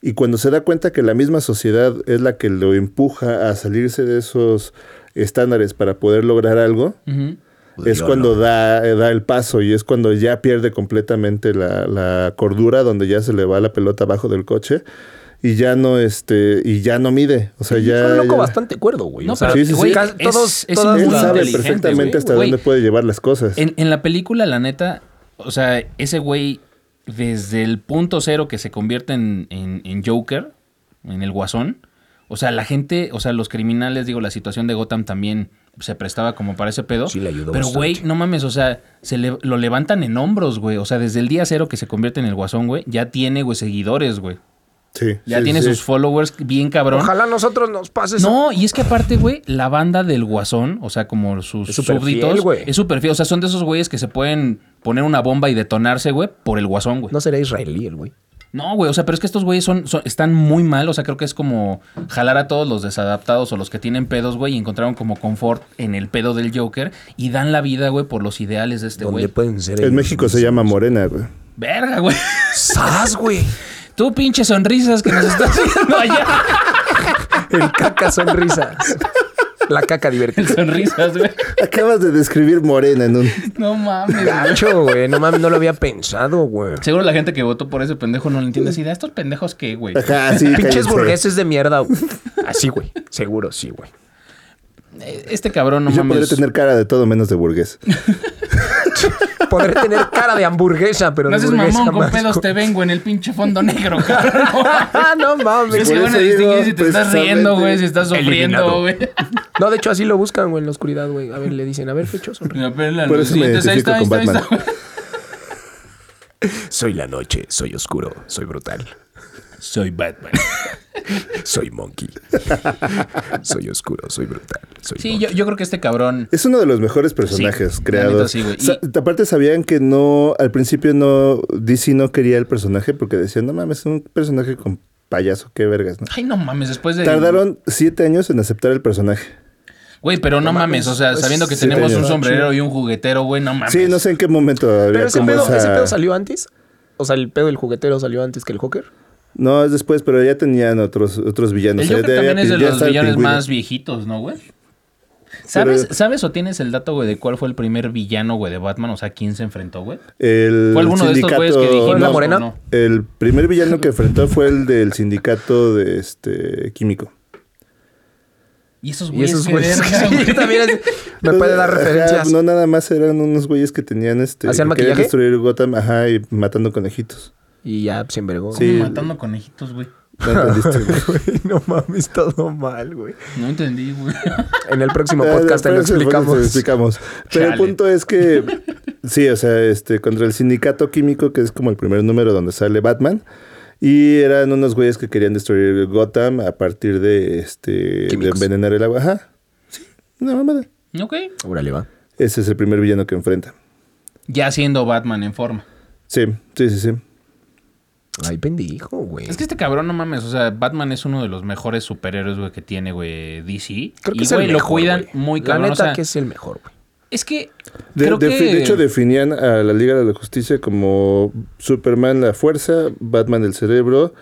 C: y cuando se da cuenta que la misma sociedad es la que lo empuja a salirse de esos estándares para poder lograr algo, es cuando da, eh, da el paso y es cuando ya pierde completamente la, la cordura, donde ya se le va la pelota abajo del coche y ya no este y ya no mide, o sea,
B: Fue
C: ya,
B: un loco
C: ya-
B: bastante cuerdo, güey.
A: No,
B: o sea,
A: pero,
C: sí, sí,
A: güey,
C: sí.
B: casi
A: es-
B: todos,
A: es
B: todas
A: muy
C: él
B: las-
C: sabe
A: inteligente, güey.
C: perfectamente este hasta
A: Güey.
C: dónde puede llevar las cosas.
A: En, en la película, la neta, o sea, ese güey, desde el punto cero que se convierte en, en- en Joker, en el guasón, o sea, la gente, o sea, los criminales, digo, la situación de Gotham también se prestaba como para ese pedo.
B: Sí, le ayudó
A: Pero,
B: bastante.
A: güey, no mames, o sea, se le- lo levantan en hombros, güey. O sea, desde el día cero que se convierte en el guasón, güey, ya tiene, güey, seguidores, güey.
C: Sí,
A: Ya
C: sí,
A: tiene
C: sí.
A: sus followers bien cabrón.
D: Ojalá a nosotros nos pases.
A: No, y es que aparte, güey, la banda del Guasón, o sea, como sus
B: Es súper
A: súbditos,
B: fiel, güey.
A: es súper fiel. O sea, son de esos güeyes que se pueden poner una bomba y detonarse, güey, por el Guasón, güey.
B: No será israelí el güey.
A: No, güey, o sea, pero es que estos güeyes son, son- están muy mal. O sea, creo que es como jalar a todos los desadaptados o los que tienen pedos, güey, y encontraron como confort en el pedo del Joker y dan la vida, güey, por los ideales de este
B: ¿Dónde
A: güey.
B: pueden ser?
C: En México se llama Morena, güey.
A: Verga, güey. (laughs)
B: ¡Sas, güey!
A: Tú pinche sonrisas que nos estás haciendo allá.
B: El caca sonrisas. La
A: (laughs)
B: caca divertida.
A: Sonrisas, güey.
C: Acabas de describir Morena en un.
A: No mames.
B: (laughs)
A: güey.
B: Gacho, güey. No mames, no lo había pensado, güey.
A: Seguro la gente que votó por ese pendejo no le entiende así. ¿De estos pendejos qué, güey?
C: Ajá, sí.
B: Pinches
C: cállense.
B: burgueses de mierda. güey. Así, güey. Seguro, sí, güey.
A: Eh, Este cabrón no
C: Yo podría
A: mames.
C: tener cara de todo menos de burgués.
B: Podré tener cara de hamburguesa, pero
A: No
B: no
A: haces
B: hamburguesa
A: mamón, con
B: más
A: pedos
B: co-
A: te vengo en el pinche fondo
C: (laughs)
A: negro, cabrón.
B: Ah, no
A: Es
B: mames.
C: Sí.
A: que
C: Por
A: van a
C: eso
A: distinguir
C: digo,
A: si te estás
C: precisamente,
A: riendo, güey, si estás sufriendo,
B: eliminado.
A: güey. (laughs)
B: No, de hecho, así lo buscan, güey, en la oscuridad, güey. A ver, le dicen, a ver, fechoso.
A: No, pero la-
C: Por
A: los
C: eso me
A: siguientes, ahí
C: identifico
A: está,
C: con
A: ahí está, ahí
C: Batman.
A: está.
B: Soy la noche, soy oscuro, soy brutal,
A: Soy Batman.
B: soy monkey. (laughs) Soy oscuro, soy brutal, soy
A: Sí, yo, yo creo que este cabrón.
C: Es uno de los mejores personajes
A: Sí, la neta
C: creados.
A: sí, güey. Y-
C: Sa- Aparte, sabían que no, al principio no, DC no quería el personaje porque decían, no mames, es un personaje con payaso, qué vergas, ¿no?
A: Ay, no mames, después de.
C: Tardaron siete años en aceptar el personaje.
A: Güey, pero no mames, o sea, sabiendo que
C: pues, sí,
A: tenemos un
C: señor.
A: sombrero y un juguetero, güey, no Ah, mames.
C: Sí, no sé en qué momento había
B: Pero ese
C: como
B: pedo,
C: esa-
B: ese pedo salió antes. O sea, el pedo del juguetero salió antes que el Joker.
C: No, es después, pero ya tenían otros, otros villanos.
A: El
C: O sea,
A: Joker
C: ya
A: también
C: había-
A: es de
C: ya
A: los
C: estaba el
A: villanos
C: pingüino.
A: más viejitos, ¿no, güey? ¿Sabes,
C: Pero-
A: ¿Sabes o tienes el dato, güey, de cuál fue el primer villano, güey, de Batman? O sea, ¿quién se enfrentó, güey?
C: El
A: ¿Fue alguno de estos güeyes que
C: sindicato-
A: dijimos?
B: ¿La
A: o
B: morena?
A: no?
C: El primer villano que enfrentó fue el del sindicato de este químico.
A: Y esos
B: Y
A: güeyes,
B: esos
A: qué
B: güeyes.
A: verga,
B: (laughs) Sí,
A: güey.
B: también es- me puede (laughs) dar
C: Ajá,
B: referencias.
C: no, nada más eran unos güeyes que tenían este.
B: ¿Hacían
C: que querían
B: maquillaje?
C: destruir Gotham, ajá, y matando conejitos.
B: Y ya, pues, sin vergüenza. (laughs)
C: Sí.
A: Como matando conejitos, güey.
C: No entendiste, güey.
B: no mames, todo mal, güey.
A: No entendí, güey.
B: En el próximo
C: Ah,
B: podcast te lo
C: pero eso fue que
B: explicamos.
C: te explicamos. Pero
A: Chale.
C: el punto
B: (laughs)
C: es que, sí, o sea, este, contra el sindicato químico, que es como el primer número donde sale Batman. Y eran unos güeyes que querían destruir Gotham a partir de este
B: Químicos.
C: de envenenar el agua. Ajá. Sí, una mamada.
A: (laughs) Ok.
B: Órale, va.
C: Ese es el primer villano que enfrenta.
A: Ya siendo Batman en forma.
C: Sí, sí, sí, sí.
B: Ay, pendejo, güey.
A: Es que este cabrón, no mames, o sea, Batman es uno de los mejores superhéroes, güey, que tiene, güey, DC.
B: Creo que
A: y,
B: es
A: güey,
B: el
A: lo
B: mejor,
A: cuidan
B: güey.
A: muy
B: La
A: cabrón.
B: neta
A: o sea,
B: que es el mejor, güey.
A: es que
C: De,
A: creo
C: de-
A: que...
C: de hecho, definían a la Liga de la Justicia como Superman la fuerza, Batman el cerebro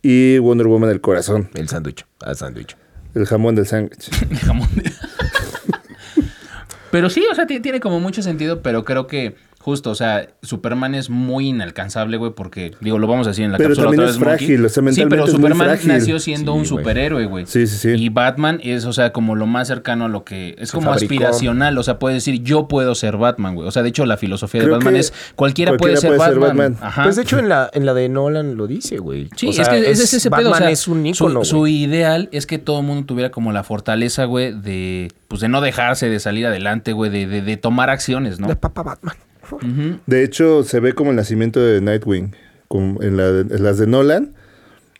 C: y Wonder Woman el corazón,
B: El sándwich. Ah, sándwich.
C: el jamón del sándwich.
A: El jamón de- pero sí, o sea, ti- tiene como mucho sentido, pero creo que justo, o sea, Superman es muy inalcanzable, güey, porque, digo, lo vamos a decir en la
C: Pero
A: cápsula
C: también
A: otra
C: es
A: vez, Monkey.
C: frágil, o sea,
A: Sí, pero
C: mentalmente es muy
A: Superman
C: frágil.
A: nació siendo
B: Sí,
A: un
B: güey.
A: superhéroe, güey.
C: Sí, sí, sí.
A: Y Batman es, o sea, como lo más cercano a lo que es como
B: fabricó.
A: aspiracional, o sea, puede decir, yo puedo ser Batman, güey. O sea, de hecho, la filosofía de
C: Creo
A: Batman
C: que
A: es, cualquiera, puede,
C: cualquiera
A: ser,
C: puede ser
A: Batman.
C: Batman.
A: Ajá.
B: Pues de hecho en la, en la de Nolan lo dice, güey.
A: Sí,
B: O
A: es
B: sea,
A: que ese es ese pedo.
B: Batman
A: o sea,
B: es un
A: su-
B: ícono,
A: Su,
B: güey.
A: ideal es que todo el mundo tuviera como la fortaleza, güey, de, pues, de no dejarse, de salir adelante, güey, de, de- de tomar acciones, ¿no?
D: De Papa Batman.
A: Ujú.
C: De hecho, se ve como el nacimiento de Nightwing. Como en, la- en las de Nolan,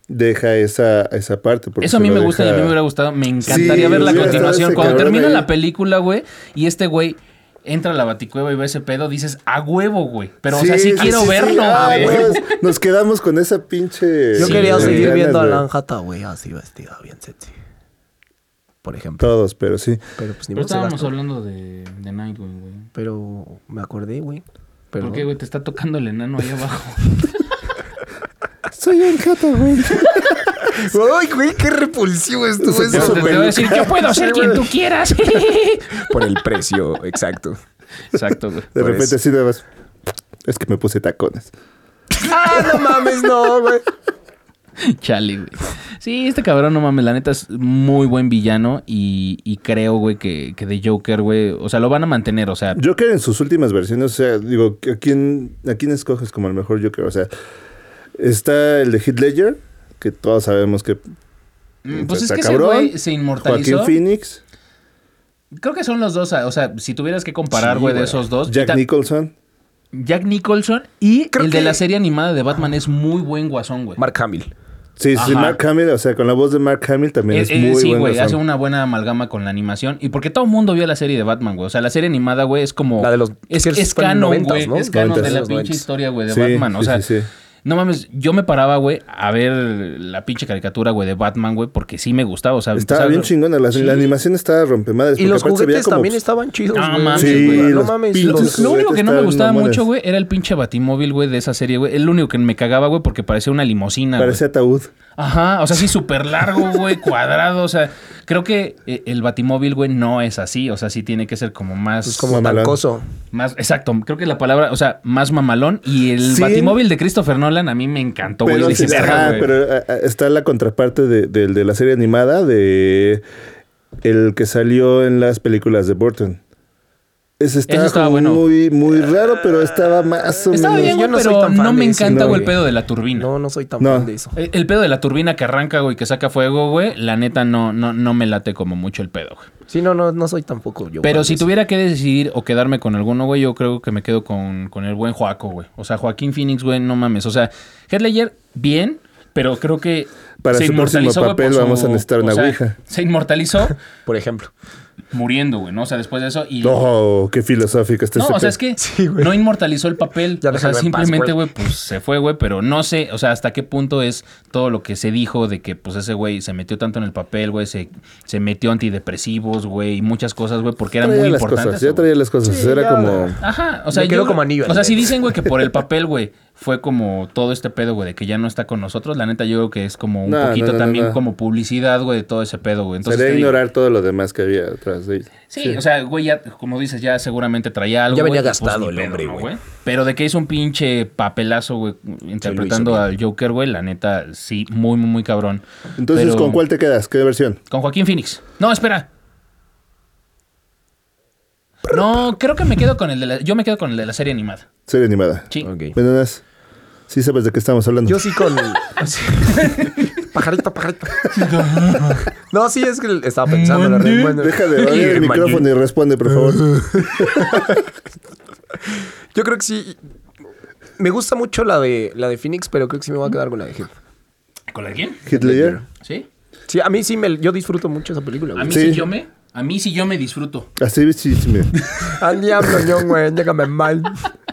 C: deja esa, esa parte. porque
A: Eso a
C: se
A: mí
C: lo
A: me gusta y a mí
C: deja-
A: me hubiera gustado. Me encantaría
C: Sí,
A: ver la
C: hubiera
A: continuación.
C: estado ese
A: Cuando
C: cabrón
A: termina
C: ahí.
A: la película, güey, y este güey entra a la baticueva y ve ese pedo, dices, a huevo, güey. Pero, o sea, sí, quiero
C: sí.
A: verlo,
C: Ah,
A: güey.
C: pues, nos quedamos con esa pinche.
B: Yo
A: Sí,
B: quería
C: ganas
B: seguir
C: de-
B: viendo a Alan Hathaway así vestida, bien sexy. Por ejemplo.
C: Todos, (laughs) pero sí.
B: Pero pues ni
A: Pero
B: modo se
A: estábamos
B: gastó.
A: hablando de, de Nightwing, güey.
B: Pero me acordé, güey. Pero
A: ¿Por qué, güey? Te está tocando el enano ahí abajo.
C: (laughs) Soy el gato, güey.
B: (laughs) Ay, güey, qué repulsivo estuvo
C: Se
A: Te,
B: eso,
C: puso
A: te
B: güey.
A: voy a decir, yo puedo ser quien tú quieras. (laughs)
B: Por el precio, exacto.
A: Exacto, güey.
C: De
B: Por
C: repente
B: eso.
C: así nada más. Es que me puse tacones.
B: Ah, no mames, no, güey.
A: (laughs) Chale, güey. Sí, este cabrón, no mames, la neta es muy buen villano y, y creo, güey, que, que de Joker, güey, o sea, lo van a mantener, o sea,
C: Joker en sus últimas versiones, o sea, digo, ¿a quién, ¿a quién escoges como el mejor Joker? O sea, está el de Heath Ledger, que todos sabemos que
A: mm, pues es
C: está
A: que
C: cabrón.
A: ese güey se inmortalizó.
C: Joaquín Phoenix,
A: Creo que son los dos, o sea, si tuvieras que comparar,
B: Sí,
A: güey, de
B: güey.
A: esos dos.
C: Jack
A: ta-
C: Nicholson.
A: Jack Nicholson y
B: Creo
A: el de
B: que-
A: la serie animada de Batman es muy buen guasón, güey.
B: Mark Hamill.
C: Sí, sí,
A: Ajá.
C: Mark Hamill, o sea, con la voz de Mark Hamill también es,
A: Eh, eh,
C: muy
A: sí,
C: buen
A: güey,
C: Gozam.
A: hace una buena amalgama con la animación. Y porque todo el mundo vio la serie de Batman, güey. O sea, la serie animada, güey, es como.
B: La de los-
A: Es,
B: que
A: es
B: fue en
A: canon,
B: noventas,
A: güey.
B: ¿no?
A: Es canon de
C: Noventas.
A: la
B: Los
A: pinche
B: noventas.
A: historia, güey, de
C: Sí,
A: Batman. O
C: sí,
A: sea,
C: sí, sí.
A: no mames, yo me paraba, güey, a ver la pinche caricatura, güey, de Batman, güey, porque sí me gustaba. O sea,
C: Estaba
A: o sea,
C: bien chingona, la, la animación estaba rompemadres.
B: Y
C: porque
B: los
C: aparte se veía
B: juguetes
C: como-
B: también estaban chidos.
A: No
B: güey.
A: mames,
C: Sí,
A: güey.
C: los
B: no mames.
C: pinches
B: los-
A: Lo único que no me
C: Estaban
A: gustaba
C: mamones.
A: mucho, güey, era el pinche batimóvil, güey, de esa serie, güey. El único que me cagaba, güey, porque parecía una limusina. güey.
C: Parecía ataúd.
A: Ajá, o sea, sí, súper largo, güey, cuadrado. O sea, creo que eh, el batimóvil, güey, no es así. O sea, sí tiene que ser como más.
B: Es Pues, como
C: Mamalón.
B: talcoso.
A: más exacto, creo que la palabra, o sea, más mamalón. Y el
C: Sí.
A: batimóvil de Christopher Nolan a mí me encantó, güey.
C: Pero,
A: Dije,
C: sí,
A: "Verga,
C: ajá,
A: güey".
C: pero, ah, ah, está la contraparte de, del- de la serie animada de el que salió en las películas de Burton. Ese estaba,
A: Ese estaba
C: como
A: bueno.
C: muy, muy raro, pero estaba más o
A: Estaba
C: menos.
A: bien,
B: Yo
A: güey,
B: no soy
A: pero
B: tan fan
A: no me
B: de ese,
A: encanta,
C: no,
A: güey, el
C: güey.
A: pedo de la turbina.
B: No, no soy tan
C: No.
B: fan de eso.
A: El, el pedo de la turbina que arranca, güey, que saca fuego, güey, la neta no, no, no me late como mucho el pedo, güey.
B: Sí, no, no, no soy tampoco yo.
A: Pero
B: fan
A: si
B: de eso.
A: tuviera que decidir o quedarme con alguno, güey, yo creo que me quedo con, con el buen Joaco, güey. O sea, Joaquín Phoenix, güey, no mames. O sea, Heath Ledger, bien, pero creo que
C: Para su próximo
A: güey, por
C: papel vamos a necesitar
A: o
C: una
A: sea,
C: ouija.
A: Se inmortalizó (laughs)
B: Por ejemplo.
A: muriendo, güey, ¿no? O sea, después de eso y...
C: No, qué filosófico este
A: No,
C: ese
A: o sea,
C: pe-
A: es
C: (laughs)
A: que
B: Sí, güey.
A: no inmortalizó el papel.
B: Ya
A: o sea,
B: déjalo en paz,
A: simplemente,
B: güey.
A: güey, pues se fue, güey, pero no sé, o sea, hasta qué punto es todo lo que se dijo de que, pues, ese güey se metió tanto en el papel, güey, se, se metió antidepresivos, güey, y muchas cosas, güey, porque eran
C: traía
A: muy
C: las
A: importantes.
C: cosas, ya
A: güey.
C: traía las cosas. Era
B: ya.
C: como.
A: Ajá, o sea,
B: Me quedo
A: yo-
B: como anillo al
A: O sea, si
B: dedo.
A: dicen, güey, que por el
C: (laughs)
A: papel, güey, fue como todo este pedo, güey, de que ya no está con nosotros, la neta yo creo que es como un
C: No, no,
A: poquito
C: no, no,
A: también
C: no.
A: como publicidad, güey, de todo ese pedo, güey. Entonces,
C: Sería
A: te digo-
C: ignorar todo lo demás que había atrás de ella.
A: Sí, o sea, güey, ya, como dices, ya seguramente traía algo.
B: Ya venía
A: güey, y pues,
B: gastado
A: ni
B: el
A: pedo,
B: hombre,
A: ¿no,
B: güey?
A: Pero de que hizo un pinche papelazo, güey, interpretando al Joker, güey, la neta, sí, muy, muy, muy cabrón.
C: Entonces,
A: Pero-
C: ¿con cuál te quedas? ¿Qué versión?
A: Con Joaquín Phoenix. No, espera. No, creo que me quedo con el de la... Yo me quedo con el de la serie animada.
C: Serie animada.
A: Sí.
B: Ok.
C: Bueno, Nas, sí sabes de qué estamos hablando.
B: Yo sí con. (laughs)
D: Pajarito, pajarito.
B: No, sí, es que estaba pensando. la
A: Mandé.
B: re- bueno.
C: Deja de
A: (laughs)
C: abrir el micrófono y responde, por favor.
B: Yo creo que sí. Me gusta mucho la de, la de Phoenix, pero creo que sí me voy a quedar con la de Heath.
A: ¿Con la quién?
C: Hitler.
A: ¿Sí?
B: Sí, a mí sí me. Yo disfruto mucho esa película,
A: A
B: güey.
A: mí
C: Sí.
A: sí yo me... A mí sí yo me disfruto.
C: Así es, sí, sí, mira.
B: Al diablo, yo, güey. Déjame mal.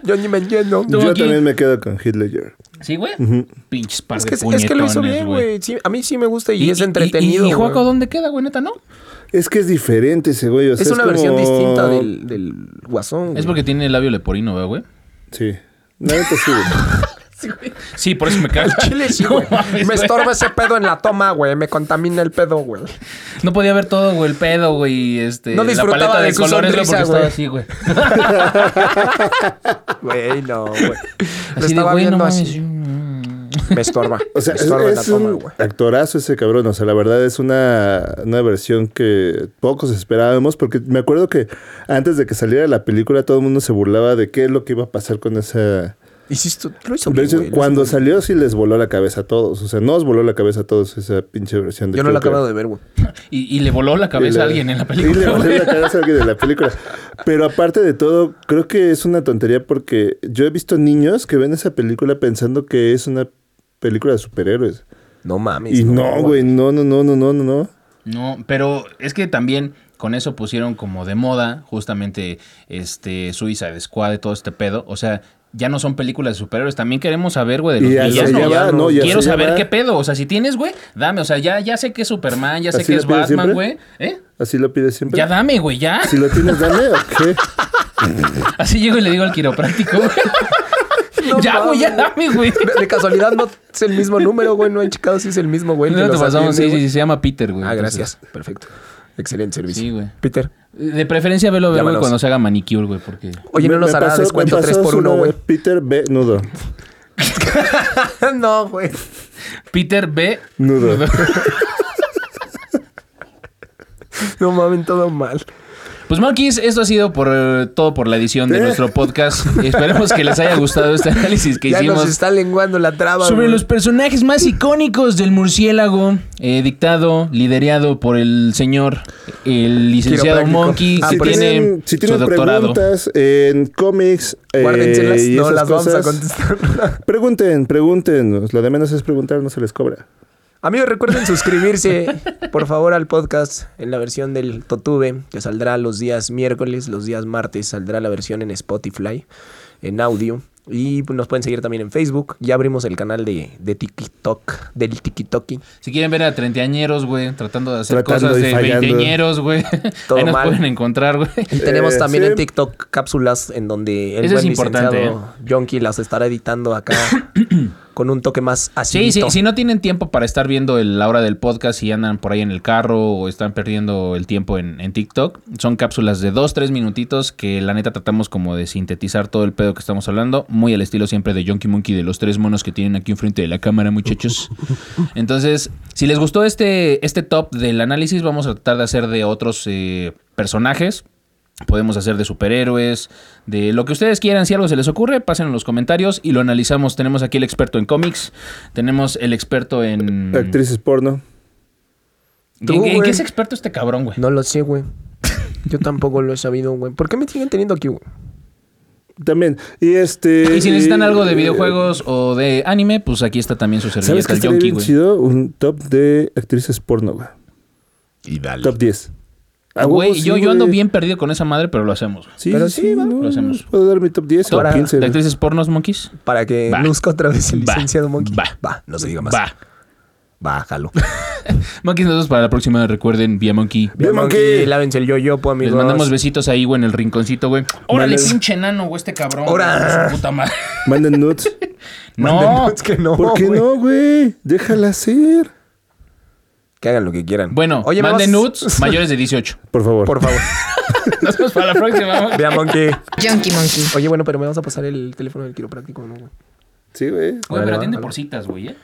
B: Yo ni me entiendo.
A: Tú
C: Yo
A: aquí.
C: también me quedo con Hitler.
A: ¿Sí, güey? Pinches par
B: Es
A: de
B: que, es que lo hizo
A: puñetones,
B: bien, güey. Sí, a mí sí me gusta y, es entretenido.
A: ¿Y, y, Joaco
B: güey.
A: dónde queda, güey? Neta, ¿no?
C: Es que es diferente ese güey. o sea,
B: Es una
C: como-
B: versión distinta del, del guasón.
A: Es
B: güey.
A: porque tiene el labio leporino, ¿verdad, güey.
C: Sí. La neta sí, güey.
A: Sí, por eso me
B: (laughs)
A: cago.
B: Chile,
A: (laughs)
B: sí, güey.
A: Me
B: Me estorba ese pedo en la toma, güey. Me contamina el pedo, güey.
A: No podía ver todo, güey, el pedo, güey, este,
B: No disfrutaba
A: la paleta de,
B: de su
A: colores, güey, porque
B: sonrisa,
A: estaba
B: güey.
A: así, güey.
B: Güey, no, (laughs) güey. Lo
A: Así de,
B: estaba
A: güey, no
B: viendo
A: mames.
B: así. Me estorba.
C: O sea,
B: me
C: es,
B: estorba en la
C: es
B: toma,
C: un
B: güey.
C: actorazo ese cabrón. O sea, la verdad es una, una versión que pocos esperábamos. Porque me acuerdo que antes de que saliera la película, todo el mundo se burlaba de qué es lo que iba a pasar con esa.
B: Hiciste, lo hizo
C: Lo
B: bien,
C: hizo-
B: güey, lo hizo
C: cuando
B: bien.
C: salió sí les voló la cabeza a todos. O sea, nos voló la cabeza a todos esa pinche versión de
B: Yo no lo
C: Joker.
B: acabo de ver, güey.
A: Y, y le voló la
C: Y
A: cabeza
C: le-
A: a alguien en
B: (laughs)
A: la
C: Y le
A: película,
C: voló
A: güey.
C: la cabeza a alguien de la película. Pero aparte de todo, creo que es una tontería porque yo he visto niños que ven esa película pensando que es una película de superhéroes.
B: No mames.
C: Y
A: "Oh,
C: no, güey, no, no, no, no, no, no, no.
A: No, pero es que también con eso pusieron como de moda justamente este Suicide Squad y todo este pedo, o sea, ya no son películas de superhéroes, también queremos saber, güey, de los
C: Y hacia
A: villanos.
C: allá va, no, y
A: Quiero
C: hacia allá
A: saber
C: va.
A: qué pedo, o sea, si tienes, güey, dame, o sea, ya ya sé que es Superman, ya sé
C: ¿Así
A: que
C: le
A: es
C: pides
A: Batman,
C: siempre?
A: güey, ¿eh?
C: Así lo pides siempre.
A: Ya dame, güey, ya.
C: Si lo tienes, dame o qué.
A: (laughs) Así llego y le digo al quiropráctico, güey.
B: (laughs) No
A: ya, güey, ya
B: mames.
A: dame, güey.
B: (laughs) De, de casualidad no es el mismo número, güey. No han checado si es el mismo, güey. el que
A: No te
B: los
A: pasamos, sí,
B: atiende,
A: sí,
B: güey.
A: sí, se llama Peter, güey.
B: Ah,
A: entonces.
B: gracias. Perfecto. Excelente servicio.
A: Sí, güey.
B: Peter.
A: De preferencia velo ver, güey,
B: Llámanos.
A: cuando se haga manicure, güey, porque...
B: Oye, no
C: Me-
B: nos
C: me
B: hará
C: pasó-
B: descuento
C: me pasó
B: 3 por 1
C: una
B: güey.
C: vez Peter B. Nudo.
B: (laughs) no, güey.
A: Peter B.
C: Nudo.
B: (laughs) No mames, todo mal.
A: Pues, Monkeys, esto ha sido por eh, todo por la edición de
C: ¿Eh?
A: nuestro podcast. Esperemos que les haya gustado este análisis que
B: Ya nos
A: hicimos.
B: está lenguando la traba.
A: Sobre
B: güey.
A: los personajes más icónicos del murciélago, eh, dictado, liderado por el señor, el licenciado
B: Quiropráctico.
A: Monkey,
B: Ah,
C: si
A: que
B: por
A: tiene
B: eso.
C: tienen, si
A: su
C: tienen
A: doctorado.
C: preguntas en cómics, eh,
B: Guárdenselas,
C: y
B: no
C: esas
B: las vamos a
C: cosas, (laughs)
B: contestar.
C: Pregunten, pregunten. Lo de menos es preguntar, no se les cobra.
B: Amigos, recuerden suscribirse, por favor, al podcast en la versión del Totube, que saldrá los días miércoles, los días martes, saldrá la versión en Spotify, en audio. Y pues, nos pueden seguir también en Facebook. Ya abrimos el canal de, de TikTok, del TikToki.
A: Si quieren ver a treintañeros, güey, tratando de hacer
C: Tratando
A: cosas
C: y
A: de
C: fallando.
A: veinteñeros, güey.
B: Todo
A: Ahí nos
B: mal.
A: pueden encontrar, güey.
B: Y tenemos
C: Eh,
B: también
C: sí.
B: en TikTok cápsulas en donde el
A: Eso es
B: buen
A: importante, eh.
B: licenciado Yonki las estará
A: (coughs)
B: editando acá con un toque más así.
A: Sí, sí, si no tienen tiempo para estar viendo el- la hora del podcast y andan por ahí en el carro o están perdiendo el tiempo en, en TikTok, son cápsulas de dos, tres minutitos que la neta tratamos como de sintetizar todo el pedo que estamos hablando, muy al estilo siempre de Jonky Monkey, de los tres monos que tienen aquí enfrente de la cámara, muchachos. Entonces, si les gustó este, este top del análisis, vamos a tratar de hacer de otros eh, personajes. Podemos hacer de superhéroes, de lo que ustedes quieran. Si algo se les ocurre, pasen en los comentarios y lo analizamos. Tenemos aquí el experto en cómics, tenemos el experto en.
C: Actrices porno.
A: ¿En,
B: Tú,
A: en- en
B: güey.
A: qué es experto este cabrón, güey?
B: No lo sé, güey. Yo tampoco lo he sabido, güey. ¿Por qué me siguen teniendo aquí, güey?
C: También. Y este.
A: Y si necesitan
C: y-
A: algo de
C: eh,
A: videojuegos o de anime, pues aquí está también su
C: ¿Sabes
A: servilleta,
C: qué
A: el
C: estaría
A: Yonki,
C: bien
A: güey.
C: chido? Un top de actrices porno, güey.
B: Y dale.
C: Top 10. A Ah, huevo,
A: Güey,
C: sí,
A: yo, yo ando
C: güey.
A: bien perdido con esa madre, pero lo hacemos. güey.
C: Sí,
B: Pero
C: sí,
B: sí,
C: no,
B: ¿no?
A: Lo hacemos.
C: Puedo dar mi top 10
B: Ahora,
C: o 15.
A: ¿De
C: güey.
A: actrices pornos, monkeys?
B: Para que
A: Va.
B: luzca otra vez el
A: Va.
B: licenciado Monkey.
A: Va.
B: Va, no se diga más.
A: Va.
B: Bájalo.
A: Monkeys, nosotros para la próxima, recuerden, vía Monkey.
C: Bien, monkey.
B: Lávense el yo-yo, pues, amigos.
A: Les mandamos
B: (laughs)
A: besitos ahí, güey, en el rinconcito, güey. Órale,
C: Mándale.
A: pinche enano, güey, este cabrón.
B: Ora.
A: Su puta
B: (laughs)
A: madre.
C: Manden nudes.
A: No.
B: Es que (laughs) no,
C: ¿Por qué
B: güey.
C: no, güey? Déjala ser.
B: Que hagan lo que quieran.
A: Bueno,
B: Oye, me
A: manden
B: vas- (laughs)
A: nudes mayores de (laughs) 18.
C: Por favor.
B: Por favor.
A: Nos vemos para la próxima. güey. (laughs)
B: Vea, Monkey.
E: Junkie Monkey.
B: Oye, bueno, pero me vas a pasar el teléfono del quiropráctico, ¿no, güey?
C: Sí, güey.
A: Güey, pero
B: Bueno,
A: atiende
B: vale.
A: por citas, güey, ¿eh?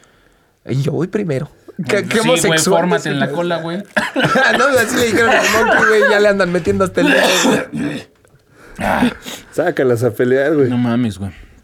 B: Y yo voy primero. ¿Qué, qué
A: sí, güey,
B: homosexual. Ah,
A: fórmate
B: (laughs)
A: en la cola, güey.
B: no, así le dijeron al Monkey, güey. Ya le andan metiendo hasta el dedo. güey.
C: Sácalas a pelear, güey.
A: No mames, güey.